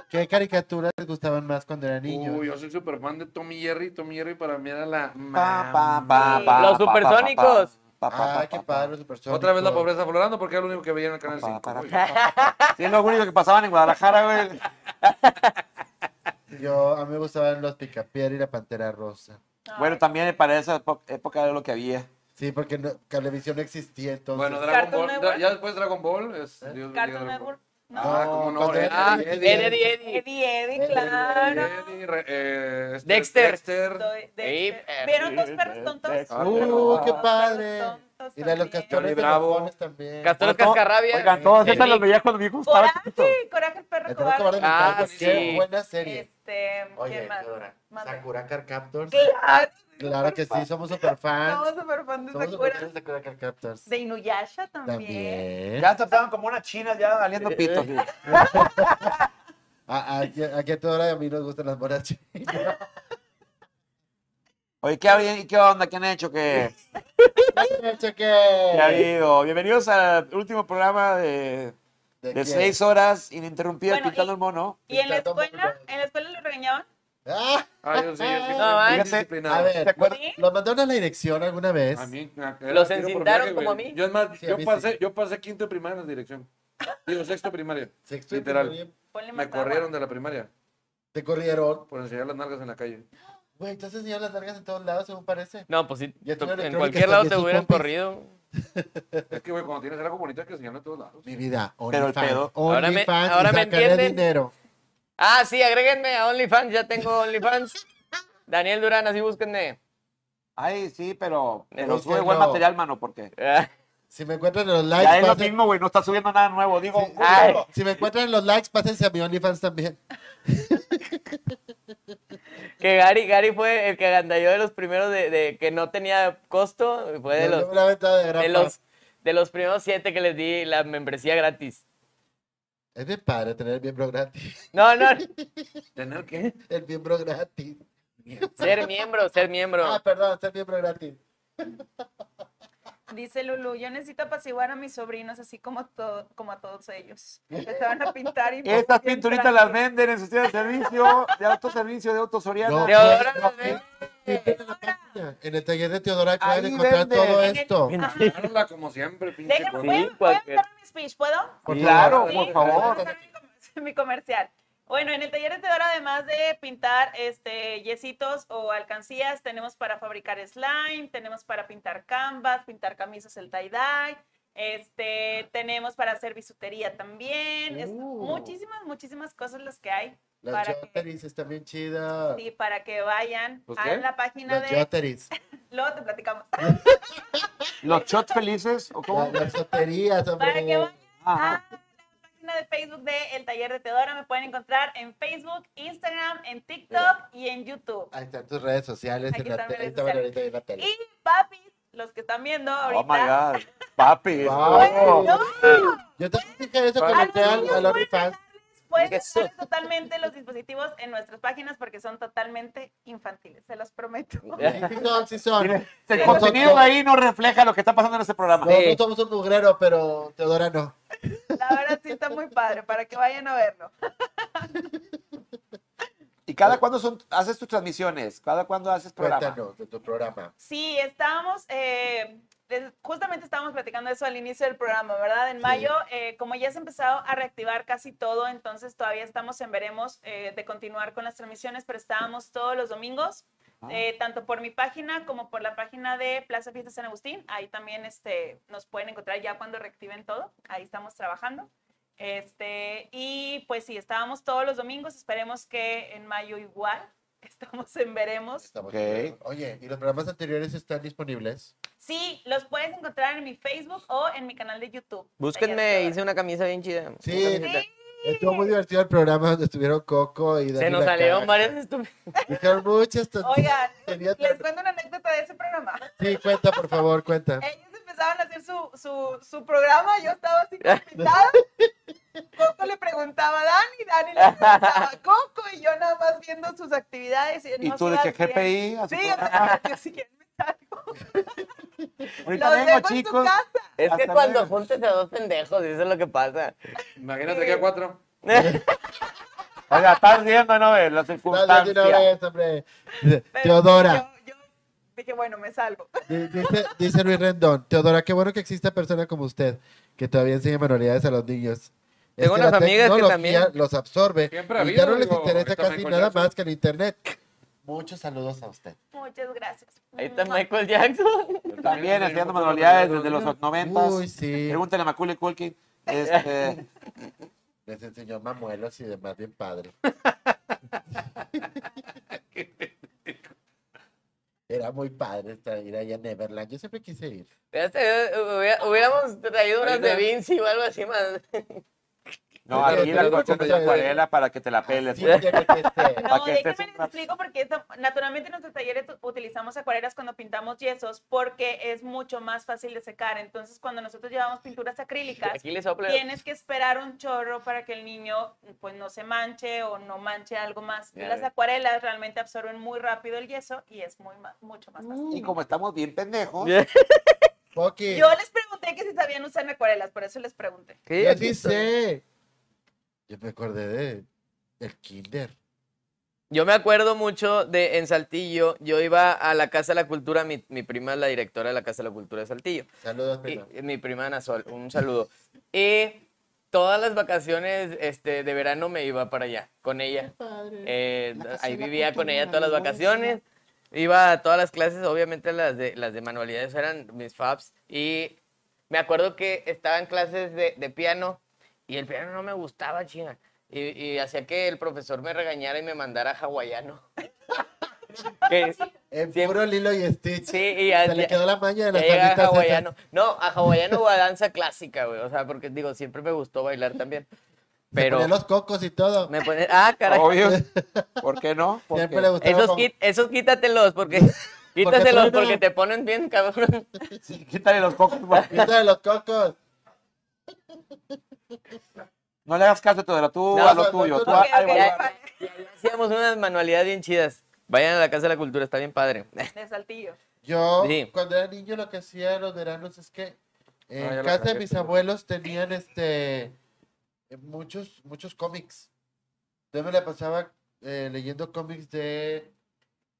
Speaker 3: ¿Qué caricaturas les gustaban más cuando eran niños?
Speaker 6: Uy, yo soy súper fan de Tommy Jerry. Tommy Jerry para mí era la.
Speaker 5: Pa,
Speaker 6: mamá.
Speaker 5: pa, pa, pa,
Speaker 2: Los
Speaker 5: pa, pa,
Speaker 2: supersónicos.
Speaker 5: pa, pa, pa,
Speaker 3: ah,
Speaker 5: pa,
Speaker 3: qué
Speaker 5: pa,
Speaker 3: padre, supersónicos.
Speaker 6: Otra vez la pobreza florando porque era lo único que veía en el canal
Speaker 5: pa,
Speaker 6: 5.
Speaker 5: para, pa, pa, pa. Sí, es lo único que pasaban en Guadalajara, güey.
Speaker 3: Yo, a mí me gustaban los Picapiedra y la Pantera Rosa.
Speaker 4: Ay,
Speaker 5: Bueno, también para esa epo- época era lo que había.
Speaker 3: Sí, porque no- Cablevisión no existía entonces.
Speaker 6: Bueno,
Speaker 4: Dragon
Speaker 6: Dragon
Speaker 4: Cartoon
Speaker 6: Ball.
Speaker 4: Network.
Speaker 6: Ya después Dragon Ball. Es,
Speaker 3: ¿Eh?
Speaker 6: Dios bendiga
Speaker 4: Cartoon
Speaker 6: Dragon Ball.
Speaker 4: Network. No.
Speaker 6: Ah, como no.
Speaker 3: cuando
Speaker 6: eh,
Speaker 3: era
Speaker 2: Ah,
Speaker 6: Eddie,
Speaker 3: Eddie,
Speaker 2: Eddie, Eddie.
Speaker 4: Eddie, Eddie,
Speaker 3: Eddie,
Speaker 4: claro.
Speaker 6: Eddie, re- eh, este,
Speaker 2: Dexter.
Speaker 6: Dexter.
Speaker 4: Doy-
Speaker 2: Ey,
Speaker 4: de-
Speaker 2: perro.
Speaker 4: ¿Vieron los perros tontos?
Speaker 7: Dexter.
Speaker 4: Los
Speaker 3: ¡Uh,
Speaker 4: perros
Speaker 3: qué
Speaker 4: tontos
Speaker 3: padre!
Speaker 4: tontos
Speaker 3: Y la de los
Speaker 4: también.
Speaker 3: castores de
Speaker 6: Bravo.
Speaker 3: los Bones también.
Speaker 2: Castor
Speaker 5: Oigan,
Speaker 2: Cascarrabia.
Speaker 5: Oigan, todas
Speaker 2: Sí.
Speaker 5: esas las veía cuando mi hijo estaba chiquito.
Speaker 4: Coraje, coraje el
Speaker 3: El
Speaker 4: perro
Speaker 3: perro cobarde
Speaker 4: cobarde.
Speaker 3: me
Speaker 2: Ah,
Speaker 3: encanta,
Speaker 2: sí.
Speaker 3: qué buena serie.
Speaker 4: Este,
Speaker 3: Oye,
Speaker 4: ¿quién más?
Speaker 3: Dora,
Speaker 4: Más de-
Speaker 3: Sakura Card Captors.
Speaker 4: Claro,
Speaker 3: Claro que sí, somos super
Speaker 4: estamos
Speaker 3: fans.
Speaker 4: súper fan de
Speaker 3: Somos super
Speaker 4: Sakura.
Speaker 3: fans de Sakura Card Captors.
Speaker 4: De Inuyasha también.
Speaker 3: También.
Speaker 5: Ya trataban como una china, ya
Speaker 2: Eh,
Speaker 5: valiendo pito.
Speaker 3: A, a, aquí- aquí a toda hora a mí nos gustan las borrachas.
Speaker 5: (laughs) Oye, ¿qué, había- ¿qué onda? ¿Qué han hecho? ¿Qué, qué ha
Speaker 3: ¿De
Speaker 5: habido? Bienvenidos al último programa de, de
Speaker 3: quién?
Speaker 5: seis horas ininterrumpidas
Speaker 4: Bueno,
Speaker 5: pintando
Speaker 4: y-
Speaker 5: el mono.
Speaker 4: ¿Y en la
Speaker 3: Está todo
Speaker 4: escuela?
Speaker 3: mundo.
Speaker 4: ¿En la escuela lo regañaban?
Speaker 3: Ah,
Speaker 6: Ah, yo sí, es que
Speaker 3: No,
Speaker 6: soy muy
Speaker 2: manches.
Speaker 6: disciplinado.
Speaker 3: a ver,
Speaker 5: ¿te acuerdas?
Speaker 4: ¿Sí?
Speaker 3: ¿lo mandaron a la dirección alguna vez?
Speaker 6: A mí, a- era
Speaker 2: Los
Speaker 6: tiro por
Speaker 2: encintaron
Speaker 6: viaje,
Speaker 2: como
Speaker 6: güey.
Speaker 2: a mí.
Speaker 6: Yo, es más,
Speaker 3: Sí, a
Speaker 6: yo,
Speaker 3: mí sí.
Speaker 6: pasé, yo pasé quinto de primaria en la dirección. Digo, sexto de primaria.
Speaker 3: Sexto
Speaker 6: Literal.
Speaker 3: primaria,
Speaker 4: Ponle más
Speaker 6: Me
Speaker 4: agua.
Speaker 6: corrieron de la primaria
Speaker 3: Te corrieron.
Speaker 6: por enseñar las nalgas en la calle.
Speaker 3: Güey, te has enseñado las largas en todos lados, según parece.
Speaker 2: No, pues sí.
Speaker 3: Ya tuve
Speaker 2: En
Speaker 3: electrónica
Speaker 2: cualquier lado
Speaker 3: también,
Speaker 2: te
Speaker 3: sus
Speaker 2: hubieran
Speaker 3: compis.
Speaker 2: corrido.
Speaker 6: Es que, güey, cuando tienes algo bonito hay que enseñarlo a todos lados.
Speaker 3: Mi vida,
Speaker 5: Pero el pedo.
Speaker 3: OnlyFans.
Speaker 2: Ahora me-
Speaker 3: OnlyFans
Speaker 2: ahora
Speaker 3: y
Speaker 2: me
Speaker 3: sacaré
Speaker 2: entienden.
Speaker 3: dinero.
Speaker 2: Ah, sí, agréguenme a OnlyFans. Ya tengo OnlyFans. Daniel Durán, así búsquenme.
Speaker 5: Ay, sí, pero, pero
Speaker 3: Pero
Speaker 5: sube
Speaker 3: sí,
Speaker 5: igual
Speaker 3: no.
Speaker 5: material, mano, porque
Speaker 2: Ah,
Speaker 3: Si me encuentran en los
Speaker 5: ya es
Speaker 3: likes,
Speaker 5: lo
Speaker 3: pasen-
Speaker 5: mismo, güey, no está subiendo nada nuevo. Digo,
Speaker 3: Sí.
Speaker 5: ay,
Speaker 3: si me encuentran en los likes, pásense a mi OnlyFans también.
Speaker 2: Que Gary, Gary fue el que agandalló de los primeros de, de que no tenía costo. Fue de
Speaker 3: Yo
Speaker 2: los,
Speaker 3: me la he aventado de gran
Speaker 2: de,
Speaker 3: parte.
Speaker 2: los, de los primeros siete que les di la membresía gratis.
Speaker 3: Es de padre tener el miembro gratis.
Speaker 2: No, no,
Speaker 6: ¿Tener qué?
Speaker 3: El miembro gratis.
Speaker 2: ser miembro, ser miembro.
Speaker 3: Ah, perdón, ser miembro gratis.
Speaker 4: Dice Lulu, yo necesito apaciguar a mis sobrinos así como, to- como a todos ellos. Empezaron a pintar
Speaker 7: (laughs)
Speaker 4: y...
Speaker 5: estas pinturitas las venden en su tienda de servicio, de autoservicio, de autosoriana.
Speaker 3: No, pues,
Speaker 2: Teodora
Speaker 3: no,
Speaker 2: las vende.
Speaker 3: En la página, en el taller de Teodora pueden
Speaker 5: Ahí
Speaker 3: encontrar
Speaker 5: venden.
Speaker 3: todo
Speaker 4: En el-
Speaker 3: esto.
Speaker 4: Ajá.
Speaker 6: Enseñarla como siempre, pinche.
Speaker 4: Déjame,
Speaker 2: Sí,
Speaker 4: ¿puedo,
Speaker 6: cosa.
Speaker 4: puedo
Speaker 2: cualquier-
Speaker 4: dar mi speech? ¿Puedo?
Speaker 3: Por
Speaker 5: Claro,
Speaker 3: favor.
Speaker 5: por favor.
Speaker 4: voy a hacer mi comer- Mi comercial. Bueno, en el taller de Teodora, además de pintar este, yesitos o alcancías, tenemos para fabricar slime, tenemos para pintar canvas, pintar camisas el tie-dye, este, tenemos para hacer bisutería también. es
Speaker 3: Uh.
Speaker 4: muchísimas, muchísimas cosas las que hay.
Speaker 3: Las
Speaker 4: para que-
Speaker 3: Joteris están bien chidas.
Speaker 4: Sí, para que vayan
Speaker 6: ¿Los Ah.
Speaker 4: a
Speaker 6: qué?
Speaker 4: la página
Speaker 3: Las
Speaker 4: de...
Speaker 3: Joteris.
Speaker 4: Luego te platicamos.
Speaker 5: Los shots felices, o cómo.
Speaker 3: La- Las soterías,
Speaker 4: Para que
Speaker 3: hombre.
Speaker 4: vayan a
Speaker 5: Ajá.
Speaker 4: Ah, la página de Facebook de El Taller de Teodora. Me pueden encontrar en Facebook, Instagram, en TikTok y en YouTube.
Speaker 3: Ahí están tus redes sociales.
Speaker 4: Aquí
Speaker 3: En la
Speaker 4: están
Speaker 3: te-
Speaker 4: redes
Speaker 3: ahí estaban
Speaker 4: sociales.
Speaker 3: ahorita en la tele.
Speaker 4: Y papis, los que están viendo
Speaker 5: Oh my
Speaker 4: ahorita. pues,
Speaker 5: God. Oh. Papi.
Speaker 3: Wow.
Speaker 5: no.
Speaker 4: no,
Speaker 3: Yo también dije eso
Speaker 5: Para-
Speaker 3: con el
Speaker 4: A los
Speaker 3: real,
Speaker 4: niños
Speaker 3: al
Speaker 5: (laughs)
Speaker 3: OnlyFans.
Speaker 4: pueden
Speaker 2: Eso.
Speaker 4: usar totalmente los dispositivos en nuestras páginas porque son totalmente infantiles, se los prometo.
Speaker 3: Sí son, sí son.
Speaker 5: Mira, El
Speaker 3: Sí,
Speaker 5: contenido
Speaker 3: son-
Speaker 5: de ahí no refleja lo que está pasando en este programa.
Speaker 3: Nosotros somos un mugrero, pero Teodora no.
Speaker 4: La verdad sí está muy padre para que vayan a verlo.
Speaker 5: ¿Y cada cuándo son, haces tus transmisiones? ¿Cada cuándo haces programa?
Speaker 3: Cuéntanos de tu programa.
Speaker 4: Sí, estábamos, eh, des- justamente estábamos platicando eso al inicio del programa, ¿verdad? En
Speaker 3: Sí.
Speaker 4: mayo, eh, como ya se ha empezado a reactivar casi todo, entonces todavía estamos en veremos eh, de continuar con las transmisiones, pero estábamos todos los domingos,
Speaker 5: Ah.
Speaker 4: eh, tanto por mi página como por la página de Plaza Fiesta San Agustín. Ahí también este, nos pueden encontrar ya cuando reactiven todo, ahí estamos trabajando. Este, y pues sí, estábamos todos los domingos, esperemos que en mayo igual, (laughs) estamos en veremos.
Speaker 3: Estamos
Speaker 5: Ok.
Speaker 3: en programa. Oye, ¿y los programas anteriores están disponibles?
Speaker 4: Sí, los puedes encontrar en mi Facebook o en mi canal de YouTube.
Speaker 2: Búsquenme, hice una camisa bien chida.
Speaker 3: Sí.
Speaker 2: Una camisa.
Speaker 3: Estuvo muy divertido el programa donde estuvieron Coco y Dani.
Speaker 2: Se nos
Speaker 3: la
Speaker 2: salieron
Speaker 3: Caja.
Speaker 2: varias estupideces.
Speaker 3: Dijeron muchas tonterías.
Speaker 4: Oigan, les cuento una anécdota de ese programa.
Speaker 3: Sí, cuenta, por favor, cuenta.
Speaker 4: Ellos empezaban a hacer su, su, su programa, yo estaba así
Speaker 2: (laughs)
Speaker 4: como invitada. Coco le preguntaba a Dani, Dani le preguntaba a Coco y yo nada más viendo sus actividades.
Speaker 5: ¿Y
Speaker 4: no
Speaker 5: tú de
Speaker 4: sé
Speaker 5: que
Speaker 4: a quién.
Speaker 5: GPI? a su
Speaker 4: Sí, o
Speaker 5: programa?
Speaker 4: sea, yo sí que me salgo.
Speaker 5: (laughs) "Ah, Ahorita
Speaker 4: Los
Speaker 5: vengo,
Speaker 4: dejo en su
Speaker 5: chicos.
Speaker 4: casa.
Speaker 2: Es que
Speaker 5: Hasta
Speaker 2: cuando
Speaker 5: luego.
Speaker 2: juntas a dos pendejos, eso es lo que pasa. (laughs)
Speaker 6: Imagínate que a cuatro.
Speaker 5: O sea, estás viendo, ¿no?
Speaker 3: Dale de
Speaker 5: ves? La
Speaker 3: una
Speaker 5: circunstancia.
Speaker 3: vez, hombre. Dice,
Speaker 4: Pero
Speaker 3: Teodora,
Speaker 4: Yo, yo dije, bueno, me salgo. (laughs)
Speaker 3: di- dice, dice Luis Rendón, Teodora, qué bueno que exista persona como usted, que todavía enseña manualidades a los niños. Es
Speaker 2: Tengo
Speaker 3: que
Speaker 2: unas
Speaker 3: la
Speaker 2: amigas que
Speaker 3: tecnología
Speaker 2: también-
Speaker 3: los absorbe
Speaker 6: Siempre ha
Speaker 3: y ya
Speaker 6: habido,
Speaker 3: no les
Speaker 6: digo,
Speaker 3: interesa
Speaker 6: ahorita me
Speaker 3: casi
Speaker 6: encuentro
Speaker 3: nada
Speaker 6: eso.
Speaker 3: más que el internet. Muchos saludos a usted.
Speaker 4: Muchas gracias.
Speaker 2: Ahí está
Speaker 4: Mua.
Speaker 2: Michael Jackson.
Speaker 7: También haciendo
Speaker 6: haciendo
Speaker 7: manualidades desde los noventas.
Speaker 3: Uy, sí.
Speaker 7: Pregúntale a Macaulay Culkin.
Speaker 3: (laughs)
Speaker 7: Este,
Speaker 3: Les enseñó mamuelos y demás, bien (laughs) padre. Era muy padre estar- ir allá a Neverland. Yo siempre quise ir.
Speaker 2: Hubiera traído- hubiera- Hubiéramos traído unas de
Speaker 6: Ahorita.
Speaker 2: Vinci o algo así más.
Speaker 7: no, aquí la
Speaker 3: Pero-
Speaker 7: cuestión es de acuarela para que te la peles.
Speaker 3: Así
Speaker 5: pues.
Speaker 3: tiene que (laughs) ser.
Speaker 4: No,
Speaker 7: Pa' que
Speaker 4: déjenme
Speaker 7: estés
Speaker 4: les
Speaker 7: más-
Speaker 4: explico porque esto- naturalmente en nuestros talleres tu- utilizamos acuarelas cuando pintamos yesos porque es mucho más fácil de secar. Entonces, cuando nosotros llevamos pinturas
Speaker 2: (laughs)
Speaker 4: acrílicas,
Speaker 2: Aquí le sopla.
Speaker 4: tienes que esperar un chorro para que el niño pues no se manche o no manche algo más. Y
Speaker 2: Ya
Speaker 4: las
Speaker 2: ves.
Speaker 4: acuarelas realmente absorben muy rápido el yeso y es muy ma- mucho más
Speaker 5: Mm.
Speaker 4: fácil.
Speaker 7: Y como estamos bien pendejos,
Speaker 3: Poki,
Speaker 4: Yo les pregunté que si sabían usar acuarelas, por eso les pregunté.
Speaker 2: Sí,
Speaker 3: yo
Speaker 2: aquí
Speaker 3: sí
Speaker 2: estoy.
Speaker 3: sé. Yo me acordé de el kinder.
Speaker 2: Yo me acuerdo mucho de en Saltillo, yo iba a la Casa de la Cultura, mi, mi prima es la directora de la Casa de la Cultura de Saltillo,
Speaker 3: Saludos,
Speaker 2: y-
Speaker 3: prima.
Speaker 2: y mi prima Ana Sol, un saludo. Y todas las vacaciones este, de verano me iba para allá, con ella. Eh,
Speaker 7: La Casa
Speaker 2: ahí
Speaker 7: de la
Speaker 2: vivía con
Speaker 7: Cultura,
Speaker 2: ella todas las
Speaker 7: buenísimo.
Speaker 2: vacaciones, iba a todas las clases, obviamente las de, las de manualidades eran mis fabs, y me acuerdo que estaba en clases de, de piano, y el piano no me gustaba, chinga. Y, y hacía que el profesor me regañara y me mandara a hawaiano. que,
Speaker 3: En
Speaker 2: siempre-
Speaker 3: puro Lilo y Stitch.
Speaker 2: sí, y ya,
Speaker 3: Se le
Speaker 2: ya-
Speaker 3: quedó la maña
Speaker 2: ya
Speaker 3: de las
Speaker 2: llegaba a
Speaker 3: tarjetas
Speaker 2: hawaiano. No, a hawaiano o a danza clásica, güey. O sea, porque digo, siempre me gustó bailar también. Pero
Speaker 3: los cocos y todo.
Speaker 2: me pone. Ah, caray.
Speaker 6: Oh,
Speaker 7: obvio. ¿Por qué no? Porque
Speaker 3: Siempre le gustaba.
Speaker 2: Esos,
Speaker 3: como-
Speaker 2: quí- esos quítatelos porque. (laughs) Quítatelos
Speaker 3: truena.
Speaker 2: porque te ponen bien, cabrón.
Speaker 7: Sí, Quítale los cocos. güey.
Speaker 3: Quítale los cocos.
Speaker 7: No le hagas caso a todo, tú
Speaker 2: No,
Speaker 7: a lo
Speaker 3: no,
Speaker 7: tuyo.
Speaker 3: no,
Speaker 7: Tú
Speaker 3: no,
Speaker 7: a-
Speaker 4: Ok, ok,
Speaker 7: ay, bueno,
Speaker 4: pa-
Speaker 2: Hacíamos unas manualidades bien chidas. Vayan a la Casa de la Cultura, está bien padre. (laughs)
Speaker 4: de saltillo.
Speaker 3: Yo,
Speaker 2: Sí.
Speaker 3: cuando era niño, lo que hacía en los veranos es que en
Speaker 6: ya
Speaker 3: casa
Speaker 6: lo
Speaker 3: de
Speaker 6: cambiaste,
Speaker 3: mis
Speaker 6: ¿no?
Speaker 3: abuelos tenían este eh, muchos, muchos cómics. Yo me la pasaba eh, leyendo cómics de,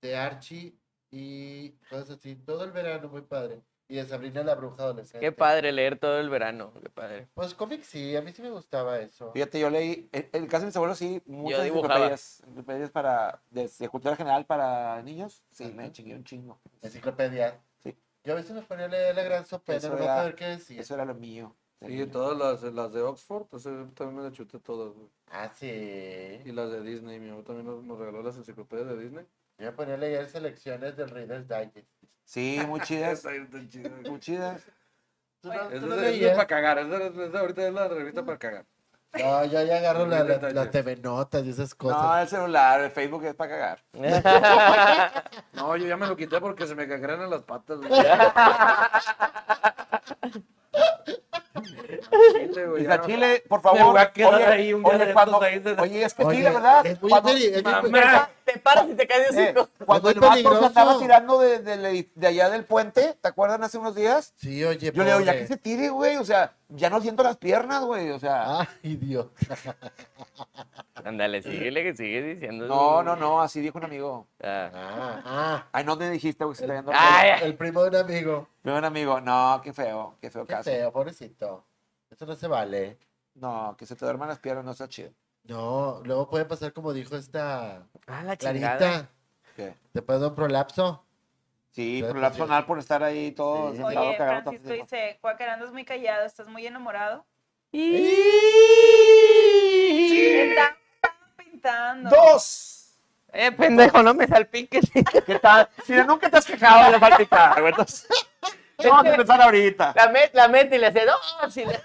Speaker 3: de Archie y cosas así, todo el verano, muy padre. Y de Sabrina la Bruja Adolescente.
Speaker 2: Qué padre leer todo el verano. Qué padre.
Speaker 3: Pues cómics sí, a mí sí me gustaba eso.
Speaker 7: Fíjate, yo leí, en en el caso de mis abuelos, sí, muchas
Speaker 2: dibujaba.
Speaker 7: enciclopedias, enciclopedias para, de, de cultura general para niños. Sí, me
Speaker 3: Ajá.
Speaker 7: chingué un chingo.
Speaker 3: Enciclopedia.
Speaker 7: Sí.
Speaker 3: Yo a veces me ponía a leer la gran sopena,
Speaker 7: Eso
Speaker 3: no
Speaker 7: era-
Speaker 3: a ver qué decía.
Speaker 7: Eso era lo mío.
Speaker 6: Sí, todas las, las de Oxford, entonces yo también me las chuté todas, güey.
Speaker 3: Ah, sí.
Speaker 6: Y las de Disney, mi mamá también nos, nos regaló las enciclopedias de Disney.
Speaker 3: Yo me ponía a leer selecciones del Reader's Digest.
Speaker 7: Sí, muy chidas,
Speaker 6: Esa es tan chida, güey.
Speaker 7: muy chidas.
Speaker 3: ¿Tú no-
Speaker 6: Esa
Speaker 3: tú
Speaker 6: esa
Speaker 3: no
Speaker 6: es
Speaker 3: leías?
Speaker 6: para cagar, esa, esa ahorita es la revista para cagar.
Speaker 3: No, yo ya agarro la, la,
Speaker 6: Detalles.
Speaker 3: las TV notas y esas
Speaker 7: No,
Speaker 3: cosas.
Speaker 7: el celular, el Facebook es para cagar.
Speaker 6: No, yo ya me lo quité porque se me cagaran las patas, güey. Chile, güey, ya
Speaker 7: Dice,
Speaker 6: no-
Speaker 7: Chile, por
Speaker 6: Me
Speaker 7: favor.
Speaker 6: voy a quedar
Speaker 7: oye,
Speaker 6: ahí un día
Speaker 7: oye,
Speaker 6: de
Speaker 7: cuando-
Speaker 6: estos ahí de-
Speaker 7: oye, es que sí,
Speaker 3: Oye,
Speaker 7: la verdad.
Speaker 3: es muy
Speaker 7: cuando-
Speaker 3: inteli- es muy-
Speaker 7: (laughs)
Speaker 3: Pues
Speaker 6: Mamá.
Speaker 2: (laughs) Te paras y te caes de
Speaker 7: pues, Eh,
Speaker 2: hocico.
Speaker 7: cuando
Speaker 3: Es
Speaker 7: el
Speaker 3: muy
Speaker 7: vato se andaba
Speaker 3: peligroso.
Speaker 7: tirando de, de la- de allá del puente, ¿te acuerdan hace unos días?
Speaker 3: Sí, oye,
Speaker 7: Yo le digo, ya
Speaker 3: pobre.
Speaker 7: que se tire, güey, o sea, ya no siento las piernas, güey, o sea.
Speaker 3: Ay, Dios.
Speaker 2: Ándale, síguele que sigue diciendo.
Speaker 7: No, no, no, así dijo un amigo.
Speaker 2: Ah.
Speaker 3: Ah, ah.
Speaker 7: Ay, no te dijiste, güey, que se está viendo.
Speaker 2: Ay.
Speaker 3: El primo de un amigo.
Speaker 7: Veo un amigo, no, qué feo, qué feo
Speaker 3: Qué
Speaker 7: caso.
Speaker 3: feo, pobrecito. Eso no se vale.
Speaker 7: No, que se te duerman las piernas, no está chido.
Speaker 3: No, luego puede pasar como dijo esta
Speaker 2: Ah, la chingada.
Speaker 3: Clarita.
Speaker 7: ¿Qué?
Speaker 3: Después de un prolapso.
Speaker 7: Sí,
Speaker 3: Claro que
Speaker 7: pero la
Speaker 3: sí.
Speaker 7: personal por estar ahí todo
Speaker 3: Sí.
Speaker 7: sentado
Speaker 4: Oye,
Speaker 7: cagando
Speaker 4: Francisco
Speaker 7: tanto tiempo.
Speaker 4: dice, Cuacarando es muy callado, estás muy enamorado. Estaba pintando.
Speaker 7: ¡Dos!
Speaker 2: Eh, pendejo, no me salpiques.
Speaker 7: (laughs) ¿Qué tal? Si de nunca te has quejado de la falta, güey. entonces- Vamos a empezar
Speaker 2: (laughs)
Speaker 7: ahorita.
Speaker 2: La mete la met y le hace dos. y le-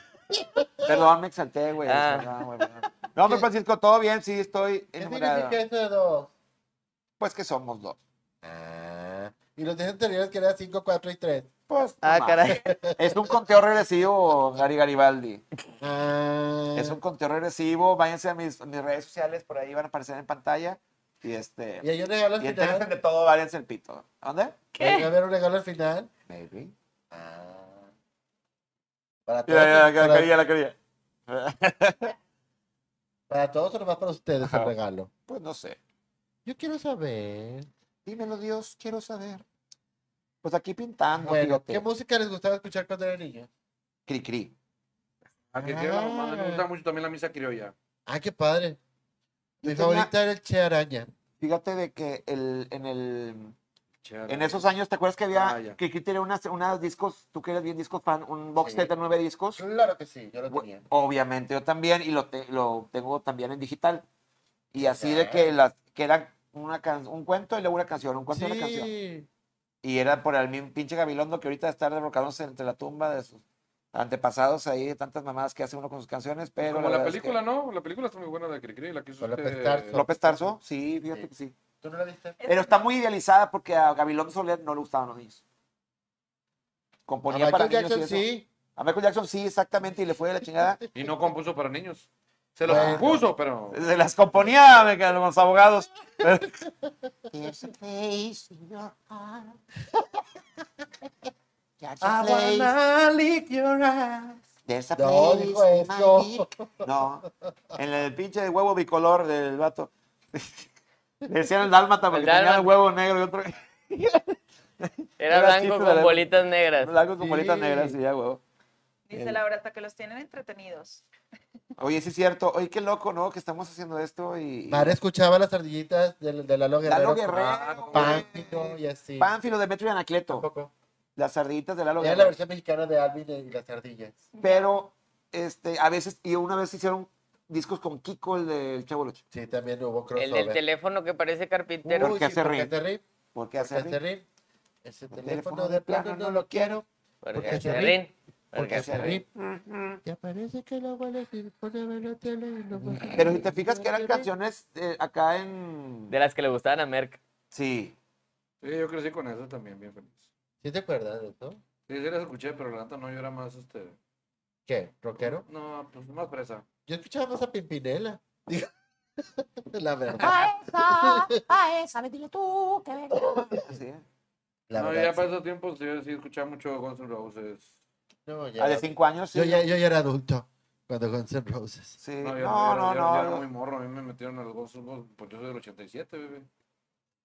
Speaker 7: Perdón, me exalté, güey.
Speaker 2: Ah.
Speaker 7: No, güey, no. No, hombre, Francisco, todo bien, sí, estoy
Speaker 3: ¿Qué
Speaker 7: enamorado.
Speaker 3: significa eso de dos?
Speaker 7: Pues que somos dos.
Speaker 3: Ah. Y los días anteriores que eran 5, 4 y 3.
Speaker 7: Pues,
Speaker 2: Ah,
Speaker 7: nomás.
Speaker 2: caray.
Speaker 7: (laughs) Es un conteo regresivo, Gary Garibaldi.
Speaker 3: Ah.
Speaker 7: Es un conteo regresivo. Váyanse a mis, mis redes sociales, por ahí van a aparecer en pantalla. Y este.
Speaker 3: Y hay un regalo al
Speaker 7: Y entérense de
Speaker 3: final.
Speaker 7: todo, váyanse el pito. ¿A ¿Dónde?
Speaker 3: ¿Qué? ¿Va a haber un regalo al final?
Speaker 7: Maybe.
Speaker 3: Ah. Para todos.
Speaker 7: Ya, ya, ya,
Speaker 3: para-
Speaker 7: la quería, la quería.
Speaker 3: Para todos o nomás para ustedes
Speaker 7: Ajá.
Speaker 3: el regalo.
Speaker 7: Pues no sé.
Speaker 3: Yo quiero saber.
Speaker 7: Dímelo, Dios, quiero saber. Pues aquí pintando,
Speaker 3: Bueno,
Speaker 7: fíjate.
Speaker 3: ¿qué música les gustaba escuchar cuando eran niños?
Speaker 7: Cri, cri.
Speaker 6: A que quiera la mamá, me gusta mucho también la misa criolla.
Speaker 3: Ah, qué padre. Mi
Speaker 7: Yo tenía-
Speaker 3: favorita era el Che Araña.
Speaker 7: Fíjate, Fíjate de que el, en el
Speaker 6: Chale.
Speaker 7: en esos años, ¿te acuerdas que había
Speaker 6: Ah, ya.
Speaker 7: que aquí tenía unas, unas discos, tú que eres bien disco fan, un box
Speaker 3: Sí.
Speaker 7: set de nueve discos?
Speaker 3: Claro que sí, yo lo
Speaker 7: Bu-
Speaker 3: tenía.
Speaker 7: Obviamente, yo también, y lo, te- lo tengo también en digital. Y así de
Speaker 3: Ok.
Speaker 7: que las que eran una can- un cuento y luego una canción, un cuento y una canción.
Speaker 3: Sí.
Speaker 7: Y era por el mismo pinche Gabilondo que ahorita está derrocándose entre la tumba de sus antepasados ahí, de tantas mamadas que hace uno con sus canciones, pero...
Speaker 6: Pues Como la,
Speaker 7: verdad es que-
Speaker 6: película, ¿no? La película está muy buena de Cricri, la que hizo este
Speaker 3: Con López
Speaker 6: usted.
Speaker 3: Tarso.
Speaker 7: López Tarso, sí, fíjate
Speaker 3: Sí.
Speaker 7: que sí.
Speaker 3: ¿Tú no la viste?
Speaker 7: Pero está muy idealizada porque a Gabilondo Soler no le gustaban los niños. Componía
Speaker 3: A
Speaker 7: para
Speaker 3: Michael
Speaker 7: niños y
Speaker 3: Jackson
Speaker 7: eso.
Speaker 3: sí.
Speaker 7: A Michael Jackson sí, exactamente, y le (laughs) fue de la chingada.
Speaker 6: Y no compuso para niños. Se los
Speaker 3: Bueno.
Speaker 6: compuso, pero.
Speaker 7: Se las componía me quedo con los
Speaker 3: (laughs)
Speaker 7: abogados.
Speaker 3: No, dijo eso.
Speaker 7: No, en el pinche de huevo bicolor del vato. (laughs) Le decían el dálmata
Speaker 2: El
Speaker 7: porque tenía
Speaker 2: dálmata.
Speaker 7: el huevo negro y otro.
Speaker 2: Era
Speaker 7: Era
Speaker 2: blanco
Speaker 7: chiste
Speaker 2: con
Speaker 7: de la-
Speaker 2: bolitas negras.
Speaker 7: Algo con bolitas
Speaker 3: Sí.
Speaker 7: negras y ya, huevo.
Speaker 4: Dice Laura, hasta que los tienen entretenidos.
Speaker 7: Oye, sí es cierto. Oye, qué loco, ¿no? Que estamos haciendo esto y. y-
Speaker 3: Mara escuchaba las ardillitas de, de Lalo Guerrero.
Speaker 7: Lalo
Speaker 3: con
Speaker 7: Guerrero.
Speaker 3: Pánfilo
Speaker 7: güey.
Speaker 3: y así.
Speaker 7: Pánfilo, Demetrio y Anacleto.
Speaker 3: Tampoco.
Speaker 7: Las ardillitas de Lalo
Speaker 3: Era la
Speaker 7: Guerrero.
Speaker 3: versión mexicana de Alvin y las ardillas.
Speaker 7: Pero, este, a veces, y una vez hicieron discos con Kiko, el del Chavo Lucho.
Speaker 3: Sí, también hubo
Speaker 2: El
Speaker 3: crossover.
Speaker 2: del teléfono que parece carpintero.
Speaker 7: ¿Por qué hace reír?
Speaker 3: rir?
Speaker 7: ¿Por qué
Speaker 3: ¿Por qué
Speaker 7: hacer?
Speaker 3: hace
Speaker 7: rir?
Speaker 3: rir? Ese teléfono de plano no lo quiero.
Speaker 2: porque
Speaker 3: porque
Speaker 2: hace
Speaker 3: hace
Speaker 2: rin,
Speaker 3: Porque hace rir.
Speaker 7: Ujú.
Speaker 3: Ya parece que lo voy a decir por ver la tele y no voy a-
Speaker 7: Pero si te fijas que eran canciones eh, acá en.
Speaker 2: De las que le gustaban a Merck.
Speaker 7: Sí.
Speaker 6: Sí, yo crecí con eso también, bien feliz.
Speaker 3: ¿Sí te acuerdas de eso?
Speaker 6: Sí, sí las escuché, pero la neta no, yo era más este.
Speaker 3: ¿Qué? ¿Rockero?
Speaker 6: No, pues más presa.
Speaker 3: Yo escuchaba más a Pimpinela. Digo, (laughs) la verdad.
Speaker 8: A esa, a esa, le dile tú que venga.
Speaker 7: así es.
Speaker 3: La
Speaker 6: no,
Speaker 3: verdad.
Speaker 6: ya
Speaker 3: sí.
Speaker 6: para esos tiempos yo sí escuchaba mucho Guns N' Roses.
Speaker 3: No, ya
Speaker 7: Ah, de
Speaker 3: era-
Speaker 7: cinco años, sí.
Speaker 3: yo, ya, yo ya era adulto cuando Guns N' Roses.
Speaker 7: Sí.
Speaker 6: No,
Speaker 7: No,
Speaker 6: yo
Speaker 7: no,
Speaker 6: era- yo
Speaker 7: no.
Speaker 6: era- yo era muy morro, a mí me metieron a los Guns N' Roses, pues yo soy del 87, bebé.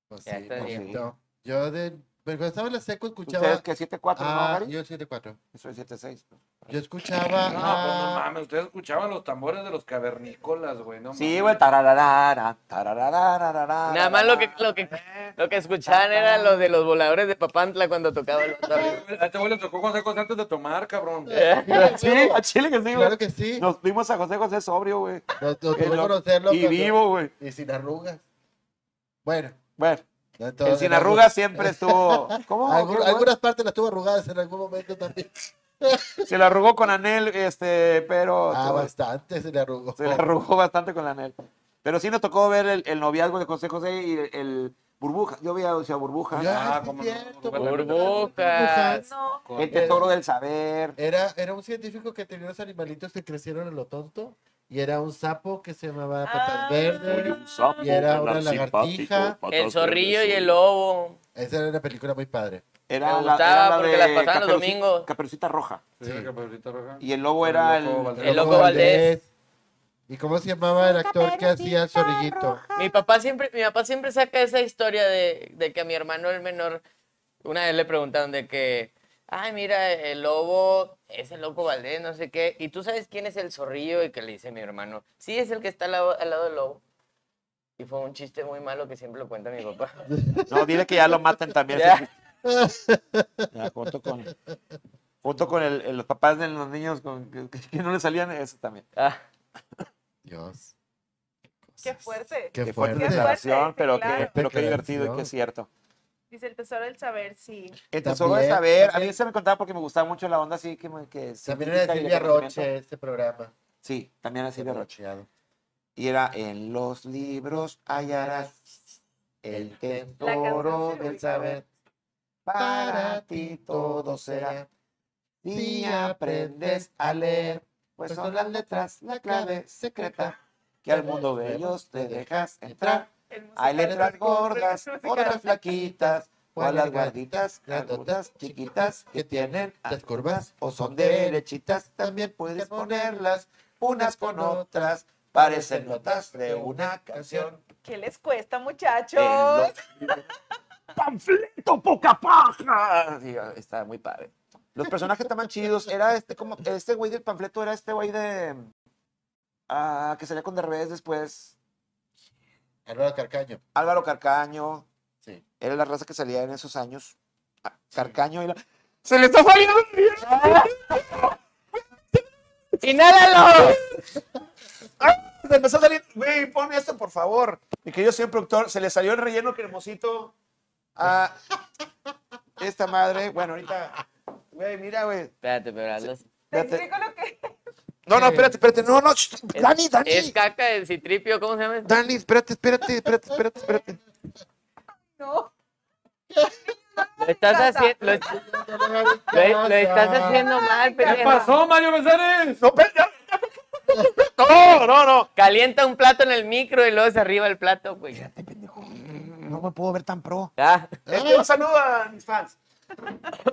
Speaker 3: Pues
Speaker 2: Ya
Speaker 3: sí,
Speaker 2: está
Speaker 3: pues
Speaker 7: bien.
Speaker 3: sí. No, Yo de. Pero cuando estaba en la seco
Speaker 7: ¿Tú sabes
Speaker 3: escuchaba.
Speaker 7: que 7-4,
Speaker 3: Ah,
Speaker 7: no, Gary?
Speaker 3: yo el 7-4.
Speaker 7: Yo soy 7-6.
Speaker 3: Yo escuchaba.
Speaker 7: Ah.
Speaker 6: No, pues no
Speaker 3: a-
Speaker 6: mames, ustedes escuchaban los tambores de los cavernícolas, güey, no
Speaker 7: Sí, güey,
Speaker 6: mames.
Speaker 7: tarararara, tarararara.
Speaker 2: Nada más lo que, lo que, lo que escuchaban era lo de los voladores de Papantla cuando tocaba el guitarra.
Speaker 6: A este güey le tocó consejos antes de tomar,
Speaker 7: (laughs)
Speaker 6: cabrón.
Speaker 7: Sí, a Chile que sí, güey.
Speaker 3: (laughs) Claro que sí. Lo,
Speaker 7: Nos vimos a José José sobrio, güey.
Speaker 3: lo tuve
Speaker 7: Qué loco.
Speaker 3: conocerlo.
Speaker 7: Y
Speaker 3: cuando-
Speaker 7: vivo, güey.
Speaker 3: Y sin arrugas. Bueno.
Speaker 7: Bueno,
Speaker 3: no en todo-
Speaker 7: el
Speaker 3: en
Speaker 7: sin
Speaker 3: algún-
Speaker 7: arrugas siempre estuvo. ¿Cómo?
Speaker 3: (laughs) algún-
Speaker 7: ¿Qué, güey?
Speaker 3: algunas partes las tuvo arrugadas en algún momento
Speaker 7: (laughs)
Speaker 3: también.
Speaker 7: Se la arrugó con Anel, este, pero
Speaker 3: Ah,
Speaker 7: estuvo-
Speaker 3: bastante se le arrugó.
Speaker 7: se la arrugó bastante con Anel. Pero sí nos tocó ver el, el noviazgo de José José y el, el Burbuja. Yo veía, o sea, Burbuja.
Speaker 3: Ya,
Speaker 6: Ah,
Speaker 3: sí,
Speaker 6: cómo no,
Speaker 3: cierto,
Speaker 6: no, no, no, no,
Speaker 7: Pues,
Speaker 2: Burbujas.
Speaker 4: No,
Speaker 6: Con-
Speaker 7: El tesoro del saber.
Speaker 3: Era, era un científico que tenía unos animalitos que crecieron en lo tonto. Y era un sapo que se llamaba Patas
Speaker 4: Ah.
Speaker 3: Verdes. Y era una lagartija.
Speaker 2: El zorrillo y el lobo.
Speaker 3: Esa era una película muy padre.
Speaker 7: Era
Speaker 2: Me gustaba
Speaker 7: era
Speaker 2: porque las pasaban los
Speaker 7: Caperuci-
Speaker 2: domingos.
Speaker 7: Caperucita roja.
Speaker 6: Sí, la Caperucita Roja.
Speaker 7: Y el lobo era
Speaker 6: El loco
Speaker 7: el.
Speaker 6: Valdés. El
Speaker 2: loco
Speaker 3: Como
Speaker 2: Valdés.
Speaker 3: ¿Y cómo se llamaba el actor que hacía el zorrillito?
Speaker 2: Mi papá siempre, mi papá siempre saca esa historia de, de que a mi hermano el menor, una vez le preguntaron de que, ay, mira, el lobo es el loco Valdés, no sé qué, y tú sabes quién es el zorrillo y que le dice mi hermano, sí, es el que está al lado, al lado del lobo. Y fue un chiste muy malo que siempre lo cuenta mi papá.
Speaker 7: No, dile que ya lo matan también.
Speaker 2: Ya.
Speaker 7: Ya, junto con. Junto con el- el- los papás de los niños con- que, que no le salían, eso también.
Speaker 2: Ah,
Speaker 3: Dios.
Speaker 4: qué fuerte.
Speaker 3: Qué
Speaker 7: Qué fuerte
Speaker 3: fuerte.
Speaker 7: declaración,
Speaker 4: fuerte,
Speaker 7: Eh, pero,
Speaker 4: sí,
Speaker 7: qué,
Speaker 4: claro.
Speaker 7: pero qué divertido y
Speaker 3: Declaración.
Speaker 7: qué cierto.
Speaker 4: Dice el tesoro del saber, sí.
Speaker 7: El tesoro de
Speaker 3: También,
Speaker 7: saber, a
Speaker 3: también.
Speaker 7: mí se me contaba porque me gustaba mucho la onda así que... que
Speaker 3: También
Speaker 7: científica
Speaker 3: era de
Speaker 7: y de
Speaker 3: Silvia
Speaker 7: conocimiento.
Speaker 3: Roche este programa.
Speaker 7: Sí, también era Silvia Roche.
Speaker 3: Rocheado.
Speaker 7: Y era, en los libros hallarás el tesoro
Speaker 4: canción se
Speaker 7: del
Speaker 4: ubicaba.
Speaker 7: saber. Para ti todo será. Si aprendes a leer, pues son las letras, la clave secreta que al mundo de ellos te dejas entrar.
Speaker 3: Pues,
Speaker 4: El musical
Speaker 7: Hay
Speaker 4: es
Speaker 7: letras
Speaker 4: muy
Speaker 7: gordas,
Speaker 4: musical.
Speaker 7: otras flaquitas, o a las
Speaker 3: Cuál es
Speaker 7: gorditas,
Speaker 3: grande,
Speaker 7: grandotas, chiquitas, que tienen
Speaker 3: las
Speaker 7: las
Speaker 3: curvas,
Speaker 7: curvas o son derechitas. También
Speaker 3: que
Speaker 7: puedes
Speaker 3: ponerlas
Speaker 7: ponerlas unas con otras, parecen notas de una canción.
Speaker 4: ¿Qué les
Speaker 7: Eh,
Speaker 4: cuesta, muchachos?
Speaker 7: En los- (laughs) ¡Panfleto, poca paja! Sí, está muy padre. Los personajes estaban chidos. Era este como este güey del panfleto, era este güey de. ah, que salía con Derbez después.
Speaker 3: Álvaro Carcaño.
Speaker 7: Álvaro Carcaño.
Speaker 3: Sí.
Speaker 7: Era la raza que salía en esos años. Ah, Carcaño era. ¡Se le está saliendo! un diente! (laughs)
Speaker 2: ¡Inhálalo!
Speaker 7: Ah, Se empezó a salir. Güey, pon esto, por favor. Mi querido señor productor, se le salió el relleno cremosito
Speaker 5: Ah,
Speaker 7: a esta madre. Bueno, ahorita. Güey, mira, güey.
Speaker 2: Espérate, pero hazlo. así.
Speaker 4: Te
Speaker 7: Espérate.
Speaker 4: explico lo que. (laughs)
Speaker 7: No, no, espérate, espérate. No, no. sh-
Speaker 2: Es-
Speaker 7: Dani, Dani.
Speaker 2: Es caca del citripio, ¿cómo se llama?
Speaker 7: Dani, espérate, espérate, espérate, espérate, espérate.
Speaker 4: No.
Speaker 2: Lo estás haciendo. Lo, lo- lo estás haciendo mal,
Speaker 6: ¿Qué
Speaker 2: pendejo.
Speaker 6: pasó, Mario Besares?
Speaker 7: No, espérate. (laughs) No, no, no.
Speaker 2: Calienta un plato en el micro y luego se arriba el plato, güey.
Speaker 7: Espérate, pendejo. No me puedo ver tan pro.
Speaker 2: Ah,
Speaker 7: Este, un saludo a mis fans.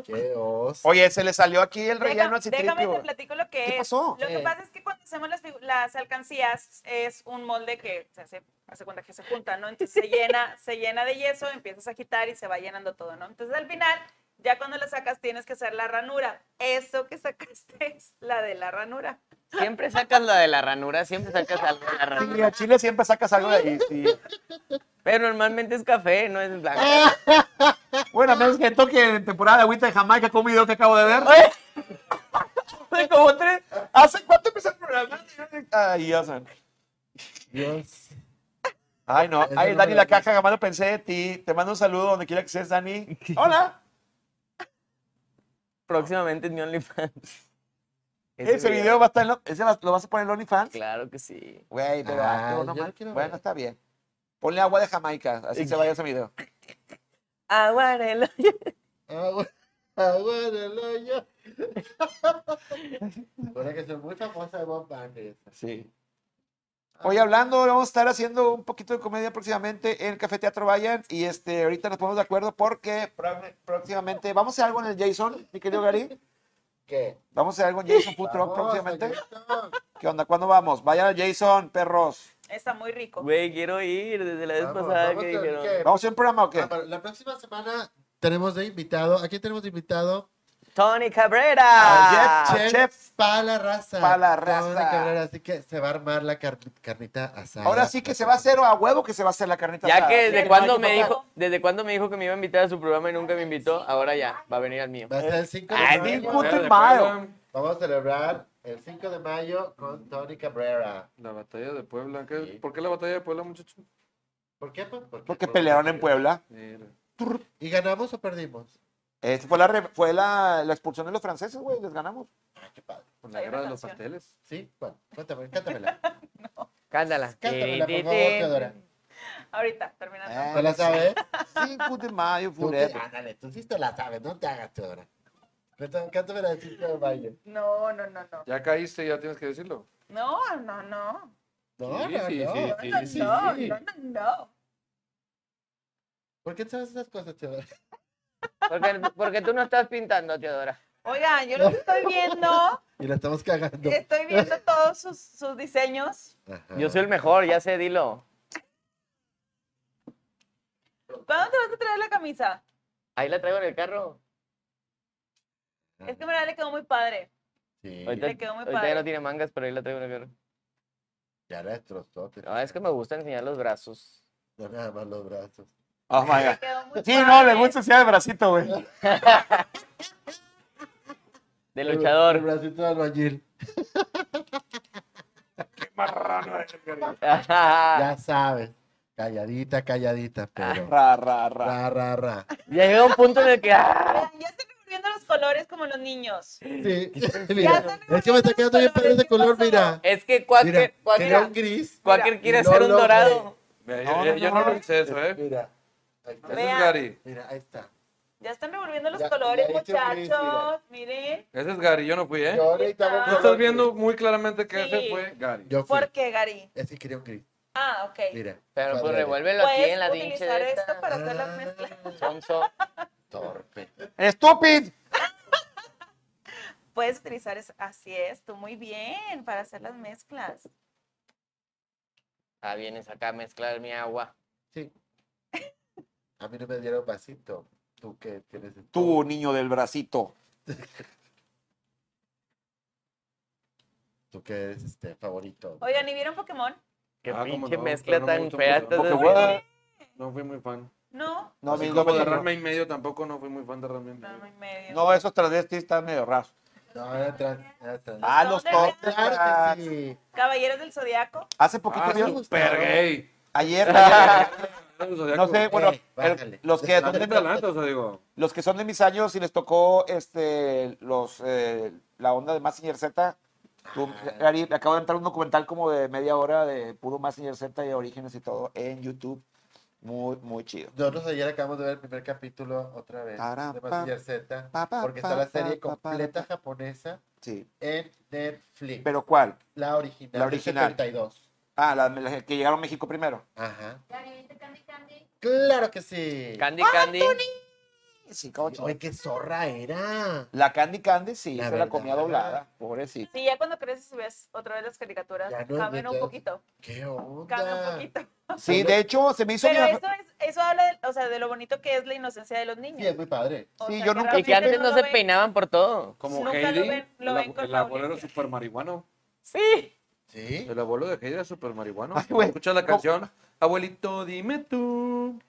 Speaker 3: Qué os.
Speaker 7: Oye, se le salió aquí el
Speaker 4: Déjame,
Speaker 7: relleno al
Speaker 4: déjame te
Speaker 7: citripio.
Speaker 4: platico lo que
Speaker 7: ¿Qué
Speaker 4: es.
Speaker 7: pasó?
Speaker 4: Lo que
Speaker 3: Eh.
Speaker 4: pasa es que cuando hacemos las, figu- las alcancías es un molde que se hace, hace cuenta que se junta, ¿no? Entonces se llena, se llena de yeso, empiezas a agitar y se va llenando todo, ¿no? Entonces al final, ya cuando la sacas tienes que hacer la ranura. Eso que sacaste es la de la ranura.
Speaker 2: siempre sacas la de la ranura, siempre sacas algo de la
Speaker 7: Y
Speaker 2: ranura.
Speaker 7: a Chile siempre sacas algo de ahí. Sí.
Speaker 2: Pero normalmente es café, no es blanco.
Speaker 7: Bueno, a menos que toque en temporada de agüita de Jamaica con un video que acabo de ver. Hace como tres. ¿Hace cuánto empezó el programa? Ay, Dios.
Speaker 3: Dios.
Speaker 7: Ay, no.
Speaker 3: Eso no
Speaker 7: Ay, Dani,
Speaker 3: me
Speaker 7: la
Speaker 3: lo digas.
Speaker 7: caja, jamás lo pensé de ti. Te mando un saludo donde quiera que seas, Dani. (laughs) Hola.
Speaker 2: Próximamente en mi OnlyFans.
Speaker 7: Ese video va a estar en. lo- ¿Ese va- lo vas a poner en OnlyFans?
Speaker 2: Claro que sí.
Speaker 7: Güey, pero
Speaker 3: Ah,
Speaker 7: hazlo, no
Speaker 3: yo
Speaker 7: mal.
Speaker 3: quiero
Speaker 7: Bueno,
Speaker 3: ver.
Speaker 7: está bien. Ponle agua de Jamaica, así se vaya ese video.
Speaker 2: Aguárelo.
Speaker 3: Agua, agua del hoyo. Recuerda que soy muy famosa de Bob Marley.
Speaker 7: Sí. Hoy hablando, vamos a estar haciendo un poquito de comedia próximamente en Café Teatro Vayan y este, ahorita nos ponemos de acuerdo porque pró- próximamente vamos a hacer algo en el Jason, mi querido Gary.
Speaker 3: ¿Qué?
Speaker 7: Vamos a hacer algo en Jason Food Truck
Speaker 3: Vamos,
Speaker 7: próximamente.
Speaker 3: señorito.
Speaker 7: ¿Qué onda? ¿Cuándo vamos? Vayan al Jason, perros.
Speaker 4: Está muy rico.
Speaker 2: Güey, quiero ir desde la vez
Speaker 3: Vamos,
Speaker 2: pasada
Speaker 3: vamos
Speaker 2: que
Speaker 3: con-
Speaker 2: dijeron.
Speaker 3: ¿qué?
Speaker 7: ¿Vamos a hacer un programa o qué?
Speaker 3: Ah, para La próxima semana tenemos de invitado. ¿A quién tenemos de invitado?
Speaker 2: Tony Cabrera.
Speaker 7: A Jeff Chen.
Speaker 3: Chef Palarraza.
Speaker 7: Palarraza.
Speaker 3: Tony Cabrera, Así que se va a armar la car- carnita asada.
Speaker 7: Ahora sí que se va a hacer o a huevo que se va a hacer la carnita.
Speaker 2: Ya
Speaker 7: asada.
Speaker 2: que
Speaker 7: Sí,
Speaker 2: desde
Speaker 7: no
Speaker 2: cuando
Speaker 7: hay que
Speaker 2: me
Speaker 7: faltar.
Speaker 2: dijo, desde cuando me dijo que me iba a invitar a su programa y nunca me invitó, ahora ya, va a venir al mío.
Speaker 3: Va a ser el 5 de
Speaker 2: Ah,
Speaker 3: mayo.
Speaker 7: digo- Puta
Speaker 6: Recuerda
Speaker 7: madre.
Speaker 3: Vamos a celebrar el 5 de mayo con Tony Cabrera.
Speaker 6: La batalla de Puebla. ¿Qué-
Speaker 3: Sí.
Speaker 6: ¿Por qué la batalla de Puebla, muchachos?
Speaker 3: ¿Por qué? Pues porque,
Speaker 7: Porque pelearon en Puebla.
Speaker 3: ¿Y ganamos o perdimos?
Speaker 7: Este fue la, re- fue la, la expulsión de los franceses, güey, les ganamos.
Speaker 3: Ah, qué padre.
Speaker 6: Con la
Speaker 4: Hay
Speaker 6: guerra
Speaker 4: una
Speaker 6: de los
Speaker 4: canción.
Speaker 6: pasteles.
Speaker 3: Sí, bueno, cuéntame,
Speaker 7: (laughs)
Speaker 3: cántamela.
Speaker 2: Cántala.
Speaker 3: Cántamela, por
Speaker 2: Tin,
Speaker 3: favor,
Speaker 2: tin, tin.
Speaker 3: Teodora.
Speaker 4: Ahorita, terminando.
Speaker 6: Ah.
Speaker 7: Eh,
Speaker 3: ¿Te Ah, la sabes?
Speaker 7: (laughs) 5 de mayo,
Speaker 3: Tú te-
Speaker 7: funeto.
Speaker 3: ándale, tú sí te la sabes, no te hagas, Teodora. Cuéntame, cántamela del 5 de mayo.
Speaker 4: No, no, no, no.
Speaker 6: Ya caíste, ya tienes que decirlo.
Speaker 4: No, no, no.
Speaker 3: No,
Speaker 6: Sí,
Speaker 3: no,
Speaker 6: sí,
Speaker 3: no.
Speaker 6: sí,
Speaker 3: no,
Speaker 6: sí,
Speaker 4: No,
Speaker 6: sí.
Speaker 4: no, no, no.
Speaker 3: ¿Por qué sabes esas cosas, Teodora? (laughs)
Speaker 2: Porque, porque tú no estás pintando, Teodora.
Speaker 4: Oigan, yo los estoy viendo,
Speaker 3: Y la estamos cagando.
Speaker 4: estoy viendo todos sus, sus diseños.
Speaker 3: Ajá.
Speaker 2: Yo soy el mejor, ya sé, dilo.
Speaker 4: ¿Cuándo te vas a traer la camisa?
Speaker 2: Ahí la traigo en el carro.
Speaker 3: Ah,
Speaker 4: Es que en verdad le quedó muy padre.
Speaker 3: sí,
Speaker 2: Ahorita,
Speaker 4: Le quedó muy
Speaker 2: ahorita
Speaker 4: padre.
Speaker 2: ya no tiene mangas, pero ahí la traigo en el carro.
Speaker 3: ya la destrozó. te-
Speaker 2: No, es que me gusta enseñar los brazos.
Speaker 3: No nada más los brazos.
Speaker 7: Oh my
Speaker 4: Le
Speaker 7: god.
Speaker 4: quedó muy
Speaker 7: Sí,
Speaker 4: padre.
Speaker 7: no, le gusta enseñar el bracito, güey.
Speaker 2: De
Speaker 3: El (laughs)
Speaker 2: luchador. (laughs)
Speaker 3: bracito de albañil.
Speaker 2: ya Ah.
Speaker 3: Ya sabes. Calladita, calladita, pero.
Speaker 7: Ra, ra, ra.
Speaker 3: Ra, ra, ra.
Speaker 2: llega un punto en el que. ¡ah!
Speaker 4: Vean, Ya están revolviendo los colores como los niños.
Speaker 3: Sí. (laughs)
Speaker 4: Ya
Speaker 3: Mira,
Speaker 4: están
Speaker 3: es que me está quedando bien padre
Speaker 4: colores,
Speaker 3: de
Speaker 4: ¿qué
Speaker 3: color,
Speaker 4: pasó?
Speaker 3: mira.
Speaker 2: Es que Quaker,
Speaker 3: Mira, quería
Speaker 2: Quaker,
Speaker 3: un gris.
Speaker 2: Quaker quiere
Speaker 3: y no
Speaker 2: hacer un
Speaker 3: lo
Speaker 2: dorado.
Speaker 6: Mira,
Speaker 7: No,
Speaker 6: yo, yo-
Speaker 7: no,
Speaker 6: Eh, yo
Speaker 7: no,
Speaker 6: no
Speaker 7: no.
Speaker 6: lo hice eso, ¿eh?
Speaker 3: Mira. Ahí está.
Speaker 6: Ese
Speaker 4: Vean.
Speaker 6: es Gary.
Speaker 3: Mira, ahí está.
Speaker 4: Ya están revolviendo los
Speaker 3: Ya-
Speaker 4: colores,
Speaker 3: ya hice un gris,
Speaker 4: muchachos. Miren.
Speaker 6: Ese es Gary, yo no fui, ¿eh?
Speaker 3: Yo ahorita veo
Speaker 4: Ahí está.
Speaker 6: Tú
Speaker 3: color
Speaker 6: estás
Speaker 3: gris.
Speaker 6: viendo muy claramente que
Speaker 4: Sí.
Speaker 6: ese fue Gary.
Speaker 3: Yo fui.
Speaker 4: ¿Por qué, Gary?
Speaker 3: Es que quería un gris.
Speaker 4: Ah, ok.
Speaker 3: Mira.
Speaker 2: Pero pues
Speaker 3: padre.
Speaker 2: revuélvelo aquí en la
Speaker 4: Puedes
Speaker 2: pinche
Speaker 4: utilizar
Speaker 2: de este
Speaker 4: esto
Speaker 2: esta.
Speaker 4: para hacer la mezcla.
Speaker 3: Ah,
Speaker 2: Sonso.
Speaker 3: Torpe.
Speaker 7: ¡Estúpido!
Speaker 4: Puedes utilizar es- así esto, muy bien, para hacer las mezclas.
Speaker 2: Ah, vienes acá a mezclar mi agua.
Speaker 4: Ah,
Speaker 3: Sí. A mí no me dieron vasito. Tú que tienes. el-
Speaker 7: Tú, niño del bracito.
Speaker 3: Tú que este, eres este favorito.
Speaker 4: Oigan, ¿y vieron Pokémon?
Speaker 2: Qué
Speaker 6: Ah, cómo
Speaker 2: pinche
Speaker 6: no,
Speaker 2: mezcla
Speaker 6: pero no me
Speaker 2: tan
Speaker 6: gusta
Speaker 2: fea.
Speaker 6: mucho.
Speaker 2: estás
Speaker 6: Porque
Speaker 2: de-
Speaker 6: voy a- No fui muy fan.
Speaker 4: No,
Speaker 7: No,
Speaker 6: Así
Speaker 7: mi-
Speaker 6: como
Speaker 7: mi-
Speaker 6: de Ranma y medio tampoco no fui muy fan de Ranma y medio.
Speaker 4: no, y medio.
Speaker 7: no, esos travestis están medio raros.
Speaker 3: No, era trans. Era trans.
Speaker 7: Ah, los
Speaker 4: Claro
Speaker 3: Claro
Speaker 7: tortas.
Speaker 3: que sí.
Speaker 4: Caballeros del Zodiaco.
Speaker 7: Hace poquito
Speaker 6: Ah,
Speaker 7: vieron-
Speaker 6: super gay.
Speaker 7: ayer, ayer- no
Speaker 6: No
Speaker 7: sé, bueno,
Speaker 3: Eh,
Speaker 7: el-
Speaker 3: bájale.
Speaker 7: los que
Speaker 6: ¿Dónde te adelantas? O sea, digo,
Speaker 7: los que son de mis años y les tocó este los eh, la onda de Massinger Z. Tú,
Speaker 3: Ah.
Speaker 7: Gary, me acabo de entrar un documental como de media hora de puro Massinger Z y orígenes y todo en YouTube. Muy, muy chido.
Speaker 3: Nosotros ayer acabamos de ver el primer capítulo otra vez
Speaker 7: Tará,
Speaker 3: de
Speaker 7: pa,
Speaker 3: Mazinger Z,
Speaker 7: pa, pa,
Speaker 3: porque
Speaker 7: pa,
Speaker 3: está la
Speaker 7: pa,
Speaker 3: serie
Speaker 7: pa, pa,
Speaker 3: completa
Speaker 7: pa.
Speaker 3: japonesa
Speaker 7: Sí.
Speaker 3: en Netflix.
Speaker 7: ¿Pero cuál?
Speaker 3: la original.
Speaker 7: La original.
Speaker 3: del 72.
Speaker 7: Ah, la, la que llegaron a México primero.
Speaker 3: Ajá.
Speaker 8: ¿Ya viste Candy Candy?
Speaker 3: Claro que sí.
Speaker 2: Candy Candy.
Speaker 7: Sí, cómo chingón.
Speaker 3: Oye, qué zorra era.
Speaker 7: La Candy Candy sí,
Speaker 3: La
Speaker 7: se la
Speaker 3: verdad.
Speaker 7: comía doblada, pobrecito.
Speaker 4: Sí, ya cuando creces ves otra vez las caricaturas,
Speaker 3: Ya no,
Speaker 4: cambian un
Speaker 3: ya-
Speaker 4: poquito,
Speaker 3: ¿Qué onda?
Speaker 4: cambian un poquito.
Speaker 3: Ah,
Speaker 7: Sí, de hecho, se me hizo...
Speaker 4: Pero
Speaker 7: mi-
Speaker 4: eso, es, eso habla de, o sea, de lo bonito que es la inocencia de los niños.
Speaker 3: Sí, es muy padre.
Speaker 4: O
Speaker 7: Sí,
Speaker 4: sea,
Speaker 7: yo nunca-
Speaker 2: Y que
Speaker 4: realmente
Speaker 2: antes no
Speaker 4: lo
Speaker 2: se
Speaker 4: ven.
Speaker 2: peinaban por todo.
Speaker 6: como
Speaker 4: Nunca lo
Speaker 6: Heidi,
Speaker 4: ven- lo
Speaker 6: el,
Speaker 4: ven
Speaker 6: abu-
Speaker 4: con
Speaker 6: el
Speaker 4: la
Speaker 6: abuelo era
Speaker 4: audiencia.
Speaker 6: super marihuano.
Speaker 2: Sí.
Speaker 3: Sí.
Speaker 6: El abuelo de Heidi era super marihuano.
Speaker 7: Ay, güey.
Speaker 6: Escucha la
Speaker 7: No.
Speaker 6: canción. Abuelito, dime tú.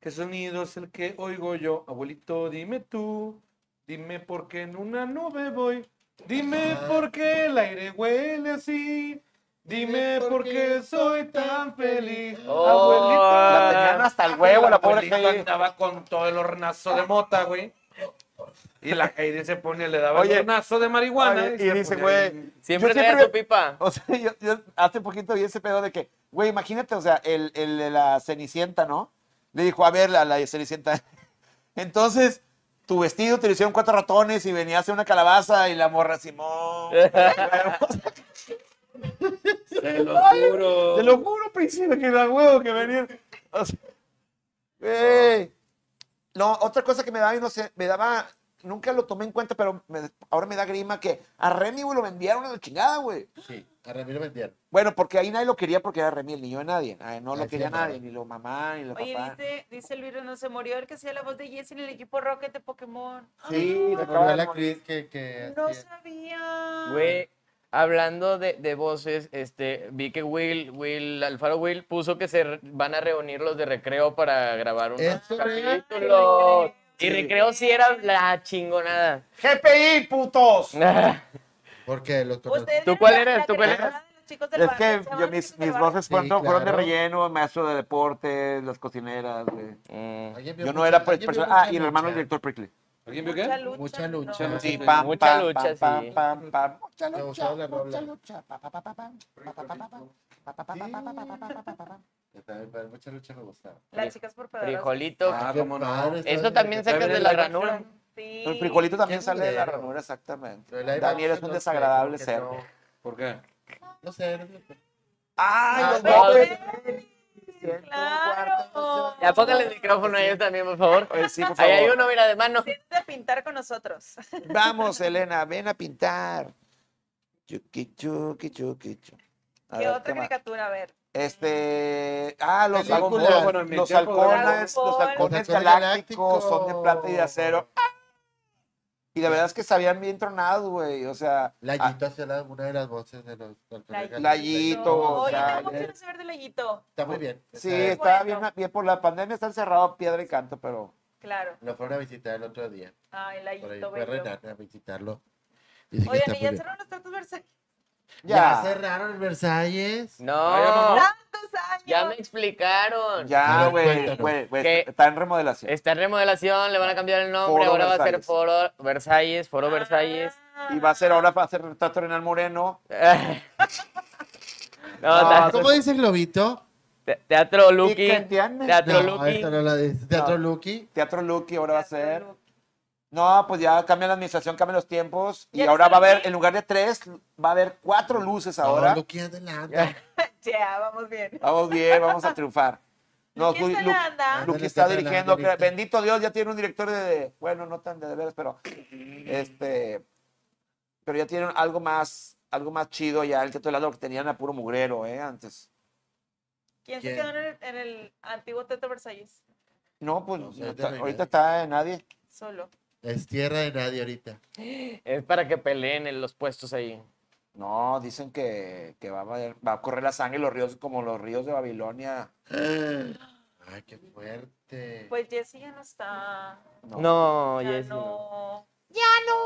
Speaker 6: ¿Qué sonido es el que oigo yo? Abuelito, dime tú. Dime por qué en una nube voy. Dime
Speaker 3: Ah.
Speaker 6: por qué el aire huele así. Dime por qué soy tan feliz.
Speaker 2: Oh.
Speaker 7: La
Speaker 6: Abuelito.
Speaker 7: tenían hasta el huevo, la pobre
Speaker 6: Abuelito
Speaker 7: Heidi.
Speaker 6: andaba con todo el hornazo de mota, güey. Y la Heidi se pone, le daba
Speaker 7: Oye.
Speaker 6: el hornazo de marihuana.
Speaker 7: Oye,
Speaker 6: se
Speaker 7: y dice,
Speaker 6: ponía
Speaker 7: güey,
Speaker 6: ahí.
Speaker 2: Siempre
Speaker 7: Yo
Speaker 2: traía
Speaker 7: siempre-
Speaker 2: su pipa.
Speaker 7: O sea, (laughs) yo, yo hace poquito vi ese pedo de que, güey, imagínate, o sea, el, el de la Cenicienta, ¿no? Le dijo, a ver, la, la Cenicienta. (laughs) Entonces, tu vestido te lo hicieron cuatro ratones y venía a hacer una calabaza y la morra Simón.
Speaker 3: (laughs)
Speaker 6: Se lo juro.
Speaker 7: Te lo juro, príncipe, que da huevo que venía. O sea, güey. No, otra cosa que me daba, y no sé, me daba, nunca lo tomé en cuenta, pero me- ahora me da grima que a Remy, güey, lo vendieron a la chingada, güey.
Speaker 3: Sí. A Ramiro vendieron.
Speaker 7: Bueno, porque ahí nadie lo quería porque era Remy, el niño de nadie. Ay, no lo
Speaker 3: Ay, sí,
Speaker 7: quería
Speaker 3: no.
Speaker 7: nadie, ni lo mamá, ni lo
Speaker 4: Oye,
Speaker 7: papá.
Speaker 4: dice, dice Luis no se murió el que hacía la voz de Jesse en el equipo Rocket de Pokémon.
Speaker 7: Sí, se
Speaker 3: Volvió
Speaker 7: acaba de
Speaker 3: la
Speaker 7: morir.
Speaker 3: actriz que. que
Speaker 4: No
Speaker 3: hacía.
Speaker 4: sabía.
Speaker 2: Güey, hablando de, de voces, este, vi que Will, Will, Alfaro Will, puso que se re- van a reunir los de recreo para grabar unos
Speaker 3: ¿Es real?
Speaker 2: capítulos.
Speaker 7: Sí.
Speaker 2: Y recreo sí era la chingonada. (laughs) Mm.
Speaker 7: ¡GPI, putos!
Speaker 3: Porque los
Speaker 4: ¿Ustedes
Speaker 2: ¿Tú
Speaker 4: vieron
Speaker 2: cuál
Speaker 4: la-
Speaker 2: eras?
Speaker 4: la
Speaker 2: ¿Tú
Speaker 4: que
Speaker 2: cuál
Speaker 4: te
Speaker 2: eras?
Speaker 4: grababan los chicos del
Speaker 7: Es
Speaker 4: barrio?
Speaker 7: que
Speaker 4: ¿Se llamaban
Speaker 7: yo,
Speaker 4: los
Speaker 7: mis,
Speaker 4: chicos del
Speaker 7: mis
Speaker 4: barrio?
Speaker 7: voces
Speaker 3: Sí,
Speaker 7: fueron, fueron de
Speaker 3: claro.
Speaker 7: relleno, maestro de deportes, las cocineras, güey.
Speaker 2: Mm.
Speaker 3: Alguien vio
Speaker 7: Yo no
Speaker 3: mucha-
Speaker 7: era
Speaker 3: alguien vio
Speaker 7: personal.
Speaker 3: mucha
Speaker 7: Ah, y el hermano del
Speaker 3: lucha.
Speaker 7: director Prickly.
Speaker 6: ¿Alguien vio
Speaker 4: Mucha
Speaker 6: qué?
Speaker 4: lucha.
Speaker 3: Mucha
Speaker 4: no.
Speaker 3: lucha.
Speaker 4: No,
Speaker 7: Sí,
Speaker 6: Sí,
Speaker 7: pam,
Speaker 2: mucha
Speaker 7: pam,
Speaker 2: lucha,
Speaker 7: pam,
Speaker 2: sí.
Speaker 7: pam, pam, pam. Mucha
Speaker 3: Me
Speaker 7: lucha,
Speaker 3: gustaba la
Speaker 7: mucha
Speaker 3: rola.
Speaker 7: lucha. Pa, pa, pa, pa, pam. Pa, pa, pa, pa, pam. Pa, pa, pa, pa, pa, pa, pa, pa, pa, pa, pa.
Speaker 3: Yo también, Mucha lucha me gustaba.
Speaker 4: Las chicas por pedazos.
Speaker 2: Frijolito.
Speaker 6: Ah,
Speaker 3: Qué
Speaker 6: cómo no.
Speaker 3: padre, estaba
Speaker 2: Eso
Speaker 3: bien
Speaker 2: también
Speaker 3: padre.
Speaker 2: sacas de
Speaker 6: Live
Speaker 2: la
Speaker 6: action.
Speaker 2: ranura.
Speaker 4: Sí.
Speaker 7: El frijolito también
Speaker 3: Qué
Speaker 7: sale de la
Speaker 3: culero.
Speaker 7: ranura, exactamente.
Speaker 3: Lo de live
Speaker 7: Daniel es
Speaker 3: action,
Speaker 7: un
Speaker 3: no sé,
Speaker 7: desagradable
Speaker 3: como que
Speaker 7: ser.
Speaker 3: no-
Speaker 6: ¿Por qué?
Speaker 3: No sé. no sé.
Speaker 7: ¡Ay, los
Speaker 2: pero-
Speaker 7: Muppets!
Speaker 4: Claro.
Speaker 2: Ya póngale el micrófono a ellos también, por favor.
Speaker 7: Oye, sí, por
Speaker 2: Ahí hay
Speaker 7: favor.
Speaker 2: uno, mira, de mano.
Speaker 4: de pintar con nosotros.
Speaker 7: Vamos, Elena, ven a pintar. Chuki, chuki, chuki, chu. A
Speaker 4: ¿Qué
Speaker 7: ver,
Speaker 4: otra
Speaker 7: ¿qué más?
Speaker 4: caricatura? A ver.
Speaker 7: Este. Ah, los,
Speaker 3: Dragon Ball,
Speaker 7: halcones,
Speaker 6: bueno, en mi
Speaker 7: los
Speaker 6: tiempo, Dragon
Speaker 7: halcones.
Speaker 4: Ball.
Speaker 7: Los halcones
Speaker 3: Los halcones
Speaker 7: galácticos son de
Speaker 3: galácticos.
Speaker 7: plata y de acero. Y la verdad es que sabían bien tronados, güey. O sea. ah,
Speaker 3: Layito hacía la- una de las voces de los. del
Speaker 4: Layito.
Speaker 7: Layito,
Speaker 4: No, yo
Speaker 7: González.
Speaker 4: tengo mucho de saber de Layito.
Speaker 3: Está muy bien.
Speaker 7: sí,
Speaker 3: Está-
Speaker 7: estaba
Speaker 4: Bueno.
Speaker 7: bien, bien por la pandemia, está encerrado piedra y canto, pero.
Speaker 4: Claro.
Speaker 3: Lo fueron a visitar el otro día.
Speaker 4: Ay,
Speaker 3: Por ahí
Speaker 4: Layito,
Speaker 3: fue
Speaker 4: bello.
Speaker 3: Renan a visitarlo. Dice que está
Speaker 4: Oigan, ¿y
Speaker 3: muy
Speaker 4: ya
Speaker 9: pues.
Speaker 3: bien.
Speaker 4: cerraron los tantos Versalles? (laughs)
Speaker 3: Ya
Speaker 7: Ya.
Speaker 3: cerraron el Versalles.
Speaker 6: Ay,
Speaker 2: No,
Speaker 6: mamá.
Speaker 4: ¿Tantos años?
Speaker 2: ya me explicaron.
Speaker 7: Ya,
Speaker 3: Pero
Speaker 7: güey.
Speaker 3: cuéntanos.
Speaker 7: güey, güey,
Speaker 2: ¿Qué?
Speaker 7: Está en remodelación.
Speaker 2: Está en remodelación, le van a cambiar el nombre,
Speaker 7: Foro
Speaker 2: ahora va a ser
Speaker 7: Versalles.
Speaker 2: Foro Versalles, Foro
Speaker 4: Ah.
Speaker 2: Versalles.
Speaker 7: Y va a ser ahora, va a ser retrato de Renal Moreno.
Speaker 2: (laughs) No,
Speaker 7: Ah,
Speaker 2: ta-
Speaker 3: ¿Cómo dice Globito?
Speaker 2: te- Teatro
Speaker 7: Y
Speaker 2: Lucky.
Speaker 7: Cantianes.
Speaker 2: Teatro
Speaker 3: No,
Speaker 2: Lucky.
Speaker 3: esta no la dice. Teatro
Speaker 7: No.
Speaker 3: Lucky.
Speaker 7: Teatro Lucky ahora va a ser.
Speaker 4: Teatro Lucky.
Speaker 7: No, pues ya cambia la administración, cambian los tiempos. Y
Speaker 4: Ya
Speaker 7: ahora va a
Speaker 4: está
Speaker 7: haber,
Speaker 4: bien.
Speaker 7: en lugar de tres, va a haber cuatro luces ahora.
Speaker 3: No, Lucky adelante.
Speaker 4: Ya, vamos bien.
Speaker 7: Vamos bien, vamos a triunfar. No,
Speaker 4: ¿Quién
Speaker 7: Lu- Ah,
Speaker 4: está
Speaker 7: Lu-
Speaker 4: la anda?
Speaker 7: Luqui
Speaker 3: Ándale,
Speaker 7: está
Speaker 3: está
Speaker 7: dirigiendo.
Speaker 3: jalando
Speaker 7: cre-
Speaker 3: ahorita.
Speaker 7: Bendito Dios, ya tiene un director de. Bueno, no tan de deberes, pero. Este. Pero ya tienen algo más. Algo más chido ya. El teatro de lado que tenían a puro mugrero, ¿eh? Antes.
Speaker 4: ¿Quién se
Speaker 3: ¿Quién?
Speaker 4: quedó en el, en el antiguo Teatro Versalles?
Speaker 7: No, pues.
Speaker 3: No sé,
Speaker 7: no
Speaker 3: ahorita
Speaker 7: está-
Speaker 3: no hay
Speaker 7: ahorita
Speaker 3: nadie.
Speaker 7: está en nadie.
Speaker 4: Solo.
Speaker 3: Es tierra de nadie ahorita. (gasps)
Speaker 2: Es para que peleen en los puestos ahí.
Speaker 7: No, dicen que, que va, a, haber- va a correr la sangre y los ríos como los ríos de Babilonia.
Speaker 3: Ay, qué fuerte.
Speaker 4: Pues Jessy ya no está.
Speaker 7: No.
Speaker 2: No,
Speaker 4: ya
Speaker 2: Jessy. no.
Speaker 4: no.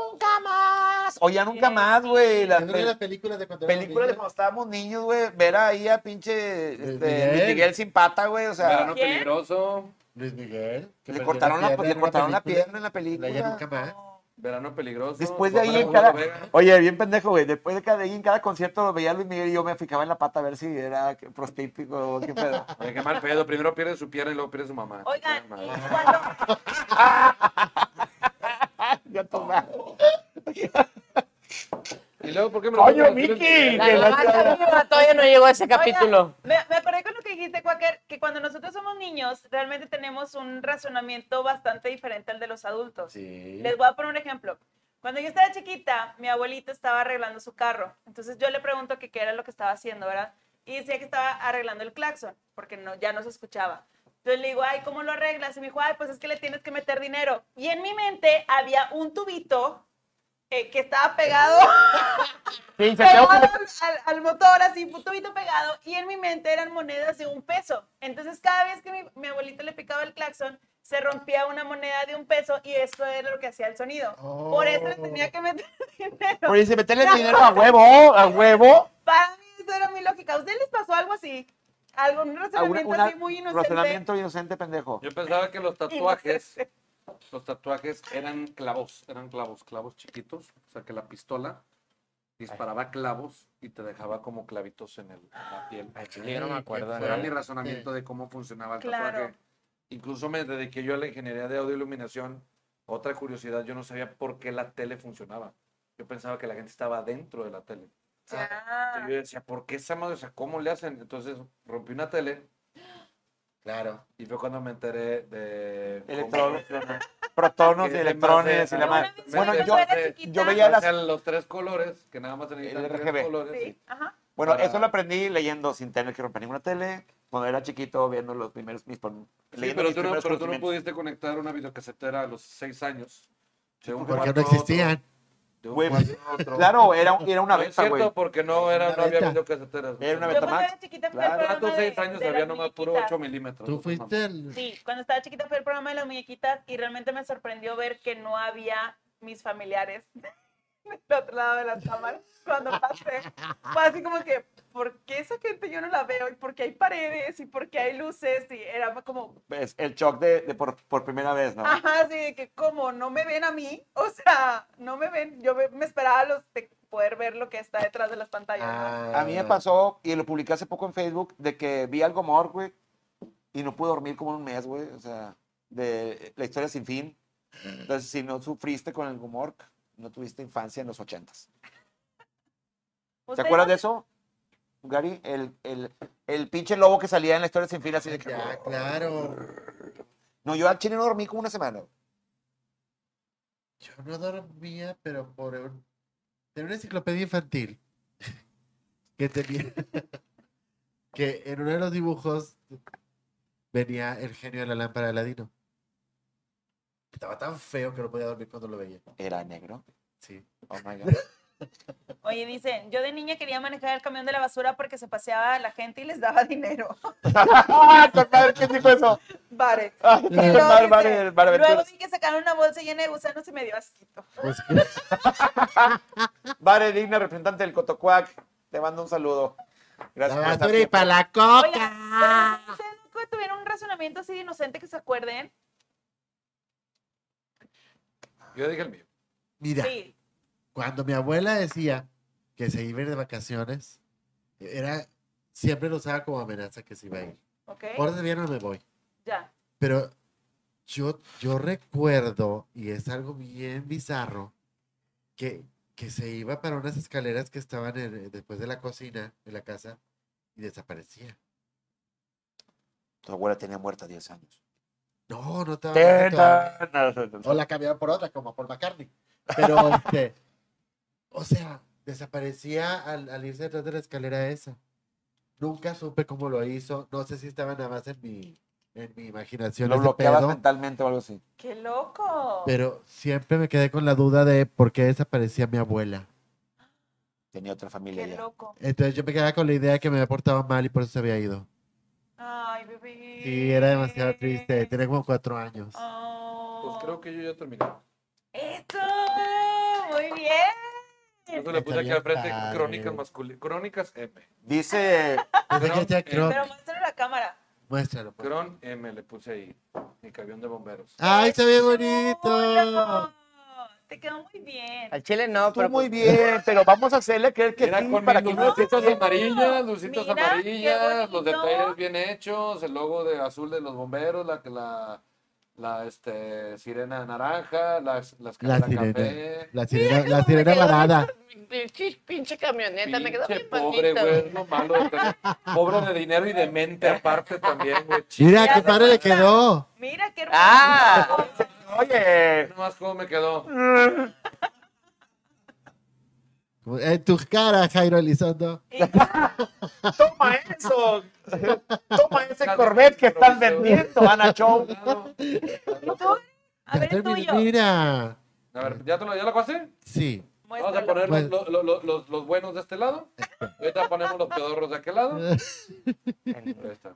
Speaker 9: Nunca más.
Speaker 7: O ya nunca más, güey. Las
Speaker 3: Es una de las películas de cuando éramos
Speaker 7: películas de
Speaker 3: niños.
Speaker 7: cuando estábamos niños, güey. Ver ahí a pinche este,
Speaker 3: Luis
Speaker 7: Luis
Speaker 3: Pues, Miguel.
Speaker 7: Miguel sin pata, güey. O sea,
Speaker 6: Verano
Speaker 4: ¿Quién?
Speaker 6: peligroso,
Speaker 3: Luis Miguel. que
Speaker 7: le
Speaker 3: perdió
Speaker 7: cortaron la,
Speaker 3: pierna
Speaker 7: le
Speaker 3: en
Speaker 7: cortaron la
Speaker 3: película.
Speaker 7: pierna en la
Speaker 3: La
Speaker 7: película.
Speaker 3: ya nunca más.
Speaker 6: verano peligroso.
Speaker 7: Después de
Speaker 6: Juan
Speaker 7: ahí, en
Speaker 6: Pablo
Speaker 7: cada-
Speaker 6: Vega.
Speaker 7: Oye, bien pendejo, güey. Después de cada, en cada concierto lo veía a Luis Miguel y yo me fijaba en la pata a ver si era que- prostítico o qué
Speaker 4: (laughs)
Speaker 7: pedo.
Speaker 6: Oye, qué mal pedo. Primero pierde su pierna y luego pierde su mamá.
Speaker 4: Oigan,
Speaker 6: Madre.
Speaker 4: y cuando,
Speaker 7: Ya tomaba.
Speaker 6: Y luego, ¿por qué me
Speaker 10: Coño,
Speaker 6: pones?
Speaker 10: Miki,
Speaker 6: Yo
Speaker 2: La novata viva todavía no llegó a ese capítulo.
Speaker 4: Oiga, me, me acordé con lo que dijiste, Quaker, que cuando nosotros somos niños, realmente tenemos un razonamiento bastante diferente al de los adultos.
Speaker 3: Sí.
Speaker 4: Les voy a poner un ejemplo. Cuando yo estaba chiquita, mi abuelita estaba arreglando su carro. Entonces yo le pregunto que qué era lo que estaba haciendo, ¿verdad? Y decía que estaba arreglando el claxon, porque no, ya no se escuchaba. Entonces le digo, ay, ¿cómo lo arreglas? Y me dijo, ay, pues es que le tienes que meter dinero. Y en mi mente había un tubito eh, que estaba pegado
Speaker 2: Sí, se
Speaker 4: pegado
Speaker 2: quedó
Speaker 4: al,
Speaker 2: como-
Speaker 4: al motor, así, putubito pegado, y en mi mente eran monedas de un peso. Entonces, cada vez que mi, mi abuelito le picaba el claxon, se rompía una moneda de un peso y esto era lo que hacía el sonido.
Speaker 3: Oh.
Speaker 4: Por eso le tenía que meter (laughs) dinero.
Speaker 7: Oye, si meterle
Speaker 2: (laughs)
Speaker 7: el dinero a huevo, a huevo.
Speaker 4: Para mí, eso era mi lógica. ¿A ustedes les pasó algo así? Algo, un
Speaker 7: a una-
Speaker 4: razonamiento
Speaker 7: una-
Speaker 4: así muy inocente.
Speaker 7: razonamiento inocente, pendejo.
Speaker 6: pensaba que los tatuajes, los tatuajes eran clavos, eran clavos, clavos chiquitos. O sea, que la pistola disparaba clavos y te dejaba como clavitos en, el, en la piel.
Speaker 2: Al chile yo no me acuerdo.
Speaker 6: Era
Speaker 2: ¿no?
Speaker 6: mi razonamiento de cómo funcionaba el
Speaker 4: Claro.
Speaker 6: tatuaje. Incluso me dediqué yo a la ingeniería de audio e iluminación. Otra curiosidad, yo no sabía por qué la tele funcionaba. Yo pensaba que la gente estaba dentro de la tele.
Speaker 4: Ya.
Speaker 7: Ah,
Speaker 6: Entonces yo decía, ¿por qué esa madre? O sea, ¿cómo le hacen? Entonces rompí una tele
Speaker 3: Claro.
Speaker 6: y fue cuando me enteré de... cómo-
Speaker 7: Electrones,
Speaker 6: (laughs)
Speaker 7: protones,
Speaker 6: que
Speaker 7: electrones y la
Speaker 4: Yo
Speaker 7: madre.
Speaker 4: una vez
Speaker 7: Bueno,
Speaker 4: cuando
Speaker 7: yo,
Speaker 4: era chiquita-
Speaker 7: yo veía las.
Speaker 6: los tres colores, que nada más se necesitan
Speaker 7: El
Speaker 6: tres
Speaker 7: RGB.
Speaker 6: colores.
Speaker 4: Sí, ajá.
Speaker 7: Bueno,
Speaker 6: para-
Speaker 7: eso lo aprendí leyendo sin tener que romper ninguna tele. Cuando era chiquito, viendo los primeros. Mis, pon-
Speaker 6: Sí,
Speaker 7: leyendo
Speaker 6: pero,
Speaker 7: mis
Speaker 6: tú no,
Speaker 7: primeros
Speaker 6: pero tú no
Speaker 7: conocimientos.
Speaker 6: pudiste conectar una videocasetera a los seis años. De un
Speaker 3: Porque no
Speaker 6: cuarto a
Speaker 3: existían.
Speaker 6: otro, de un
Speaker 7: Güey,
Speaker 6: cuarto a otro.
Speaker 7: Claro, era, un- era una
Speaker 6: No es
Speaker 7: venta,
Speaker 6: cierto,
Speaker 7: güey.
Speaker 6: porque no, era,
Speaker 3: Una
Speaker 6: no había
Speaker 3: venta.
Speaker 6: videocaseteras.
Speaker 7: Era una
Speaker 4: Yo
Speaker 7: venta.
Speaker 4: cuando
Speaker 7: Betamax,
Speaker 4: era chiquita fui
Speaker 7: claro.
Speaker 4: al
Speaker 6: Hace
Speaker 4: programa de,
Speaker 6: seis años
Speaker 4: de
Speaker 6: había
Speaker 4: las
Speaker 6: nomás puro
Speaker 4: muñequitas.
Speaker 6: 8 milímetros.
Speaker 3: Tú fuiste el...
Speaker 4: Sí, cuando estaba chiquita fue el programa de las muñequitas y realmente me sorprendió ver que no había mis familiares (laughs) del otro lado de las cámaras cuando pasé. Fue así como que, ¿por qué esa gente yo no la veo? ¿Y por qué hay paredes? ¿Y por qué hay luces? Y era como,
Speaker 7: Es el shock de, de por, por primera vez, ¿no?
Speaker 4: ajá, así de que como no me ven a mí, o sea, no me ven, yo me, me esperaba los de poder ver lo que está detrás de las pantallas. ¿no?
Speaker 3: Ah,
Speaker 7: A mí me pasó, y lo publiqué hace poco en Facebook, de que vi algo more, güey, y no pude dormir como un mes, güey. O sea, de la historia sin fin. Entonces, si no sufriste con el humor, no tuviste infancia en los ochentas. ¿Te
Speaker 4: ¿Ustedes
Speaker 7: acuerdas
Speaker 4: no-
Speaker 7: de eso, Gary? El, el, el pinche lobo que salía en la historia sin fin, así de que.
Speaker 3: Ya, claro.
Speaker 7: No, yo al chile no dormí como una semana.
Speaker 3: Yo no dormía, pero por un- tenía una enciclopedia infantil (laughs) que tenía (laughs) que en uno de los dibujos venía el genio de la lámpara de Aladino. Estaba tan feo que no podía dormir cuando lo veía.
Speaker 7: Era negro.
Speaker 3: Sí.
Speaker 7: Oh my God. (laughs)
Speaker 4: Oye, dice, yo de niña quería manejar el camión de la basura porque se paseaba a la gente y les daba (laughs) dinero.
Speaker 7: ¡Ah, tu madre! ¿Quién dijo eso?
Speaker 4: Vale.
Speaker 7: Ah, tu
Speaker 4: Y luego
Speaker 7: madre,
Speaker 4: dice,
Speaker 7: madre, el Barbeturas.
Speaker 4: Luego vi que sacaron una bolsa llena de gusanos y me dio asquito.
Speaker 3: Pues,
Speaker 7: Vare digna representante del Cotocuac, te mando un saludo.
Speaker 3: la
Speaker 7: Gracias por
Speaker 3: basura y
Speaker 7: estar
Speaker 3: para la
Speaker 4: Oigan,
Speaker 3: coca.
Speaker 4: ¿pero ¿ustedes nunca tuvieron un razonamiento así de inocente que se acuerden?
Speaker 6: Yo dije el mío.
Speaker 3: Mira,
Speaker 4: Sí.
Speaker 3: cuando mi abuela decía que se iba a ir de vacaciones, era siempre lo usaba como amenaza que se iba a ir.
Speaker 4: ¿Ok?
Speaker 3: Por eso ya no me voy.
Speaker 4: Ya.
Speaker 3: Pero yo, yo recuerdo, y es algo bien bizarro, que, que se iba para unas escaleras que estaban en- después de la cocina de la casa y desaparecía.
Speaker 7: Tu abuela tenía muerta 10 años.
Speaker 3: No, no estaba. muerta. O
Speaker 7: Hola.
Speaker 3: la cambiaron por otra, como por McCartney. Pero, este, o sea, desaparecía al, al irse detrás de la escalera esa. Nunca supe cómo lo hizo. No sé si estaba nada más en mi, en mi imaginación.
Speaker 7: Lo
Speaker 3: ese
Speaker 7: bloqueabas
Speaker 3: pedo.
Speaker 7: mentalmente o algo así.
Speaker 4: ¡Qué loco!
Speaker 3: Pero siempre me quedé con la duda de por qué desaparecía mi abuela.
Speaker 5: tenía otra familia
Speaker 4: Qué
Speaker 5: ya.
Speaker 4: loco.
Speaker 3: Entonces yo me quedaba con la idea de que me había portado mal y por eso se había ido.
Speaker 4: Ay, bebé.
Speaker 3: Y era demasiado triste. Tenía como cuatro años.
Speaker 4: Oh.
Speaker 6: Pues creo que yo ya terminé.
Speaker 4: ¡Eso! Muy bien.
Speaker 6: Eso le puse aquí al frente
Speaker 3: Está bien.
Speaker 6: Crónicas Masculinas. Crónicas M. (laughs)
Speaker 5: Dice,
Speaker 2: Ah,
Speaker 3: Pensé que
Speaker 2: eh,
Speaker 3: decía
Speaker 6: Pero-
Speaker 3: Croc.
Speaker 4: Pero muéstrale la cámara.
Speaker 3: Muéstralo. pues". por favor.
Speaker 6: Cron M le puse ahí. Mi camión de bomberos.
Speaker 5: Ah,
Speaker 3: ¡Ay, se ve
Speaker 4: ¡Chulo!
Speaker 3: bonito!
Speaker 4: Te quedó muy bien.
Speaker 2: Al chile no,
Speaker 5: tú
Speaker 2: pero pues, (laughs)
Speaker 5: muy bien, pero vamos a hacerle creer que
Speaker 6: Mira,
Speaker 5: sí,
Speaker 6: con
Speaker 5: para
Speaker 6: mis
Speaker 5: que no estés
Speaker 6: lucitas amarillas, lucitas
Speaker 4: Mira, qué
Speaker 6: amarillas, los
Speaker 4: bonito.
Speaker 6: detalles bien hechos, el logo de azul de los bomberos, la la, la este, sirena naranja, las, las
Speaker 3: La
Speaker 6: la
Speaker 3: sirena.
Speaker 6: café.
Speaker 3: La sirena,
Speaker 2: cómo me
Speaker 3: la sirena
Speaker 2: quedó. (laughs)
Speaker 3: varada.
Speaker 2: pinche, pinche camioneta, me quedó
Speaker 6: Pinche
Speaker 2: bien
Speaker 6: pobre,
Speaker 2: bonita.
Speaker 6: güey, es lo malo
Speaker 4: (laughs)
Speaker 6: de tener- pobre de dinero y de mente aparte
Speaker 5: (laughs)
Speaker 6: también, güey.
Speaker 3: Mira,
Speaker 4: Ya
Speaker 3: qué
Speaker 4: se
Speaker 3: padre le
Speaker 4: nota.
Speaker 3: quedó.
Speaker 4: Mira qué hermoso.
Speaker 2: Ah.
Speaker 5: Oye,
Speaker 6: Nomás cómo me quedó.
Speaker 3: En tu cara, Eh, Jairo Elizondo.
Speaker 5: toma eso. Toma ese Corvette que están vendiendo, Ana Show. (laughs)
Speaker 6: Claro.
Speaker 4: ¿Y tú? A
Speaker 3: Ya
Speaker 4: ver el
Speaker 3: terminé.
Speaker 4: tuyo.
Speaker 3: Mira.
Speaker 6: A ver, ¿ya te lo, ya lo pasaste?
Speaker 3: Sí.
Speaker 6: Vamos a
Speaker 4: Muéstralo.
Speaker 6: poner los,
Speaker 3: Bueno.
Speaker 6: lo- lo- los- los buenos de este lado. Y ahorita ponemos los pedorros de aquel lado. Ahí está.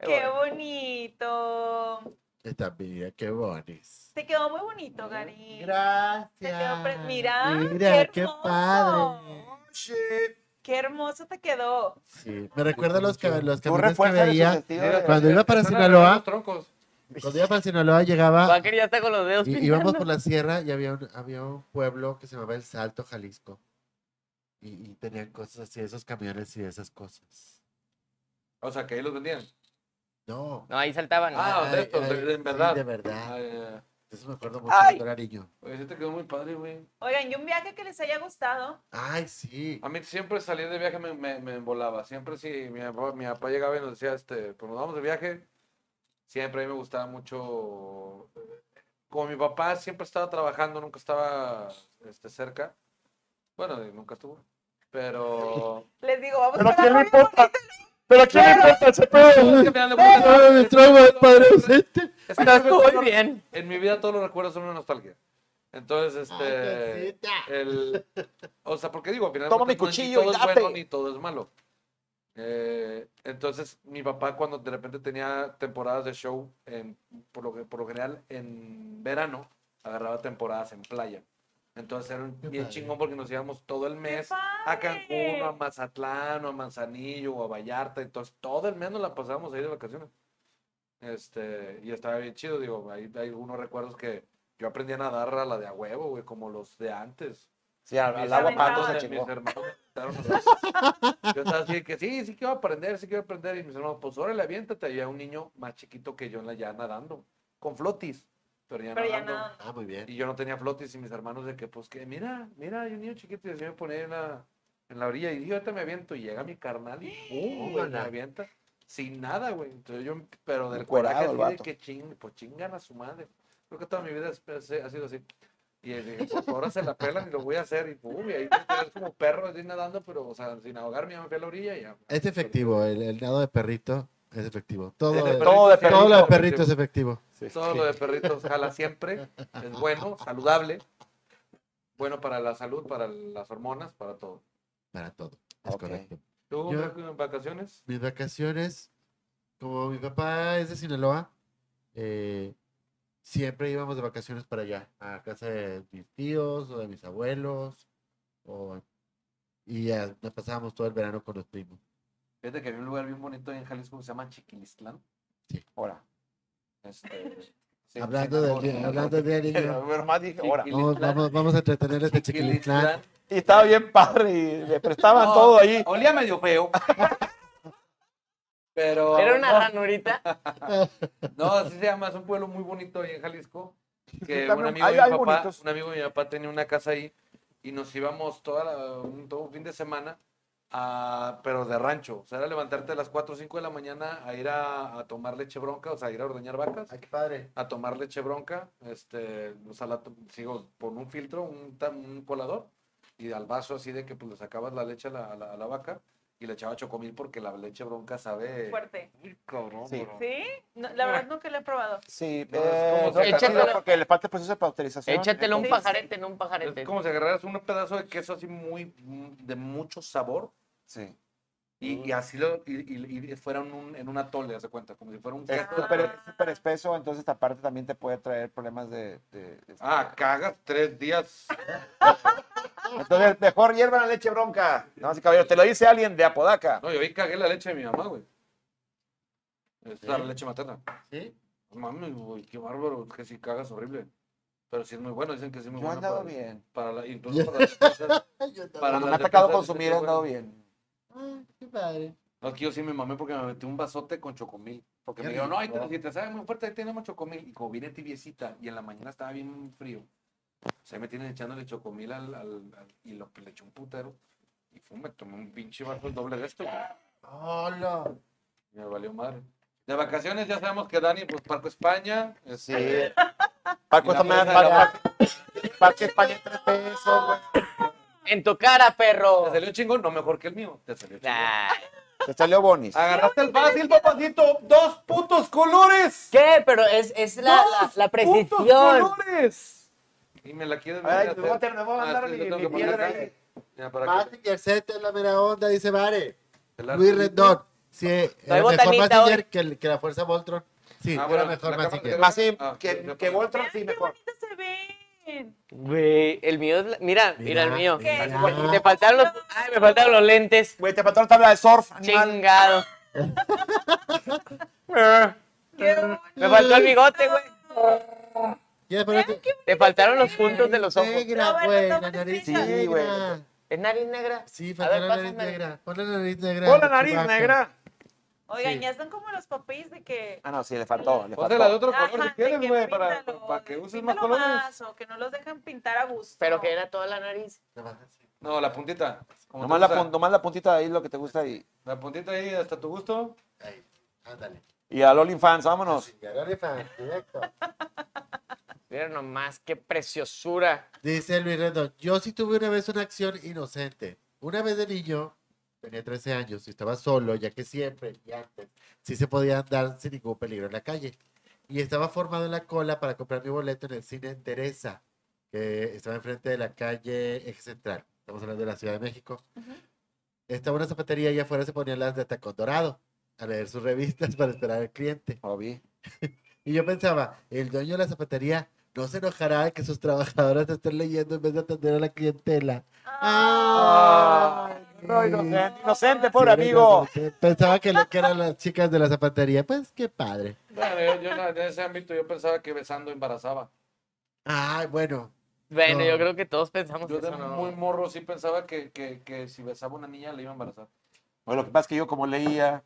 Speaker 4: Qué bonito.
Speaker 3: Esta mira, qué bonis.
Speaker 4: Te quedó muy bonito, Gary. Te quedó pre-
Speaker 3: Gracias.
Speaker 4: Mira,
Speaker 3: Mira, qué
Speaker 4: hermoso.
Speaker 3: padre.
Speaker 4: Qué hermoso te quedó.
Speaker 3: Sí. Me recuerda los, ca- los
Speaker 5: Tú
Speaker 3: camiones que
Speaker 5: refuerzas ese
Speaker 3: veía.
Speaker 5: sentido
Speaker 6: Mira,
Speaker 5: de-
Speaker 3: Cuando iba para
Speaker 6: están
Speaker 3: Sinaloa-
Speaker 6: los troncos.
Speaker 3: Cuando iba para Sinaloa llegaba,
Speaker 2: Baker ya está con los dedos
Speaker 3: y,
Speaker 2: pintando.
Speaker 3: íbamos por la sierra y había un, había un pueblo que se llamaba El Salto, Jalisco. Y, y tenían cosas así, esos camiones y esas cosas.
Speaker 6: O sea, que ahí los vendían.
Speaker 3: No.
Speaker 2: No, ahí saltaban.
Speaker 6: Ah,
Speaker 3: Ay,
Speaker 6: de estos,
Speaker 3: ay,
Speaker 6: de, de en
Speaker 3: sí,
Speaker 6: verdad.
Speaker 3: de verdad.
Speaker 6: Ay, ay, ay.
Speaker 3: Eso me acuerdo mucho
Speaker 5: Ay.
Speaker 3: cuando era niño.
Speaker 6: Oye, sí te quedó muy padre, güey.
Speaker 4: Oigan, y un viaje que les haya gustado.
Speaker 3: Ay, sí.
Speaker 6: A mí siempre salir de viaje me, me, me embolaba. Siempre si mi papá, mi papá llegaba y nos decía, este, pues nos vamos de viaje. Siempre a mí me gustaba mucho. Como mi papá siempre estaba trabajando, nunca estaba este, cerca. Bueno, y nunca estuvo. Pero.
Speaker 4: Les digo, vamos
Speaker 7: Pero
Speaker 4: con la
Speaker 7: quién le
Speaker 4: novia
Speaker 7: importa. Pero quién le importa ese pedo.
Speaker 6: Es que al final de cuentas,
Speaker 3: Ay, me traigo el padre ausente.
Speaker 6: es que
Speaker 2: Estás
Speaker 6: al final de
Speaker 2: tú muy
Speaker 6: cuentas,
Speaker 2: bien.
Speaker 6: En mi vida todos los recuerdos son una nostalgia. Entonces,
Speaker 3: Ay,
Speaker 6: este.
Speaker 3: cosita.
Speaker 6: el- o sea, porque digo, al final de
Speaker 5: Toma mi
Speaker 6: cuentas, no es
Speaker 5: cuchillo y
Speaker 6: ni todo es
Speaker 5: date.
Speaker 6: bueno ni todo es malo. Eh, entonces, mi papá cuando de repente tenía temporadas de show, en- por, lo, que- por lo general en verano, agarraba temporadas en playa. Entonces era un-
Speaker 3: Qué
Speaker 6: bien
Speaker 3: padre.
Speaker 6: chingón porque nos íbamos todo el mes a
Speaker 4: padre!
Speaker 6: Cancún, o a Mazatlán, o a Manzanillo, o a Vallarta. Entonces todo el mes nos la pasábamos ahí de vacaciones. Este, y estaba bien chido, digo, hay, hay unos recuerdos que yo aprendí a nadar a la de a huevo, güey, como los de antes.
Speaker 5: Sí, al, al
Speaker 6: Mis
Speaker 5: agua
Speaker 4: aventaban,
Speaker 5: pato se
Speaker 6: hermanos,
Speaker 5: chingó.
Speaker 6: mis hermanos empezaron
Speaker 5: (laughs)
Speaker 6: a- Yo estaba así que sí, sí quiero aprender, sí quiero aprender. Y mis hermanos, pues órale, aviéntate. Había un niño más chiquito que yo en la ya nadando, con flotis, pero ya
Speaker 4: Pero ya
Speaker 6: nadando.
Speaker 4: nada.
Speaker 3: Ah, muy bien.
Speaker 6: Y yo no tenía flotis y mis hermanos de que, pues que, mira, mira, hay un niño chiquito y así me pone en la, en la orilla y yo ahorita me aviento y llega mi carnal
Speaker 5: (gasps)
Speaker 6: y ¡pum! güey, me
Speaker 3: Tómala.
Speaker 6: avienta sin nada, güey. Entonces yo, pero del
Speaker 5: Encuerado
Speaker 6: coraje
Speaker 5: el
Speaker 6: así de
Speaker 5: vato.
Speaker 6: que ching, pues chingan a su madre. Creo que toda mi vida es- es- ha sido así. Y yo dije, pues ahora se la pelan y lo voy a hacer y pum, y ahí te quedas como perro así nadando, pero, o sea, sin ahogarme, ya me fui a la orilla y ya.
Speaker 3: Es efectivo, el, el nado de perrito es efectivo. Todo,
Speaker 6: El de
Speaker 3: es-
Speaker 6: perrito,
Speaker 5: Todo de
Speaker 6: sí,
Speaker 3: todo lo de
Speaker 5: perrito.
Speaker 3: Este perrito es efectivo.
Speaker 6: Todo lo de perritos jala siempre. Es bueno, saludable. Bueno para la salud, para las hormonas, para todo.
Speaker 3: Para todo. Es
Speaker 5: Ok.
Speaker 3: correcto.
Speaker 6: ¿Tú
Speaker 3: Yo-
Speaker 6: Franco, en vacaciones?
Speaker 3: Mis vacaciones, como mi papá es de Sinaloa, eh, siempre íbamos de vacaciones para allá, a casa de mis tíos o de mis abuelos. o- y ya nos pasábamos todo el verano con los primos.
Speaker 6: Fíjate que había un lugar bien bonito en Jalisco que se llama Chiquilistlán.
Speaker 3: Sí.
Speaker 6: Ahora. Este, sí,
Speaker 3: (laughs) hablando
Speaker 6: sí,
Speaker 3: del
Speaker 6: ahora,
Speaker 3: día-
Speaker 6: ahora.
Speaker 3: hablando del día niño.
Speaker 5: Pero más dije, ahora.
Speaker 6: Chiquilín.
Speaker 3: Vamos, vamos, vamos a entretener este chiquilistlán.
Speaker 6: Chiquilistlán.
Speaker 5: Y estaba bien padre y le prestaban
Speaker 6: No,
Speaker 5: todo ahí.
Speaker 6: Olía medio
Speaker 3: (laughs)
Speaker 6: feo. Pero.
Speaker 2: Era una
Speaker 6: no,
Speaker 2: ranurita.
Speaker 6: No, así se llama, es un pueblo muy bonito ahí en Jalisco. Que
Speaker 5: también,
Speaker 6: un amigo,
Speaker 5: hay-
Speaker 6: de
Speaker 5: hay
Speaker 6: mi papá,
Speaker 5: bonitos.
Speaker 6: un amigo de mi papá tenía una casa ahí y nos íbamos toda la- un, todo un fin de semana, a, pero de rancho. O sea, era levantarte a las 4 o 5 de la mañana a ir a, a tomar leche bronca, o sea, a ir a ordeñar vacas,
Speaker 3: Ay, qué padre.
Speaker 6: a tomar leche bronca, este, o sea, la to- sigo por un filtro, un, tam- un colador, y al vaso así de que pues, le sacabas la leche a la, a la- a la vaca y le echaba chocomil porque la leche bronca sabe.
Speaker 4: Fuerte.
Speaker 6: Uy, cabrón,
Speaker 5: Sí.
Speaker 6: bro.
Speaker 4: ¿Sí? No, la verdad nunca le he probado.
Speaker 5: Sí,
Speaker 6: No, es
Speaker 5: eh,
Speaker 6: como
Speaker 5: no,
Speaker 2: que-
Speaker 5: tranquilo,
Speaker 2: Échatelo.
Speaker 5: porque le falta el proceso de pasteurización.
Speaker 2: Échatelo un
Speaker 4: Sí,
Speaker 2: pajarete, no un pajarete.
Speaker 6: Es como si agarraras un pedazo de queso así muy mm, de mucho sabor
Speaker 5: Sí.
Speaker 6: y, y así lo y, y- y fuera un- un- en un atole, haz de cuenta, como si fuera un
Speaker 5: Es
Speaker 6: queso.
Speaker 5: súper es súper espeso, entonces esta parte también te puede traer problemas de... de- este, de-
Speaker 6: Ah, cagas tres días.
Speaker 5: Entonces, mejor hierva la leche bronca. No, sí, caballero, te lo dice alguien de Apodaca.
Speaker 6: No, yo ahí cagué la leche de mi mamá, güey. Es la leche materna.
Speaker 3: ¿Sí?
Speaker 6: No mames, güey, qué bárbaro, es que si cagas horrible. Pero sí es muy bueno, dicen que sí es muy
Speaker 5: Yo he
Speaker 6: bueno.
Speaker 5: andado
Speaker 6: para-
Speaker 5: bien. (laughs)
Speaker 6: Para la, incluso para las cosas.
Speaker 3: Ay, yo te-
Speaker 6: Para
Speaker 5: Cuando
Speaker 6: las
Speaker 5: me ha tocado
Speaker 6: defensas,
Speaker 5: consumir, he
Speaker 6: está
Speaker 5: andado
Speaker 6: bueno.
Speaker 5: bien.
Speaker 3: Ah, qué padre.
Speaker 6: No, es que yo sí me mamé porque me metí un vasote con chocomil. Porque me dijeron, no, ahí te, si te sabe muy fuerte, ahí tenemos chocomil. Y como viene tibiecita y en la mañana estaba bien frío, se me tienen echándole chocomil al, al- al- y lo que le eché un putero. Y fue, me tomé un pinche vaso el doble de esto, güey.
Speaker 3: Hola.
Speaker 6: Me valió madre. De vacaciones ya sabemos que Dani, pues Parco España. este,
Speaker 5: Sí. Paco,
Speaker 6: Y la
Speaker 5: toma-
Speaker 6: presa de
Speaker 5: Paco-
Speaker 6: la-
Speaker 5: Paco- Paco España, tres pesos, güey.
Speaker 2: En tu cara, perro.
Speaker 6: Te salió chingón, no mejor que el mío. Te salió chingón.
Speaker 2: Nah.
Speaker 5: Te salió bonis.
Speaker 6: Agarraste el fácil, papacito. Dos putos colores.
Speaker 2: ¿Qué? Pero es, es la, la, la
Speaker 6: Putos
Speaker 2: precisión.
Speaker 6: colores. Y me la quieres
Speaker 5: Ay,
Speaker 6: venir
Speaker 5: te
Speaker 6: hacer.
Speaker 5: voy a tener- me voy a
Speaker 6: Ah,
Speaker 5: mandar
Speaker 6: sí,
Speaker 5: mi-
Speaker 6: yo tengo
Speaker 5: mi
Speaker 6: que poner
Speaker 5: piedra
Speaker 6: acá.
Speaker 5: ahí.
Speaker 6: Mira, para que-
Speaker 3: Mazinger Z es la mera onda, dice Vare.
Speaker 6: el arte.
Speaker 3: Luis Rendón. Sí, era mejor
Speaker 2: botanita hoy.
Speaker 3: Mazinger que, el- que la fuerza Voltron. Sí,
Speaker 6: Ah,
Speaker 3: era
Speaker 6: bueno,
Speaker 3: mejor
Speaker 6: la cámara
Speaker 3: Mazinger.
Speaker 6: de-
Speaker 5: Más sí,
Speaker 6: Ah, sí,
Speaker 5: que,
Speaker 6: sí,
Speaker 5: que
Speaker 6: sí.
Speaker 5: Voltron sí,
Speaker 4: Vean qué
Speaker 5: mejor.
Speaker 4: bonitos se ven.
Speaker 2: Güey, el mío es la- Mira, mira, el mío.
Speaker 4: mira.
Speaker 2: Te faltaron los... Ay, me faltaron los lentes.
Speaker 5: Güey, te faltó la tabla de surf, animal.
Speaker 4: (laughs)
Speaker 2: Chingado.
Speaker 4: Qué bonito.
Speaker 2: Me faltó el bigote, güey.
Speaker 3: Ya, pero te-
Speaker 2: Te faltaron los puntos de los ojos.
Speaker 3: Negra,
Speaker 4: Roberto,
Speaker 3: güey, la
Speaker 4: toma tu
Speaker 3: nariz
Speaker 4: estrella.
Speaker 5: Sí, güey.
Speaker 3: negra.
Speaker 2: ¿Es nariz negra?
Speaker 3: Sí,
Speaker 2: A
Speaker 3: falta
Speaker 2: ver,
Speaker 3: la nariz
Speaker 2: pásamela.
Speaker 3: negra. Pon la nariz negra.
Speaker 5: Pon la nariz
Speaker 3: Chubaco.
Speaker 5: negra.
Speaker 4: Oigan,
Speaker 3: Sí.
Speaker 4: ya están como los papis de que.
Speaker 5: Ah, no, sí, le faltó. Le faltó.
Speaker 6: Póntela de otro
Speaker 4: Ajá,
Speaker 6: color si
Speaker 4: de
Speaker 6: quieres,
Speaker 4: que
Speaker 6: güey, para,
Speaker 4: píntalo,
Speaker 6: para que
Speaker 4: de
Speaker 6: uses más
Speaker 4: píntalo
Speaker 6: colores.
Speaker 4: más, o que no los dejan pintar a gusto.
Speaker 2: Pero que era toda la nariz.
Speaker 6: No, la puntita. Como
Speaker 5: Nomás
Speaker 6: te
Speaker 5: la,
Speaker 6: gusta.
Speaker 5: pun- nomás la puntita de ahí, lo que te gusta. Y,
Speaker 6: La puntita ahí hasta tu gusto.
Speaker 3: Ahí, Ándale.
Speaker 5: y al OnlyFans, vámonos.
Speaker 3: Ah, Sí, ahora le fa- directo.
Speaker 2: Mira nomás, qué preciosura.
Speaker 3: Dice Luis Rendón, yo sí tuve una vez una acción inocente. Una vez de niño, tenía 13 años y estaba solo, ya que siempre y antes sí se podía andar sin ningún peligro en la calle. Y estaba formado en la cola para comprar mi boleto en el cine Teresa, que estaba enfrente de la calle Eje Central. Estamos hablando de la Ciudad de México. Estaba una zapatería y afuera se ponían las de Tacón Dorado a leer sus revistas para esperar al cliente.
Speaker 5: Obi.
Speaker 3: Y yo pensaba, el dueño de la zapatería no se enojará de que sus trabajadoras estén leyendo en vez de atender a la clientela.
Speaker 5: Ah, no, inocente, inocente, pobre amigo.
Speaker 3: Pensaba que, lo, que eran las chicas de la zapatería. Pues qué padre.
Speaker 6: Bueno, yo, yo en ese ámbito yo pensaba que besando embarazaba.
Speaker 3: Ay, bueno.
Speaker 2: Bueno,
Speaker 3: No.
Speaker 2: yo creo que todos pensamos
Speaker 6: Yo de
Speaker 2: eso, ¿no?
Speaker 6: muy morro sí pensaba que, que, que si besaba a una niña le iba a embarazar.
Speaker 5: Bueno, lo que pasa es que yo como leía...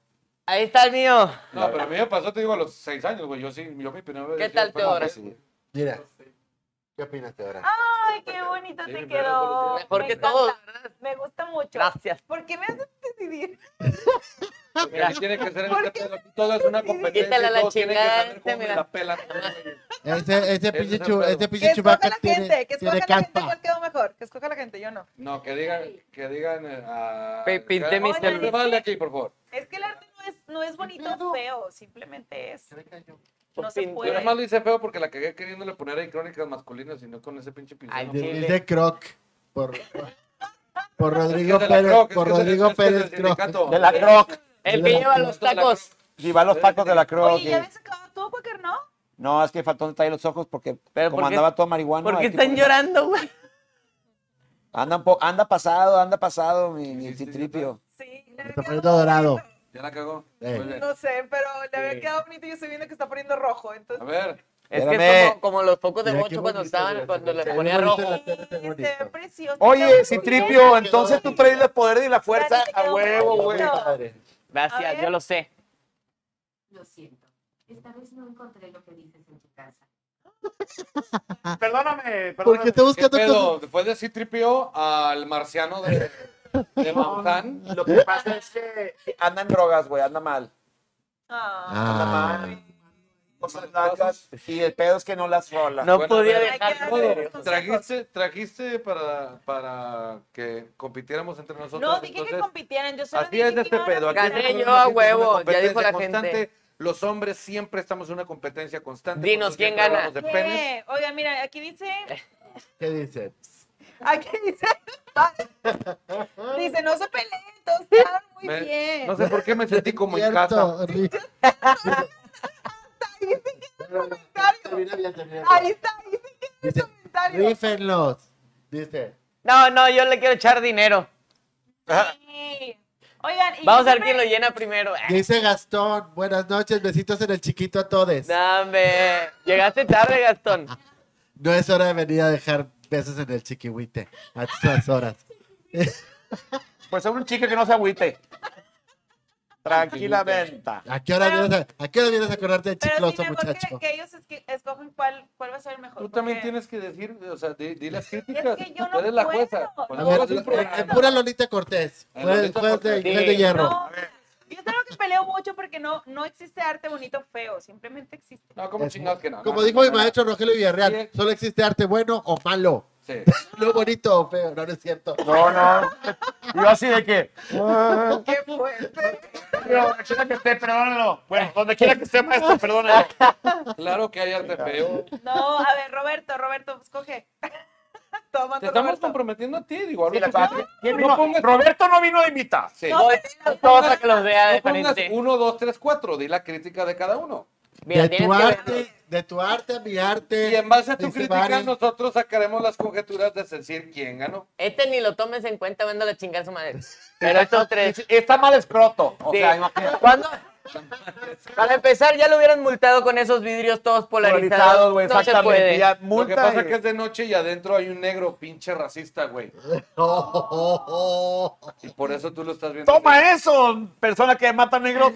Speaker 2: Ahí está el mío.
Speaker 6: No, pero a mí me pasó, te digo, a los seis años, güey. Yo sí, yo mi primera vez.
Speaker 2: ¿Qué
Speaker 6: sí,
Speaker 2: tal,
Speaker 6: fue-
Speaker 2: Teodora?
Speaker 6: Sí.
Speaker 3: Mira. ¿Qué opinas, Teodora?
Speaker 4: Ay, qué bonito
Speaker 6: Sí,
Speaker 4: te
Speaker 6: pero-
Speaker 4: quedó.
Speaker 2: Mejor
Speaker 4: Me
Speaker 2: que
Speaker 4: encanta,
Speaker 2: todos. ¿verdad?
Speaker 4: Me gusta mucho.
Speaker 2: Gracias.
Speaker 4: ¿Por qué me haces
Speaker 3: (laughs)
Speaker 4: decidir?
Speaker 6: Porque
Speaker 2: Mira.
Speaker 6: así tiene que ser en
Speaker 4: ¿Por
Speaker 6: este
Speaker 4: qué?
Speaker 6: pedo. Aquí todo es una competencia.
Speaker 2: Quítala
Speaker 6: y
Speaker 2: la
Speaker 6: todos tienen que saber
Speaker 2: chingada,
Speaker 6: cómo me
Speaker 2: mira.
Speaker 6: la pelan.
Speaker 3: Ese, ese pinche,
Speaker 6: es el
Speaker 3: chu-
Speaker 6: pedo.
Speaker 3: ese
Speaker 4: Que
Speaker 3: pinche
Speaker 4: escoja
Speaker 3: chubaca
Speaker 4: la
Speaker 3: tiene,
Speaker 4: gente, que escoja
Speaker 3: tiene
Speaker 4: la gente
Speaker 3: caspa.
Speaker 4: cuál quedó mejor. Que escoja la gente, yo no.
Speaker 6: No, que digan, que digan. eh, a-
Speaker 2: Pe- pinté mis
Speaker 6: Oigan,
Speaker 4: tenis.
Speaker 6: vale aquí, por favor.
Speaker 4: Es que el arte no es, no es bonito o feo, simplemente es. No se
Speaker 2: Opin-
Speaker 6: Yo
Speaker 4: puede.
Speaker 6: nada más lo hice feo porque la cagué queriéndole poner ahí crónicas masculinas y no con ese pinche pincel.
Speaker 2: Ay,
Speaker 6: no pues,
Speaker 2: de-
Speaker 6: puedo.
Speaker 3: Dice Croc. Por, por Rodrigo
Speaker 6: Es que es de la
Speaker 3: Pérez.
Speaker 6: Croc, es
Speaker 3: Por
Speaker 6: que es de-
Speaker 3: Rodrigo
Speaker 6: es que es del
Speaker 3: Pérez Croc.
Speaker 6: sindicato.
Speaker 5: De la Croc.
Speaker 2: El que lleva los tacos.
Speaker 5: Y va a los tacos de la Croc.
Speaker 4: Oye, ya
Speaker 5: y-
Speaker 4: habías acabado tú, Quaker, ¿no?
Speaker 5: No, es que faltó detalle los ojos porque
Speaker 2: Pero,
Speaker 5: como
Speaker 2: ¿por qué-
Speaker 5: andaba todo marihuana.
Speaker 2: ¿Por qué están llorando, güey?
Speaker 5: Anda, un po- anda pasado, anda pasado mi, mi
Speaker 6: Sí, sí,
Speaker 5: citripio.
Speaker 4: Sí. le
Speaker 3: Me
Speaker 4: había
Speaker 3: Está
Speaker 4: quedado
Speaker 3: poniendo dorado.
Speaker 6: Ya la cagó.
Speaker 3: Eh.
Speaker 6: Muy bien.
Speaker 4: No sé, pero le había quedado bonito y yo estoy viendo que está poniendo rojo.
Speaker 6: A
Speaker 4: Entonces,
Speaker 6: ver,
Speaker 2: Es que
Speaker 5: Espérame.
Speaker 2: es como, como los focos de
Speaker 3: Mira, qué
Speaker 2: bocho cuando
Speaker 3: bonito,
Speaker 2: estaban,
Speaker 3: güey,
Speaker 2: cuando
Speaker 3: se ve
Speaker 2: les
Speaker 3: muy
Speaker 2: ponía
Speaker 6: Oh,
Speaker 3: bonito
Speaker 2: rojo.
Speaker 3: la tele, está
Speaker 4: sí, se ve
Speaker 3: bonito.
Speaker 4: precioso.
Speaker 5: Oye,
Speaker 4: Qué bonito.
Speaker 5: citripio, entonces tú traes el poder y la fuerza
Speaker 4: Dani, te
Speaker 5: a
Speaker 4: quedó
Speaker 5: huevo,
Speaker 4: bonito.
Speaker 5: güey.
Speaker 4: A
Speaker 2: Gracias,
Speaker 4: ver.
Speaker 2: yo lo sé.
Speaker 11: Lo siento. Esta vez no encontré lo que dices en tu casa.
Speaker 5: Perdóname,
Speaker 3: Porque está
Speaker 6: ¿qué
Speaker 3: buscando
Speaker 6: pedo?
Speaker 3: cosas.
Speaker 6: Después de Citripio al marciano de, de Maután.
Speaker 5: Lo que pasa es que anda en drogas, güey, anda mal.
Speaker 4: Ah.
Speaker 3: Ah.
Speaker 5: cosas blancas y el pedo es que no las rola.
Speaker 2: No
Speaker 6: Bueno,
Speaker 2: podía
Speaker 6: pero-
Speaker 2: dejar
Speaker 4: Hay que
Speaker 2: de-
Speaker 4: darle- consejos.
Speaker 6: Trajiste, trajiste para, para que compitiéramos entre nosotros.
Speaker 4: No, dije que
Speaker 6: entonces,
Speaker 4: compitieran. Yo solo
Speaker 6: Así
Speaker 4: dije
Speaker 6: es de
Speaker 4: que
Speaker 6: este
Speaker 4: iban a
Speaker 6: pedo. Aquí
Speaker 4: competir.
Speaker 2: Gané
Speaker 6: tenemos
Speaker 2: yo,
Speaker 6: una
Speaker 2: a huevo,
Speaker 6: competencia
Speaker 2: ya dijo la gente.
Speaker 6: constante. Los hombres siempre estamos en una competencia constante.
Speaker 2: Dinos,
Speaker 6: por
Speaker 2: ¿quién
Speaker 6: eso siempre
Speaker 2: gana?
Speaker 6: hablamos de
Speaker 4: ¿Qué?
Speaker 6: penes.
Speaker 4: Oiga, mira, aquí dice.
Speaker 3: ¿Qué dice?
Speaker 4: Aquí dice. (laughs) dice, no se peleen, todos están muy
Speaker 6: Me-
Speaker 4: bien.
Speaker 6: No sé por qué me sentí como en
Speaker 3: Cierto,
Speaker 4: (laughs)
Speaker 6: casa.
Speaker 3: Rick.
Speaker 4: Ahí sí que
Speaker 3: Termina bien, termina bien.
Speaker 4: Ahí está, ahí sí que
Speaker 3: Dice,
Speaker 4: el comentario.
Speaker 3: Rífenlos. Dice,
Speaker 2: No, no, yo le quiero echar dinero.
Speaker 4: Sí. Oigan, y
Speaker 2: Vamos a ver
Speaker 4: siempre-
Speaker 2: quién lo llena primero. Eh,
Speaker 3: dice Gastón, buenas noches, besitos en el chiquito a todos.
Speaker 2: Dame. Llegaste tarde, Gastón.
Speaker 3: No es hora de venir a dejar besos en el chiquihuite a estas horas.
Speaker 5: Pues a un chico que no se agüite. Tranquilamente.
Speaker 3: ¿A qué hora,
Speaker 4: Pero-
Speaker 3: vienes, a, a qué hora vienes a acordarte del
Speaker 4: Pero sí,
Speaker 3: chicloso,
Speaker 4: mejor que-
Speaker 3: muchacho?
Speaker 4: que, ellos esqui- escogen cuál, cuál va a ser el mejor.
Speaker 6: Tú también
Speaker 4: porque-
Speaker 6: tienes que decir, o sea, di, di las críticas.
Speaker 4: Es que yo
Speaker 6: Tú
Speaker 4: no
Speaker 6: eres la
Speaker 4: puedo,
Speaker 6: jueza.
Speaker 4: no.
Speaker 3: A
Speaker 6: Cuando
Speaker 3: ver,
Speaker 6: hagas un
Speaker 3: en-
Speaker 6: programa,
Speaker 3: en pura Lolita Cortés.
Speaker 6: En
Speaker 3: Juez,
Speaker 6: Lolita
Speaker 3: juez de,
Speaker 6: Cortés.
Speaker 3: juez de
Speaker 2: Sí.
Speaker 3: hierro.
Speaker 4: No, yo es algo que peleo mucho porque no, no existe arte bonito o feo, simplemente existe.
Speaker 6: No, como
Speaker 3: Es-
Speaker 6: chingados que no.
Speaker 3: Como
Speaker 6: no,
Speaker 3: dijo
Speaker 6: no,
Speaker 3: mi
Speaker 6: no,
Speaker 3: maestro Rogelio Villarreal,
Speaker 6: Bien.
Speaker 3: solo existe arte bueno o malo.
Speaker 6: Sí.
Speaker 3: No bonito o feo, no, no es cierto.
Speaker 5: No, no. (laughs) Yo así de que. "Ah".
Speaker 2: Qué fuerte.
Speaker 7: Pero donde quiera que esté, perdónalo. Bueno, donde quiera que esté, maestro, perdónalo.
Speaker 6: Claro que hay arte feo.
Speaker 4: No, a ver, Roberto, Roberto, escoge. (laughs) Toma,
Speaker 6: Te estamos
Speaker 4: Roberto.
Speaker 6: comprometiendo a ti, digo, habla
Speaker 5: Sí, la
Speaker 6: tú.
Speaker 5: verdad. ¿Quién
Speaker 6: No
Speaker 5: vino?
Speaker 6: pongas-
Speaker 7: Roberto no vino de invita.
Speaker 6: Sí.
Speaker 4: No,
Speaker 2: Voy
Speaker 4: pero-
Speaker 2: todo para que los vea de
Speaker 6: No pongas
Speaker 2: frente.
Speaker 6: uno, dos, tres, cuatro. Di la crítica de cada uno.
Speaker 2: Mira,
Speaker 3: de
Speaker 2: tienes
Speaker 3: tu
Speaker 2: que
Speaker 3: arte,
Speaker 2: ver.
Speaker 3: de tu arte a mi arte.
Speaker 6: Y en base a tu
Speaker 3: dice
Speaker 6: crítica,
Speaker 3: Barney.
Speaker 6: nosotros sacaremos las conjeturas de decir quién ganó.
Speaker 2: Este ni lo tomes en cuenta, mándale a chingar a su madre. Pero estos tres.
Speaker 5: Está mal escroto. O
Speaker 2: Sí.
Speaker 5: sea, imagínate.
Speaker 2: ¿Cuándo? Para empezar, ya lo hubieran multado con esos vidrios todos polarizados.
Speaker 5: Polarizados, güey,
Speaker 2: no se
Speaker 5: exactamente.
Speaker 2: puede.
Speaker 5: Ya,
Speaker 6: Lo
Speaker 5: multa
Speaker 6: que pasa
Speaker 5: y-
Speaker 6: que es de noche y adentro hay un negro pinche racista, güey.
Speaker 3: Oh, oh, oh, oh.
Speaker 6: Y por eso tú lo estás viendo.
Speaker 2: eh.
Speaker 7: Toma eso, persona que mata negros.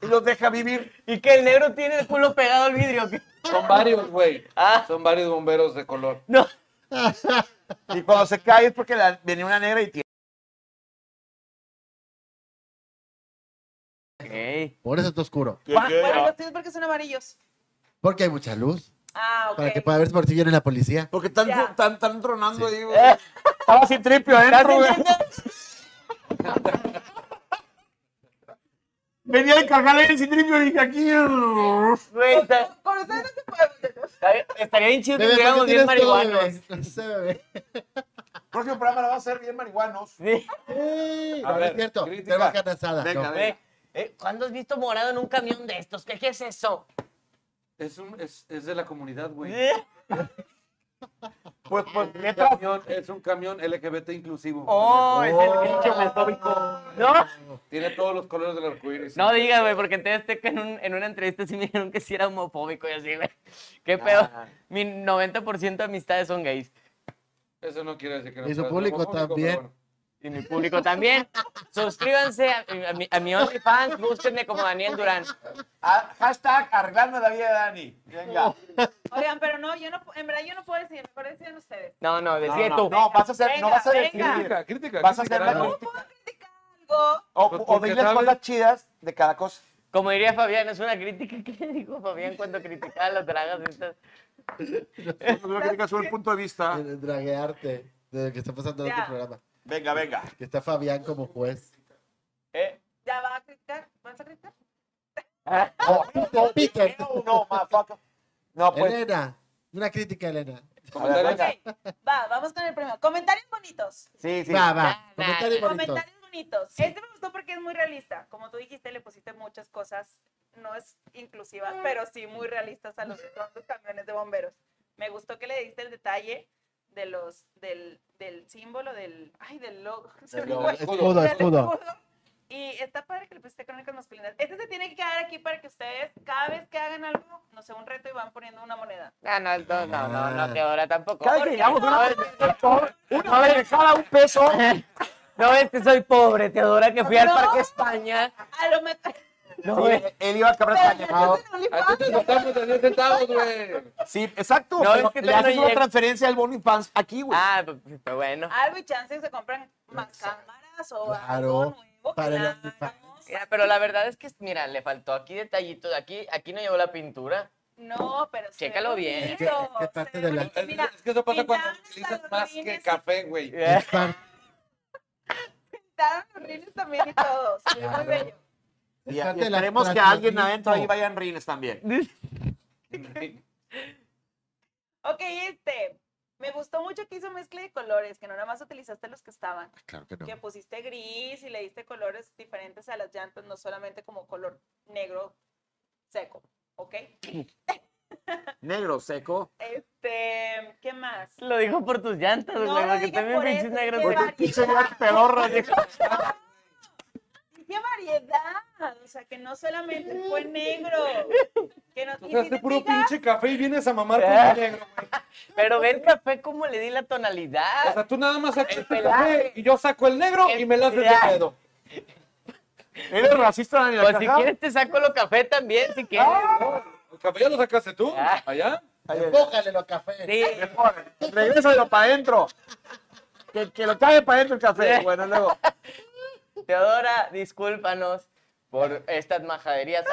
Speaker 5: Y los deja vivir.
Speaker 2: Y que el negro tiene el culo pegado al vidrio.
Speaker 6: Son varios, güey.
Speaker 2: Ah.
Speaker 6: Son varios bomberos de color.
Speaker 2: No.
Speaker 5: Y cuando se cae es porque la- venía una negra y tiene.
Speaker 2: Ok.
Speaker 3: (laughs) Por eso está oscuro.
Speaker 4: Bueno, los tuyos porque son amarillos.
Speaker 3: Porque hay mucha luz.
Speaker 4: Ah, ok.
Speaker 3: Para que pueda ver por si viene la policía.
Speaker 5: Porque están,
Speaker 4: Ya.
Speaker 5: están, están tronando ahí,
Speaker 2: Eh.
Speaker 5: güey.
Speaker 7: Estaba sin tripio adentro, güey. Venía de cargar el sin tripio y dije aquí.
Speaker 2: Güey, está-
Speaker 4: Con ustedes no se puede. muchachos.
Speaker 2: estaría bien chido que
Speaker 3: Bebé, ¿por qué
Speaker 2: estuviéramos bien
Speaker 3: tienes todo,
Speaker 2: marihuanos.
Speaker 3: bebé? (laughs) No sé, bebé.
Speaker 5: próximo Este programa la va a hacer bien marihuanos.
Speaker 2: Sí.
Speaker 3: Ey,
Speaker 6: A
Speaker 3: no, no
Speaker 6: ver,
Speaker 3: es cierto.
Speaker 6: crítica.
Speaker 3: Tenemos carne asada.
Speaker 5: Venga,
Speaker 3: no.
Speaker 5: venga.
Speaker 2: Güey, eh, ¿Cuándo has visto morado en un camión de estos? ¿Qué, qué es eso?
Speaker 6: Es, un, es, es de la comunidad, güey.
Speaker 2: Eh.
Speaker 5: Pues, pues,
Speaker 6: Es un
Speaker 5: mientras.
Speaker 6: camión- Es un camión LGBT inclusivo.
Speaker 2: Oh, es el
Speaker 3: Oh.
Speaker 2: pinche homofóbico. No,
Speaker 6: Tiene todos los colores del arcoíris.
Speaker 2: no digas, güey, porque entonces te- que en, un- en una entrevista sí me dijeron que sí era homofóbico y así, güey. ¿Qué
Speaker 3: Ah.
Speaker 2: pedo? Mi 90% de amistades son gays.
Speaker 6: Eso no quiere decir que no.
Speaker 3: Y su
Speaker 6: seas
Speaker 3: público
Speaker 6: homofóbico,
Speaker 3: también.
Speaker 6: pero bueno.
Speaker 2: Y mi público también. Suscríbanse a, a mi, a mi OnlyFans, búsquenme como Daniel Durán.
Speaker 5: Ah, hashtag arreglando la vida de Dani. Venga.
Speaker 4: Oigan, pero no, yo no, en verdad yo no puedo decir, mejor decían ustedes.
Speaker 2: No, no, decide
Speaker 5: no,
Speaker 2: tú.
Speaker 5: no, no, vas a hacer, no
Speaker 4: Venga,
Speaker 5: vas a decir.
Speaker 4: venga.
Speaker 6: Crítica, crítica.
Speaker 5: Vas a
Speaker 6: crítica,
Speaker 5: hacer la
Speaker 6: nada más.
Speaker 5: crítica.
Speaker 4: Algo,
Speaker 5: O,
Speaker 6: Pues
Speaker 5: o
Speaker 6: porque
Speaker 5: diles
Speaker 6: sabes-
Speaker 5: cosas chidas de cada cosa.
Speaker 2: Como diría Fabián, es una crítica (laughs) que le dijo Fabián cuando criticaba las dragas estas.
Speaker 5: No creo que tengas un punto de vista.
Speaker 3: El Draguearte. De lo que está pasando en
Speaker 4: Ya.
Speaker 3: otro programa.
Speaker 5: Venga, venga.
Speaker 3: Que está Fabián como juez.
Speaker 4: ya va a criticar, ¿vas a criticar?
Speaker 5: No, no,
Speaker 3: Peter.
Speaker 7: oh,
Speaker 5: no, Eh, oh, no, motherfucker. No, pues.
Speaker 3: Elena. Una crítica, Elena.
Speaker 5: Comentario.
Speaker 6: Comentarios.
Speaker 4: Ok, va, vamos con el primero. Comentarios bonitos.
Speaker 5: Sí, sí.
Speaker 2: Nah,
Speaker 3: Va, va.
Speaker 2: nah,
Speaker 3: Comentario
Speaker 2: nah.
Speaker 3: bonito.
Speaker 4: Comentarios bonitos. Este me gustó porque es muy realista. Como tú dijiste, le pusiste muchas cosas, no es inclusivas, pero sí muy realistas a los, a los camiones de bomberos. Me gustó que le diste el detalle de los, del, del símbolo, del, ay, del logo. (laughs) se me
Speaker 6: logo.
Speaker 4: fue.
Speaker 3: Escudo,
Speaker 4: Del
Speaker 3: escudo.
Speaker 4: escudo. Y está padre que le pusiste crónicas masculinas. Este se tiene que quedar aquí para que ustedes, cada vez que hagan algo, no sé, un reto y van poniendo una moneda.
Speaker 2: No, no, no, no, no, no te ahora tampoco.
Speaker 5: Cada que llegamos de una una vez cada un peso.
Speaker 2: (laughs) No ves que soy pobre, te adora que fui al
Speaker 4: No.
Speaker 2: Parque España.
Speaker 4: A lo mejor.
Speaker 2: No
Speaker 5: Sí,
Speaker 2: ves.
Speaker 5: él iba a cabrar
Speaker 7: Ah,
Speaker 5: España.
Speaker 4: Pero,
Speaker 6: A ti te soltamos de 10 centavos, güey.
Speaker 5: Sí, exacto.
Speaker 2: No,
Speaker 5: pero
Speaker 2: es que
Speaker 5: le
Speaker 2: todavía
Speaker 5: haces
Speaker 2: no
Speaker 5: una
Speaker 2: llega.
Speaker 5: transferencia al Bonnie Pants aquí, güey.
Speaker 2: Ah, pues, pues, pues, bueno.
Speaker 4: algo y chance se compran más cámaras o
Speaker 3: Claro,
Speaker 4: algo nuevo.
Speaker 3: para el
Speaker 4: claro.
Speaker 3: OnlyFans.
Speaker 2: Mira, pero la verdad es que, mira, le faltó aquí detallitos. Aquí, aquí no llevó la pintura.
Speaker 4: No, pero. se ve
Speaker 2: Chécalo bien.
Speaker 4: bonito,
Speaker 3: Es que- es que
Speaker 4: se
Speaker 3: parte
Speaker 4: ve
Speaker 3: de la-
Speaker 6: Es,
Speaker 4: bonito.
Speaker 6: es-
Speaker 4: Mira,
Speaker 6: es que eso pasa cuando
Speaker 4: pintaron hasta
Speaker 6: utilizas
Speaker 4: los
Speaker 6: más que
Speaker 4: rines.
Speaker 6: café, güey.
Speaker 3: Es par-
Speaker 4: pintaron los rines también y todo. Se ve muy
Speaker 3: Claro.
Speaker 4: bello.
Speaker 5: Y,
Speaker 3: es
Speaker 5: y
Speaker 3: parte de la
Speaker 5: esperemos que alguien
Speaker 3: tradición.
Speaker 5: adentro ahí vaya en rines también.
Speaker 6: (laughs)
Speaker 4: Ok, este. Me gustó mucho que hizo mezcla de colores, que no nada más utilizaste los que estaban.
Speaker 1: Claro que no.
Speaker 4: que pusiste gris y le diste colores diferentes a las llantas, no solamente como color negro seco, ¿ok?
Speaker 5: Negro, seco.
Speaker 4: Este, ¿qué más?
Speaker 2: Lo dijo por tus llantas,
Speaker 4: No
Speaker 2: güey,
Speaker 4: lo
Speaker 2: porque
Speaker 4: dije
Speaker 2: también
Speaker 4: por
Speaker 2: pinches
Speaker 4: eso,
Speaker 2: negros.
Speaker 4: dije
Speaker 2: güey.
Speaker 4: variedad. ¡Qué variedad! O sea, que no solamente fue negro, que no...
Speaker 6: Tú
Speaker 4: y si
Speaker 6: haces
Speaker 4: te
Speaker 6: puro
Speaker 4: fijas,
Speaker 6: pinche café y vienes a mamar
Speaker 5: Eh.
Speaker 2: Ah.
Speaker 6: con el negro, güey.
Speaker 2: Pero ve el café como le di la
Speaker 6: O
Speaker 2: tonalidad.
Speaker 6: sea, tú nada más sacas el
Speaker 2: pelaje.
Speaker 6: café y yo saco el negro y me lo haces de
Speaker 2: Ya.
Speaker 6: pedo.
Speaker 5: Eres racista, Daniel.
Speaker 2: Pues si quieres te saco lo café también, si quieres.
Speaker 4: Ah.
Speaker 6: ¿El café ya lo sacaste tú?
Speaker 2: Ya.
Speaker 6: ¿Allá?
Speaker 3: Empójale lo café.
Speaker 2: Sí.
Speaker 5: Regrésalo para adentro. Que, que lo cae para adentro el café. Bueno, luego.
Speaker 2: Teodora, discúlpanos por estas majaderías.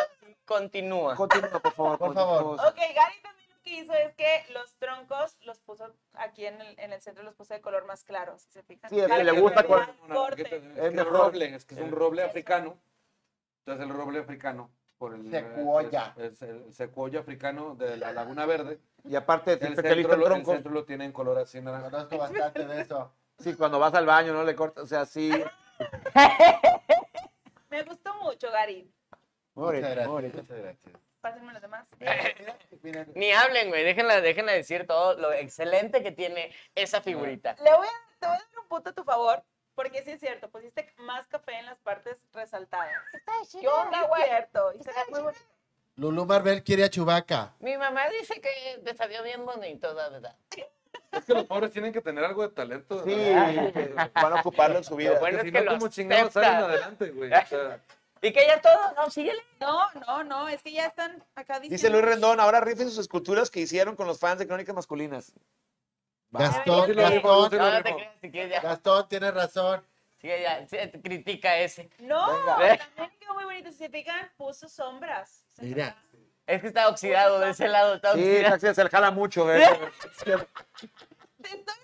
Speaker 2: Continúa.
Speaker 5: Continúa, por favor.
Speaker 3: Por
Speaker 5: con-
Speaker 3: favor.
Speaker 5: con-
Speaker 4: Ok, Gary también lo que hizo es que los troncos los puso aquí en el, en el centro, los puso de color más claro, si se fijan.
Speaker 5: Sí, el que
Speaker 4: Para
Speaker 5: le
Speaker 4: que
Speaker 5: gusta
Speaker 4: se
Speaker 5: con-
Speaker 4: vea el corte.
Speaker 5: Es
Speaker 6: Es el
Speaker 5: mejor.
Speaker 6: roble, es que es un roble africano. Entonces el roble africano por el
Speaker 3: Secuoya.
Speaker 6: Es, es el secuoya africano de la Laguna Verde.
Speaker 5: Y aparte,
Speaker 6: El
Speaker 5: siempre que listo
Speaker 6: centro,
Speaker 5: el
Speaker 6: lo- el
Speaker 5: tronco.
Speaker 6: centro lo tiene en color así naranja.
Speaker 3: Conozco bastante de eso.
Speaker 5: Sí, cuando vas al baño, no le cortas. O sea, sí.
Speaker 4: Me gustó mucho, Gary.
Speaker 5: Muy bonito,
Speaker 3: Muchas gracias,
Speaker 5: muy bonito.
Speaker 3: muchas gracias.
Speaker 4: Pásenme los demás.
Speaker 3: Eh. Mira,
Speaker 2: Ni hablen, güey. Déjenla, déjenla decir todo lo excelente que tiene esa figurita.
Speaker 4: Le voy a, te voy a dar un punto a tu favor, porque sí es cierto, pusiste más café en las partes resaltadas.
Speaker 8: Está chido.
Speaker 4: ¿Qué onda, güey? Es cierto, y se
Speaker 8: Está
Speaker 4: ve muy bonito.
Speaker 3: Lulú Marvel quiere a Chubaca.
Speaker 2: Mi mamá dice que te salió bien bonito, la verdad.
Speaker 6: Es que los pobres tienen que tener algo de talento.
Speaker 5: Sí,
Speaker 6: ¿verdad?
Speaker 5: que van a ocuparlo en su vida.
Speaker 2: Lo bueno
Speaker 6: Porque
Speaker 2: es
Speaker 6: si
Speaker 2: que
Speaker 6: no,
Speaker 2: lo
Speaker 6: como chingados salen
Speaker 2: acepta.
Speaker 6: adelante, güey. O sea,
Speaker 2: Y que ya todo, no, síguele.
Speaker 4: No, no, no, es que ya están acá diciendo.
Speaker 5: Dice Luis Rendón, ahora rifen sus esculturas que hicieron con los fans de Crónicas Masculinas.
Speaker 3: Gastón,
Speaker 6: Sí, lo dijo,
Speaker 3: Gastón,
Speaker 6: sí
Speaker 2: No,
Speaker 6: lo
Speaker 2: no te
Speaker 6: dijo.
Speaker 2: creas, si quieres ya.
Speaker 3: Gastón tiene razón.
Speaker 2: Sí, ya, sí, critica ese.
Speaker 4: No,
Speaker 2: Venga.
Speaker 6: Eh.
Speaker 4: también quedó muy bonito. Si se fijan, puso sombras. Se
Speaker 3: Mira.
Speaker 4: (laughs) fijan.
Speaker 2: Es que está oxidado de
Speaker 4: Pues,
Speaker 2: ese lado, está
Speaker 5: Sí,
Speaker 2: oxidado.
Speaker 5: Taxi se le jala mucho, ¿eh? Es que-
Speaker 4: Te estoy-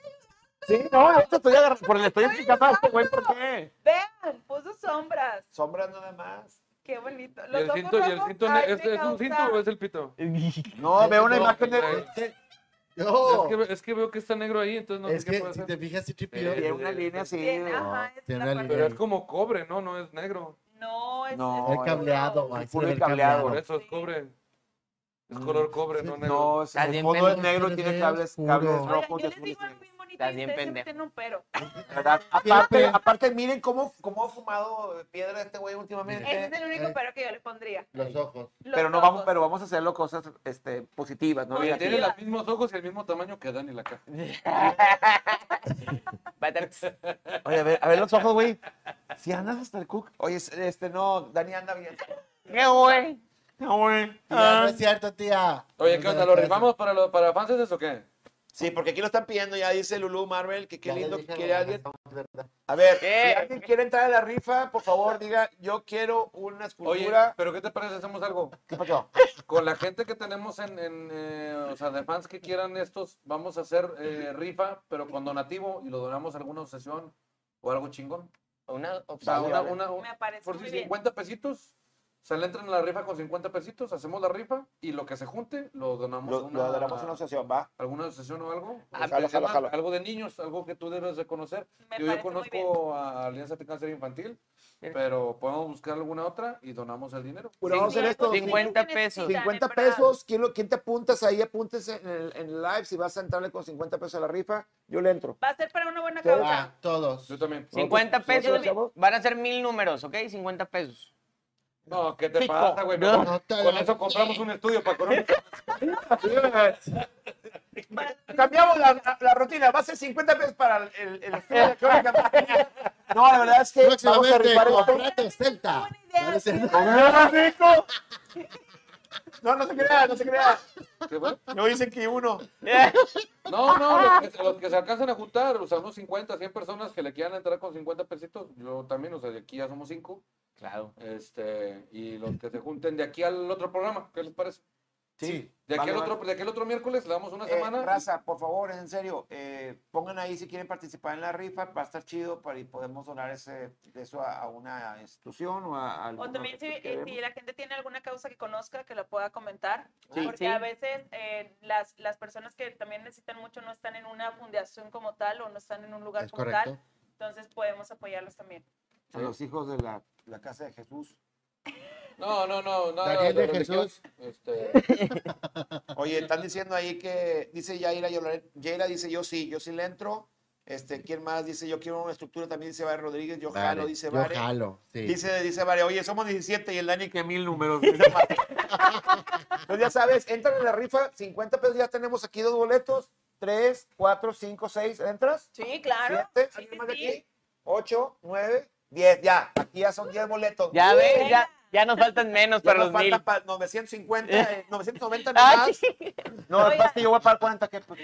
Speaker 5: Sí, no, esto estoy agarrando, por le estoy explicando a este güey por qué.
Speaker 4: Vean, puso sombras.
Speaker 5: Sombras nada más.
Speaker 4: Qué bonito.
Speaker 6: ¿Y
Speaker 4: Los
Speaker 6: el
Speaker 4: ojos
Speaker 6: cinto, y el
Speaker 4: rojos,
Speaker 6: cinto
Speaker 4: ay,
Speaker 6: ne- es,
Speaker 4: me
Speaker 6: es un cinto
Speaker 4: causa-
Speaker 6: o es el pito?
Speaker 5: No, veo una
Speaker 6: No,
Speaker 5: imagen de... este,
Speaker 6: güey.
Speaker 3: No,
Speaker 6: Es, que, es que veo que está negro ahí, entonces no
Speaker 3: es
Speaker 6: sé qué
Speaker 3: que
Speaker 6: puede
Speaker 3: si
Speaker 6: ser.
Speaker 3: te fijas, sí,
Speaker 5: Tiene
Speaker 3: Tripio.
Speaker 5: una línea así.
Speaker 4: Tiene,
Speaker 5: de-
Speaker 4: ajá, es
Speaker 3: tiene
Speaker 4: la
Speaker 3: una
Speaker 4: parte-
Speaker 6: Pero es como cobre, ¿no? No es negro.
Speaker 4: No, es,
Speaker 5: No,
Speaker 4: es
Speaker 3: El cableado,
Speaker 4: puro.
Speaker 3: ahí se
Speaker 5: Puro
Speaker 3: ve el
Speaker 5: cableado.
Speaker 6: Por
Speaker 5: No.
Speaker 6: eso es cobre. Es color cobre, Mm, no negro.
Speaker 5: No, es-
Speaker 2: Está
Speaker 5: el
Speaker 2: bien
Speaker 5: fondo es
Speaker 2: pendejo,
Speaker 5: negro,
Speaker 3: pero
Speaker 5: tiene
Speaker 3: es
Speaker 5: cables,
Speaker 3: oscuro.
Speaker 5: cables
Speaker 3: Oigan,
Speaker 4: Oigan,
Speaker 5: rojos y
Speaker 4: yo les digo
Speaker 5: azules.
Speaker 4: algo bien bonito
Speaker 2: Estás
Speaker 4: y
Speaker 2: bien
Speaker 4: ustedes
Speaker 2: pendejo.
Speaker 4: siempre tienen un pero.
Speaker 6: (laughs)
Speaker 5: ¿verdad? Aparte, aparte, miren cómo, cómo ha fumado piedra este güey
Speaker 4: Ese es
Speaker 5: últimamente.
Speaker 4: el
Speaker 6: Eh.
Speaker 4: único pero que yo le pondría.
Speaker 3: Los ojos.
Speaker 4: Los
Speaker 5: Pero no vamos,
Speaker 4: ojos.
Speaker 5: pero vamos a hacerlo cosas este, positivas, no
Speaker 4: Oye,
Speaker 6: Oye,
Speaker 5: negativas.
Speaker 6: tiene los mismos ojos y el mismo tamaño que Dani la caja.
Speaker 2: Va a estar-
Speaker 5: Oye, a ver, a ver los ojos, güey. Si andas hasta el cook. Oye, es- este no, Dani anda bien.
Speaker 2: ¿Qué, güey?
Speaker 5: No, güey.
Speaker 3: Tía,
Speaker 5: Ah,
Speaker 2: Ah.
Speaker 3: no es cierto, tía.
Speaker 6: Oye, ¿qué onda? ¿Lo rifamos para, los para fans eso o qué?
Speaker 5: Sí, porque aquí lo están pidiendo, ya dice Lulú Marvel, que qué
Speaker 3: Ya le
Speaker 5: lindo que
Speaker 3: dije a
Speaker 5: quiere
Speaker 3: la
Speaker 5: alguien.
Speaker 3: Gastón, ¿verdad?
Speaker 5: A ver,
Speaker 2: ¿Qué?
Speaker 5: si alguien quiere entrar a la rifa, por favor, diga, yo quiero una
Speaker 6: Oye,
Speaker 5: escultura.
Speaker 6: ¿pero qué te parece? Hacemos algo.
Speaker 5: ¿Qué pasó?
Speaker 6: Con la gente que tenemos en, en, eh, o sea, de fans que quieran estos, vamos a hacer eh, rifa, pero con donativo y lo donamos a alguna obsesión o algo chingón.
Speaker 2: Una
Speaker 6: O sea,
Speaker 2: opción.
Speaker 5: Vale,
Speaker 6: una,
Speaker 5: vale.
Speaker 6: una-
Speaker 4: Me parece
Speaker 6: por
Speaker 4: muy
Speaker 6: si
Speaker 4: bien.
Speaker 6: 50 pesitos, o sea, le entran a la rifa con 50 pesitos, hacemos la rifa y lo que se junte lo donamos a
Speaker 5: Lo,
Speaker 6: una,
Speaker 5: lo donamos a una asociación, ¿va?
Speaker 6: alguna obsesión o algo.
Speaker 5: Ah,
Speaker 6: O sea,
Speaker 5: jalo, jalo, jalo.
Speaker 6: Algo de niños, algo que tú debes de conocer.
Speaker 4: Me
Speaker 6: Yo, yo
Speaker 4: parece muy bien.
Speaker 6: conozco a Alianza de Cáncer Infantil, pero podemos buscar alguna otra y donamos el dinero.
Speaker 5: Bueno, vamos a hacer esto.
Speaker 2: 50 pesos.
Speaker 5: 50 pesos, ¿quién, lo- quién te apuntas ahí? Apúntese en el, en el live. Si vas a entrarle con 50 pesos a la rifa, yo le entro.
Speaker 4: Va a ser para una buena
Speaker 5: Sí.
Speaker 4: causa.
Speaker 3: Ah, todos.
Speaker 6: Yo también.
Speaker 2: 50
Speaker 5: pues,
Speaker 2: pesos.
Speaker 5: ¿sí, chavo?
Speaker 2: Van a ser mil números, ¿ok? 50 pesos.
Speaker 7: (laughs)
Speaker 6: No, ¿qué te
Speaker 2: Pico.
Speaker 6: pasa, güey?
Speaker 2: No.
Speaker 6: Mejor Con eso compramos un estudio para Crónicas.
Speaker 5: Cambiamos la, la- la rutina. Va a ser 50 pesos para el, el estudio de Crónica Marvel. No, la verdad es que vamos a este
Speaker 3: Próximamente,
Speaker 5: rifar esto.
Speaker 3: contrato Celta.
Speaker 4: Buena idea,
Speaker 3: Parece-
Speaker 4: sí.
Speaker 5: ¡Comer rico! (laughs) No, no se crea, no se crea.
Speaker 6: ¿Qué fue?
Speaker 5: Luego dicen que uno.
Speaker 6: No, no, los que, los que se alcanzan a juntar, o sea, unos 50, 100 personas que le quieran entrar con 50 pesitos, yo también, o sea, de aquí ya somos 5,
Speaker 2: Claro.
Speaker 6: este, y los que se junten de aquí al otro programa, ¿qué les parece?
Speaker 7: Sí.
Speaker 6: De aquí
Speaker 7: vale,
Speaker 6: al
Speaker 7: vale.
Speaker 6: otro, de aquí al otro miércoles le damos una
Speaker 7: Eh,
Speaker 6: semana.
Speaker 7: raza, por favor, es en serio, eh, pongan ahí si quieren participar en la rifa, va a estar chido para, y podemos donar ese, eso a, a una institución o a, a
Speaker 4: O
Speaker 7: alguna
Speaker 4: también si, eh,
Speaker 7: que pues, queremos.
Speaker 4: si la gente tiene alguna causa que conozca, que la pueda comentar.
Speaker 7: Sí,
Speaker 4: porque
Speaker 7: sí.
Speaker 4: a veces eh, las, las personas que también necesitan mucho no están en una fundación como tal o no están en un lugar
Speaker 3: Es
Speaker 4: como
Speaker 3: correcto.
Speaker 4: tal. Entonces podemos apoyarlos también.
Speaker 7: A los hijos de la, la casa de Jesús.
Speaker 6: No, no, no, no.
Speaker 3: Daniel
Speaker 6: no,
Speaker 3: de
Speaker 6: no, no,
Speaker 3: Jesús.
Speaker 6: Este,
Speaker 7: Oye, están diciendo ahí que dice Yaira, Yoloret- Yaira dice yo sí, yo sí le entro. Este, ¿quién más? Dice yo quiero una estructura, también dice Vare Rodríguez, yo
Speaker 3: Vale,
Speaker 7: jalo, dice
Speaker 3: yo
Speaker 7: Vare.
Speaker 3: jalo, sí.
Speaker 7: Dice, dice Vare, oye, somos 17 y el Dani que mil números. Entonces Pues ya sabes, entran en la rifa, 50 pesos, ya tenemos aquí dos boletos, 3, 4, 5, 6, ¿entras?
Speaker 4: Sí, claro.
Speaker 7: 7,
Speaker 4: Sí, sí,
Speaker 7: más de
Speaker 4: sí.
Speaker 7: aquí? 8, 9, 10, ya, aquí ya son 10 boletos.
Speaker 2: Ya
Speaker 7: ¡Uy!
Speaker 2: ves, ya, ya nos faltan menos
Speaker 7: Ya
Speaker 2: para
Speaker 7: nos
Speaker 2: los
Speaker 7: falta
Speaker 2: mil.
Speaker 7: pa- 950, eh, 990
Speaker 2: Ah,
Speaker 7: nomás.
Speaker 2: sí.
Speaker 7: No, lo que
Speaker 4: Oiga.
Speaker 7: pasa es que yo voy a pagar 40 que pues,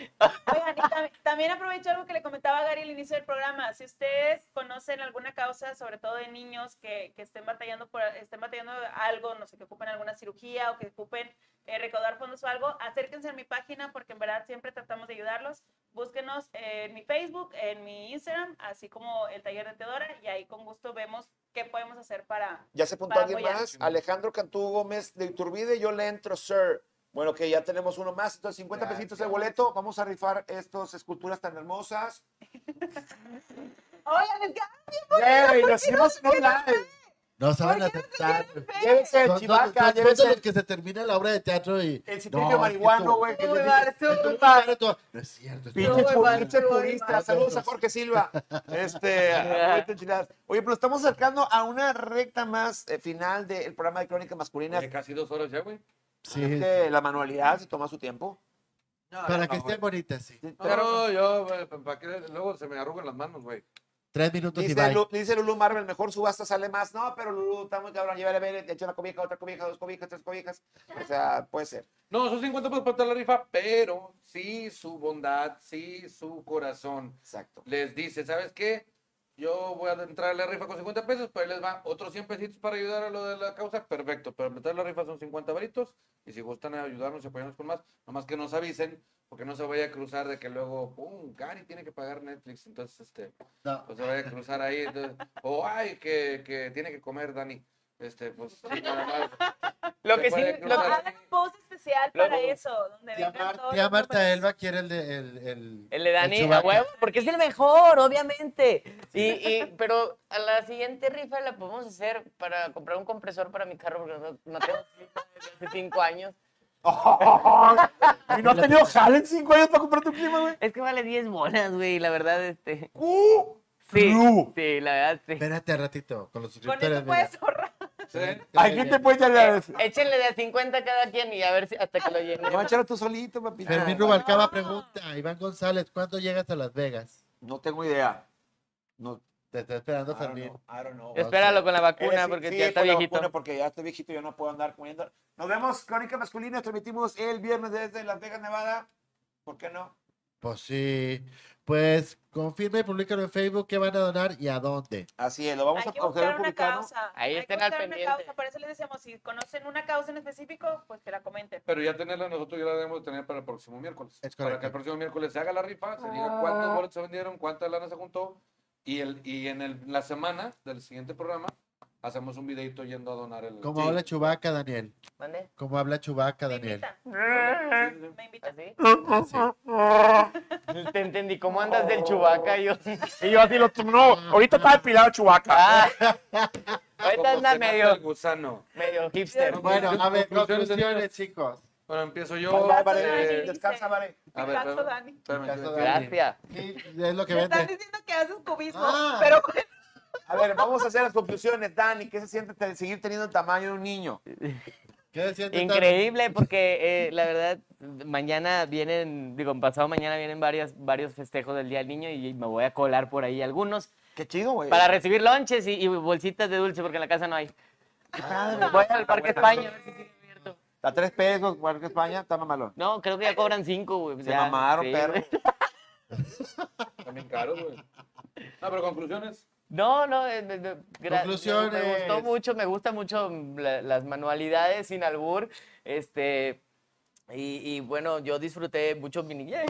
Speaker 4: Oigan, y tam- también aprovecho algo que le comentaba Gary al inicio del programa. Si ustedes conocen alguna causa, sobre todo de niños que, que estén batallando por estén batallando algo, no sé, que ocupen alguna cirugía o que ocupen eh, recaudar fondos o algo, acérquense a mi página porque en verdad siempre tratamos de ayudarlos. Búsquenos en mi Facebook, en mi Instagram, así como el taller de Teodora y ahí con gusto vemos qué podemos hacer para...
Speaker 7: ya se apuntó
Speaker 4: Para
Speaker 7: alguien
Speaker 4: apoyar.
Speaker 7: más. Alejandro Cantú Gómez de Iturbide, yo le entro, sir. Bueno, que ya tenemos uno más, entonces 50
Speaker 6: Gracias.
Speaker 7: pesitos de boleto. Vamos a rifar estas esculturas tan hermosas.
Speaker 4: Oigan, es que-
Speaker 7: Güey, nos hicimos en un live.
Speaker 3: No saben
Speaker 4: ¿Por qué no
Speaker 3: aceptar.
Speaker 7: Llévense el
Speaker 3: Son- son- son
Speaker 7: chivaca,
Speaker 3: todos
Speaker 7: llévense
Speaker 3: los que se termina la obra de teatro y.
Speaker 7: el
Speaker 3: No,
Speaker 7: cipillo
Speaker 3: es que
Speaker 7: marihuano,
Speaker 3: tú-
Speaker 7: güey. que
Speaker 4: Uy,
Speaker 7: les
Speaker 4: vale,
Speaker 7: dije,
Speaker 4: tú,
Speaker 3: tú-
Speaker 4: vale.
Speaker 3: tú- tú- No es cierto. es
Speaker 7: Pinche
Speaker 3: cierto.
Speaker 7: pu-
Speaker 4: vale,
Speaker 7: pinche
Speaker 4: tú,
Speaker 7: purista.
Speaker 4: vale.
Speaker 7: Saludos a Jorge Silva. Este, a Jorge Enchiladas. Oye, pero estamos acercando a una recta más eh, final del programa de Crónicas Masculinas.
Speaker 6: de casi dos horas ya, güey.
Speaker 3: Sí,
Speaker 7: Es que la manualidad se toma su tiempo.
Speaker 3: Para que estén bonitas, sí.
Speaker 7: Sí,
Speaker 6: No,
Speaker 7: pero-
Speaker 6: no, yo, güey, pa- pa' que luego se me arrugan las manos, güey.
Speaker 3: Tres minutos y
Speaker 7: Dice,
Speaker 3: bye.
Speaker 7: Lu- dice Lulu Marvel, mejor subasta sale más. No, pero Lulu está muy cabrón. Llévale, ver, de hecho una cobija, otra cobija, dos cobijas, tres cobijas. O sea, puede ser.
Speaker 6: No, son 50 pesos para toda la rifa, pero sí su bondad, sí su corazón
Speaker 7: Exacto.
Speaker 6: les dice, ¿sabes qué? Yo voy a entrar a la rifa con 50 pesos, pero ahí les va otros 100 pesitos para ayudar a lo de la causa, perfecto. Pero meter la rifa son 50 varitos y si gustan ayudarnos y apoyarnos con más, nomás que nos avisen, porque no se vaya a cruzar de que luego, ¡pum! Gary tiene que pagar Netflix, entonces este,
Speaker 3: No.
Speaker 6: pues se vaya a cruzar ahí. entonces, o ¡ay! Que, que tiene que comer Dani. Este, pues, sí, nada más.
Speaker 2: Lo
Speaker 6: Se
Speaker 2: que sí,
Speaker 6: puede
Speaker 2: lo
Speaker 4: No,
Speaker 6: cruzar.
Speaker 2: que-
Speaker 4: hagan un post especial
Speaker 2: Luego-
Speaker 4: para eso, donde
Speaker 3: Tía,
Speaker 4: vengan
Speaker 3: Mar-
Speaker 4: todos
Speaker 3: tía
Speaker 4: los
Speaker 3: Marta
Speaker 4: números.
Speaker 3: Elba quiere el de. El, el,
Speaker 2: El de Dani, a
Speaker 3: Chewbacca.
Speaker 2: huevo, porque es el mejor, obviamente. Y, y, pero a la siguiente rifa la podemos hacer para comprar un compresor para mi carro, porque no, no tengo clima desde hace cinco años.
Speaker 7: (laughs) y no ha tenido jale en cinco años para comprar tu clima, güey.
Speaker 2: Es que vale 10 bolas, güey, la verdad, este.
Speaker 7: Uh,
Speaker 2: Sí,
Speaker 7: Lu.
Speaker 2: sí, la verdad, sí.
Speaker 3: Espérate ratito con los
Speaker 4: Con
Speaker 3: suscriptores.
Speaker 4: eso puedes ahorrar.
Speaker 6: Sí.
Speaker 7: ¿A pues. quién te puedes llevar?
Speaker 2: Échenle de a 50 cada quien y a ver si hasta que lo llene.
Speaker 7: No, échalo tú solito, papito.
Speaker 3: Fermín Rubalcaba pregunta, Iván González, ¿cuándo llegas a Las Vegas?
Speaker 7: No tengo idea. Ah, No,
Speaker 3: Te está esperando
Speaker 7: I don't
Speaker 3: Fermín.
Speaker 7: know, I don't know.
Speaker 2: Espéralo con la vacuna
Speaker 7: Eres-
Speaker 2: porque
Speaker 7: eh, sí,
Speaker 2: ya está
Speaker 7: con la
Speaker 2: viejito.
Speaker 7: vacuna, porque ya estoy viejito, yo no puedo andar comiendo. Nos vemos, Crónica Masculina, transmitimos el viernes desde Las Vegas, Nevada. ¿Por qué no?
Speaker 3: Pues sí. Pues confirma y públicalo en Facebook qué van a donar y a dónde.
Speaker 7: Así es, lo vamos
Speaker 4: Hay que
Speaker 7: a observar
Speaker 4: buscar una
Speaker 7: publicado.
Speaker 4: causa.
Speaker 2: Ahí
Speaker 4: hay
Speaker 2: estén
Speaker 4: que
Speaker 2: al
Speaker 4: buscar
Speaker 2: pendiente.
Speaker 4: Una causa. Por eso les decíamos, si conocen una causa en específico, pues que la comenten.
Speaker 6: Pero ya tenerla nosotros ya la debemos de tener para el próximo miércoles.
Speaker 3: Es
Speaker 6: para
Speaker 3: correcto.
Speaker 6: que el próximo miércoles se haga la rifa, se diga
Speaker 2: Ah.
Speaker 6: cuántos boletos se vendieron, cuánta lana se juntó. Y, el, y en el- la semana del siguiente programa hacemos un videito yendo a donar el...
Speaker 3: ¿Cómo
Speaker 6: Sí.
Speaker 3: habla Chubaca, Daniel?
Speaker 2: ¿Mande?
Speaker 3: ¿Cómo habla Chubaca,
Speaker 4: Me
Speaker 3: Daniel?
Speaker 4: invitan,
Speaker 2: Ah.
Speaker 6: Sí, sí, sí.
Speaker 4: me invitan.
Speaker 2: ¿Así?
Speaker 3: Sí.
Speaker 2: Te entendí. ¿Cómo andas del chubaca? Yo.
Speaker 5: Y yo así lo. No, ahorita está depilado Chubaca.
Speaker 2: Ah,
Speaker 6: Como
Speaker 2: ahorita
Speaker 6: se
Speaker 2: anda
Speaker 6: mata
Speaker 2: medio,
Speaker 6: el gusano.
Speaker 2: medio hipster.
Speaker 3: Bueno, a ver,
Speaker 6: Conclusiones,
Speaker 3: conclusiones,
Speaker 6: señores.
Speaker 3: chicos.
Speaker 6: Bueno, empiezo yo.
Speaker 7: Bye, bye, vale,
Speaker 4: Dani,
Speaker 6: eh,
Speaker 4: dice.
Speaker 7: Descansa, vale.
Speaker 6: a ver,
Speaker 4: Caso,
Speaker 6: espérame,
Speaker 4: Dani.
Speaker 6: espérame,
Speaker 3: Caso,
Speaker 6: yo-
Speaker 3: Dani.
Speaker 2: Gracias.
Speaker 3: Sí, es lo que
Speaker 4: Me están
Speaker 3: vende.
Speaker 4: diciendo que haces cubismo,
Speaker 3: Ah.
Speaker 4: pero bueno,
Speaker 7: A ver, vamos a hacer las conclusiones, Dani. ¿Qué se siente te- seguir teniendo el tamaño de un niño?
Speaker 3: ¿Qué decían de
Speaker 2: Increíble, porque eh, la verdad, mañana vienen, digo, pasado mañana vienen varias, varios festejos del Día del Niño y me voy a colar por ahí algunos
Speaker 7: Qué chido, güey.
Speaker 2: para recibir lonches y, y bolsitas de dulce porque en la casa no hay.
Speaker 7: Qué padre.
Speaker 2: Voy al Parque España a ver si sigue abierto.
Speaker 5: A tres pesos, igual que España, está mamalón.
Speaker 2: No, creo que ya cobran cinco, güey. pues
Speaker 5: Se
Speaker 2: ya,
Speaker 5: mamaron,
Speaker 2: sí, (laughs)
Speaker 5: perro.
Speaker 2: güey.
Speaker 6: También caro, güey. No, pero conclusiones.
Speaker 2: No, no, eh, de- de- gra- me- me gustó
Speaker 3: Conclusiones.
Speaker 2: mucho, me gustan mucho mm, la- las manualidades sin albur. Este, y, y bueno, yo disfruté mucho mi niñez.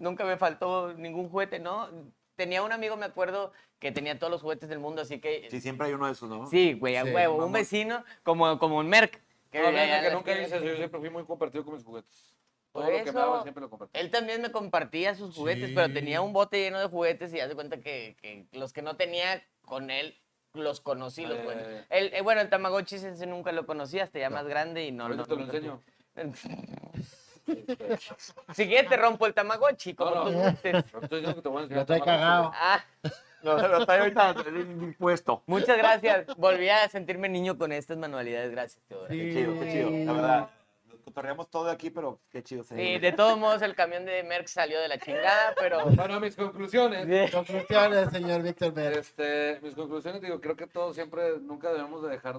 Speaker 2: Nunca me faltó ningún juguete, ¿no? Tenía un amigo, me acuerdo, que tenía todos los juguetes del mundo, así que.
Speaker 5: Sí, siempre hay uno de esos, ¿no?
Speaker 2: Sí, güey, a
Speaker 3: Sí,
Speaker 2: huevo. Un
Speaker 5: mamón.
Speaker 2: vecino, como, como un Merck. que ya-
Speaker 6: No,
Speaker 2: ya
Speaker 6: fíjate que
Speaker 2: las
Speaker 6: nunca
Speaker 2: tiene.
Speaker 6: hice eso. Yo siempre fui muy compartido con mis juguetes. Todo
Speaker 2: Por
Speaker 6: lo que me
Speaker 2: eso-
Speaker 6: daban siempre lo compartía.
Speaker 2: Él también me compartía sus juguetes, pero tenía un bote lleno de juguetes y hace cuenta que, que los que no tenía con él los conocí. Los
Speaker 6: Eh.
Speaker 2: juguetes. El, eh, bueno, el Tamagotchi ese nunca lo conocí hasta ya más grande y no
Speaker 6: Ahorita
Speaker 2: no-
Speaker 6: te lo
Speaker 2: nunca
Speaker 6: enseño.
Speaker 2: tuve. Si quieres, te rompo el Tamagotchi, como
Speaker 6: No, no.
Speaker 2: tú gustes.
Speaker 6: Pero Estoy diciendo que te voy a enseñar.
Speaker 3: Lo trae
Speaker 6: Tamagotchi.
Speaker 3: cagado.
Speaker 6: (laughs)
Speaker 2: Ah,
Speaker 5: Lo, lo trae ahorita el impuesto.
Speaker 2: muchas gracias. Volví a sentirme niño con estas manualidades. Gracias, Teodoro.
Speaker 3: Sí.
Speaker 5: Qué chido, qué chido, la verdad. Nos cotorreamos todo aquí, pero qué chido. se
Speaker 2: Sí, de todos modos, el camión de Merck salió de la chingada,
Speaker 6: (laughs)
Speaker 2: pero.
Speaker 6: Bueno, mis conclusiones.
Speaker 3: Conclusiones, señor Víctor Pérez.
Speaker 6: Este, mis conclusiones, digo, creo que todos siempre, nunca debemos de dejar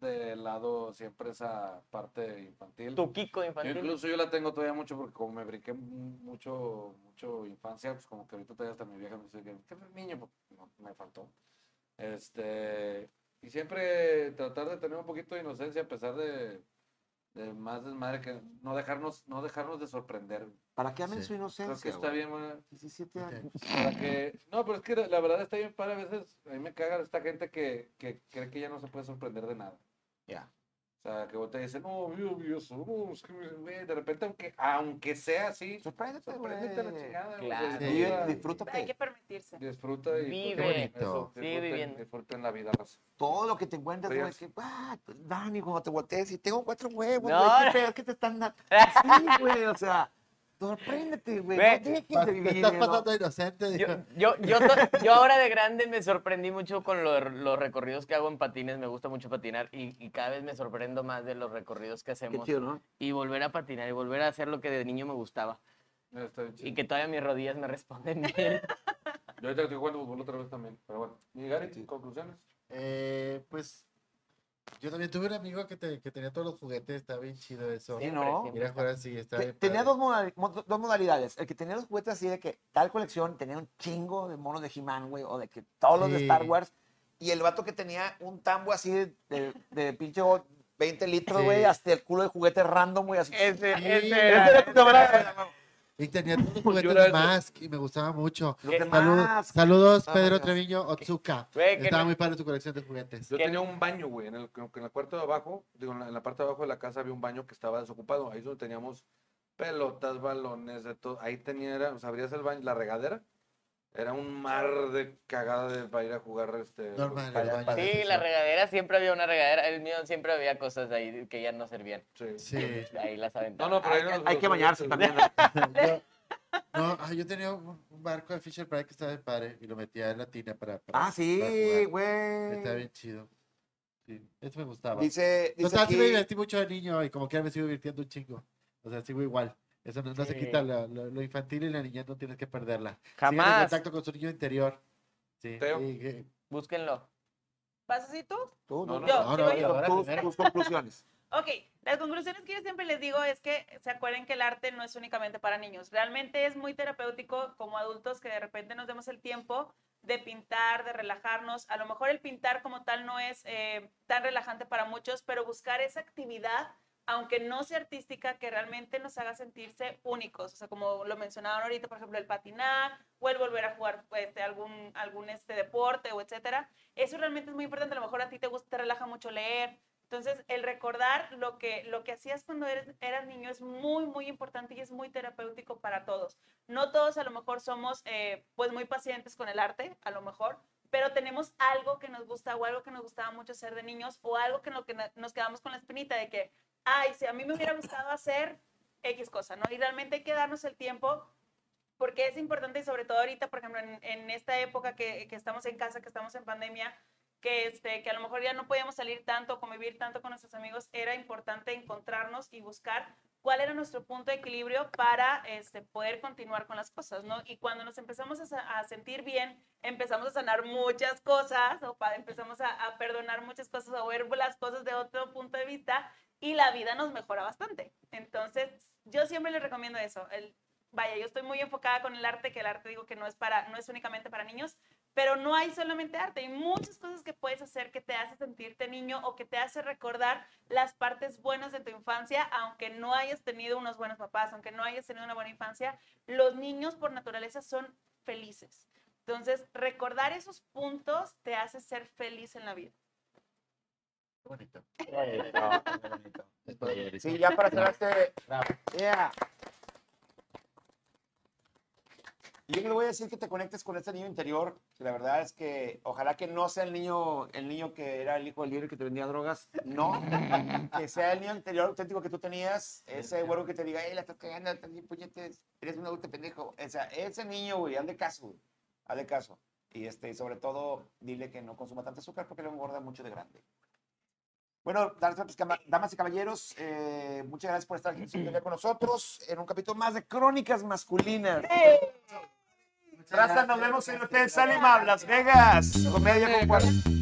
Speaker 6: de lado siempre esa parte infantil.
Speaker 2: Tu Kiko
Speaker 6: Yo
Speaker 2: infantil.
Speaker 6: incluso yo la tengo todavía mucho porque como me brinqué mu- mucho, mucho infancia, pues como que ahorita todavía hasta mi vieja me dice que "¿Qué fue niño, porque no, me faltó. Este, y siempre tratar de tener un poquito de inocencia a pesar de, de más desmadre que no dejarnos, no dejarnos de sorprender.
Speaker 5: ¿Para qué amen
Speaker 3: Sí.
Speaker 5: su
Speaker 6: Creo
Speaker 5: inocencia?
Speaker 6: que está
Speaker 5: güey?
Speaker 6: bien, güey.
Speaker 5: 17 años.
Speaker 6: Para que- No, pero es que la verdad está bien para a veces. A mí me caga esta gente que, que cree que ya no se puede sorprender de nada.
Speaker 5: Ya.
Speaker 6: O sea, que vos te dicen, no, yo vi eso, no, es que, güey, de repente, aunque, aunque sea así,
Speaker 5: Sorpréndete, güey.
Speaker 6: sorpréndete a la chingada. güey,
Speaker 2: Claro.
Speaker 6: se
Speaker 5: Vive,
Speaker 6: disfruta,
Speaker 4: Hay que
Speaker 5: disfrútate.
Speaker 4: permitirse.
Speaker 6: Disfruta y
Speaker 2: Vive.
Speaker 6: pues,
Speaker 3: Qué bonito.
Speaker 6: eso,
Speaker 2: Sigue
Speaker 6: disfruten-
Speaker 2: viviendo.
Speaker 6: Disfruten la vida. raza.
Speaker 5: Todo lo que te encuentres, güey.
Speaker 6: Rías.
Speaker 5: Que, ah, Dani, cuando te voltees y tengo cuatro huevos,
Speaker 2: No, no.
Speaker 5: güey. ¿Qué pedo? ¿Qué te están
Speaker 2: (laughs)
Speaker 5: dando? Sí, güey, o sea, sorpréndete, güey.
Speaker 2: Ve,
Speaker 5: No dejes
Speaker 3: Pas-
Speaker 5: de
Speaker 3: Te
Speaker 5: vivir.
Speaker 3: estás
Speaker 5: ¿no?
Speaker 3: pasando
Speaker 2: Yo,
Speaker 3: inocente. (laughs) dijo.
Speaker 2: yo, yo, to- yo ahora de grande me sorprendí mucho con lo- los recorridos que hago en patines. Me gusta mucho patinar y, y cada vez me sorprendo más de los recorridos que
Speaker 5: Qué
Speaker 2: hacemos.
Speaker 5: chido, ¿no?
Speaker 2: Y volver a patinar y volver a hacer lo que de niño me gustaba.
Speaker 6: Ya está bien chido.
Speaker 2: Y que todavía mis rodillas me responden (laughs) bien.
Speaker 6: Yo ahorita estoy jugando fútbol otra vez también, pero bueno. Y Gary, conclusiones.
Speaker 3: Eh, pues yo también tuve un amigo que, te- que tenía todos los juguetes. Está bien chido eso.
Speaker 5: Sí,
Speaker 3: Mira,
Speaker 5: ¿no?
Speaker 2: siempre
Speaker 3: jugar así. Está
Speaker 5: Te-
Speaker 3: bien
Speaker 5: tenía
Speaker 3: padre.
Speaker 5: dos, modal- mo- dos modalidades. El que tenía los juguetes así de que tal colección tenía un chingo de monos de He-Man, güey, o de que todos los de
Speaker 3: Sí.
Speaker 5: Star Wars. Y el vato que tenía un tambo así de, de, de pinche oh, 20 litros,
Speaker 3: Sí.
Speaker 5: güey, hasta el culo de juguete random, güey, así.
Speaker 2: Ese,
Speaker 3: Sí.
Speaker 2: ese
Speaker 5: Ese
Speaker 2: era.
Speaker 5: era tu cámara, güey.
Speaker 3: Y tenía todos los juguetes
Speaker 6: era
Speaker 3: de
Speaker 6: ese.
Speaker 3: Mask y me gustaba mucho.
Speaker 5: Los
Speaker 2: Salud.
Speaker 3: Saludos,
Speaker 5: demás.
Speaker 3: saludos
Speaker 5: Vámonos.
Speaker 3: Pedro Treviño Otsuka.
Speaker 2: Güey, que
Speaker 3: Estaba
Speaker 2: no-
Speaker 3: muy padre tu colección de juguetes.
Speaker 6: Yo
Speaker 2: ¿Qué?
Speaker 6: tenía un baño, güey, en el, en el cuarto de abajo, digo, en la, en la parte de abajo de la casa había un baño que estaba desocupado, ahí es donde teníamos pelotas, balones, de todo, ahí tenía, era, o sea, abrías el baño, la regadera, era un mar de cagada de, para ir a jugar, este,
Speaker 3: Normal,
Speaker 5: para-
Speaker 3: el baño
Speaker 5: para-
Speaker 3: de
Speaker 2: Sí,
Speaker 3: sesión.
Speaker 2: la regadera, siempre había una regadera. El mío siempre había cosas ahí que ya no servían.
Speaker 6: sí.
Speaker 3: Sí.
Speaker 2: Ahí las
Speaker 6: No,
Speaker 2: aventaba.
Speaker 6: no, pero ahí
Speaker 5: Hay,
Speaker 6: no-
Speaker 5: hay que bañarse también. ¿no?
Speaker 3: (laughs) Yo-
Speaker 5: (laughs)
Speaker 3: no, ah, yo tenía un, un barco de Fisher Price que estaba de padre y lo metía en la tina para. para-
Speaker 5: Ah, sí,
Speaker 3: para jugar. Estaba
Speaker 5: güey.
Speaker 3: bien chido. Sí, eso me gustaba.
Speaker 5: Dice, dice
Speaker 3: Total, sí me
Speaker 5: aquí-
Speaker 3: divertí mucho de niño y como que me sigo divirtiendo un chingo. O sea, sigo igual. Eso no, no se
Speaker 2: Sí.
Speaker 3: quita lo, lo- lo infantil y la niñez no tienes que perderla. Sigan en
Speaker 2: Jamás.
Speaker 3: contacto con su niño interior. Sí.
Speaker 6: Teo.
Speaker 3: y eh, que-
Speaker 2: Búsquenlo.
Speaker 4: ¿Vas así tú?
Speaker 5: Tú,
Speaker 6: No,
Speaker 5: tú,
Speaker 6: no,
Speaker 5: tú,
Speaker 4: Yo,
Speaker 3: no,
Speaker 4: sí
Speaker 3: no,
Speaker 4: voy yo.
Speaker 3: no, no.
Speaker 5: tus, tus conclusiones.
Speaker 4: Ok, las conclusiones que yo siempre les digo es que se acuerden que el arte no es únicamente para niños. Realmente es muy terapéutico como adultos que de repente nos demos el tiempo de pintar, de relajarnos. A lo mejor el pintar como tal no es eh, tan relajante para muchos, pero buscar esa actividad, aunque no sea artística, que realmente nos haga sentirse únicos. O sea, como lo mencionaban ahorita, por ejemplo, el patinar o el volver a jugar pues, este, algún, algún este, deporte o etcétera. Eso realmente es muy importante. A lo mejor a ti te gusta, te relaja mucho leer, entonces, el recordar lo que, lo que hacías cuando eres- eras niño es muy, muy importante y es muy terapéutico para todos. No todos a lo mejor somos eh, pues muy pacientes con el arte, a lo mejor, pero tenemos algo que nos gusta o algo que nos gustaba mucho ser de niños o algo que en lo que na- nos quedamos con la espinita de que, ay, si a mí me hubiera gustado hacer X cosa, ¿no? Y realmente hay que darnos el tiempo porque es importante y sobre todo ahorita, por ejemplo, en, en esta época que, que estamos en casa, que estamos en pandemia, que, este, que a lo mejor ya no podíamos salir tanto, convivir tanto con nuestros amigos, era importante encontrarnos y buscar cuál era nuestro punto de equilibrio para este, poder continuar con las cosas, ¿no? Y cuando nos empezamos a, sa- a sentir bien, empezamos a sanar muchas cosas, o pa- empezamos a, a perdonar muchas cosas, o ver las cosas de otro punto de vista, y la vida nos mejora bastante. Entonces, yo siempre les recomiendo eso. El, vaya, yo estoy muy enfocada con el arte, que el arte digo que no es, para, no es únicamente para niños, pero no hay solamente arte, hay muchas cosas que puedes hacer que te hace sentirte niño o que te hace recordar las partes buenas de tu infancia, aunque no hayas tenido unos buenos papás, aunque no hayas tenido una buena infancia, los niños por naturaleza son felices. Entonces, recordar esos puntos te hace ser feliz en la vida.
Speaker 5: Qué bonito.
Speaker 7: Sí, ya para cerrar este. Yeah. Yo le voy a decir que te conectes con este niño interior. que La verdad es que ojalá que no sea el niño, el niño que era el hijo del líder que te vendía drogas. No, que sea el niño interior auténtico que tú tenías. Ese güero que te diga, ¡Ey, la estás cagando, estás bien puñetes, eres un adulto pendejo. O sea, ese niño, güey, hazle caso, güey, hazle caso. Y este, y sobre todo, dile que no consuma tanto azúcar porque le engorda mucho de grande. Bueno, damas pues, cama- damas y caballeros, eh, muchas gracias por estar aquí siempre con nosotros en un capítulo más de Crónicas Masculinas.
Speaker 5: Muchas
Speaker 7: Raza, nos
Speaker 5: gracias.
Speaker 7: vemos en el Hotel Salima, Las Vegas. Comedia con cuarenta.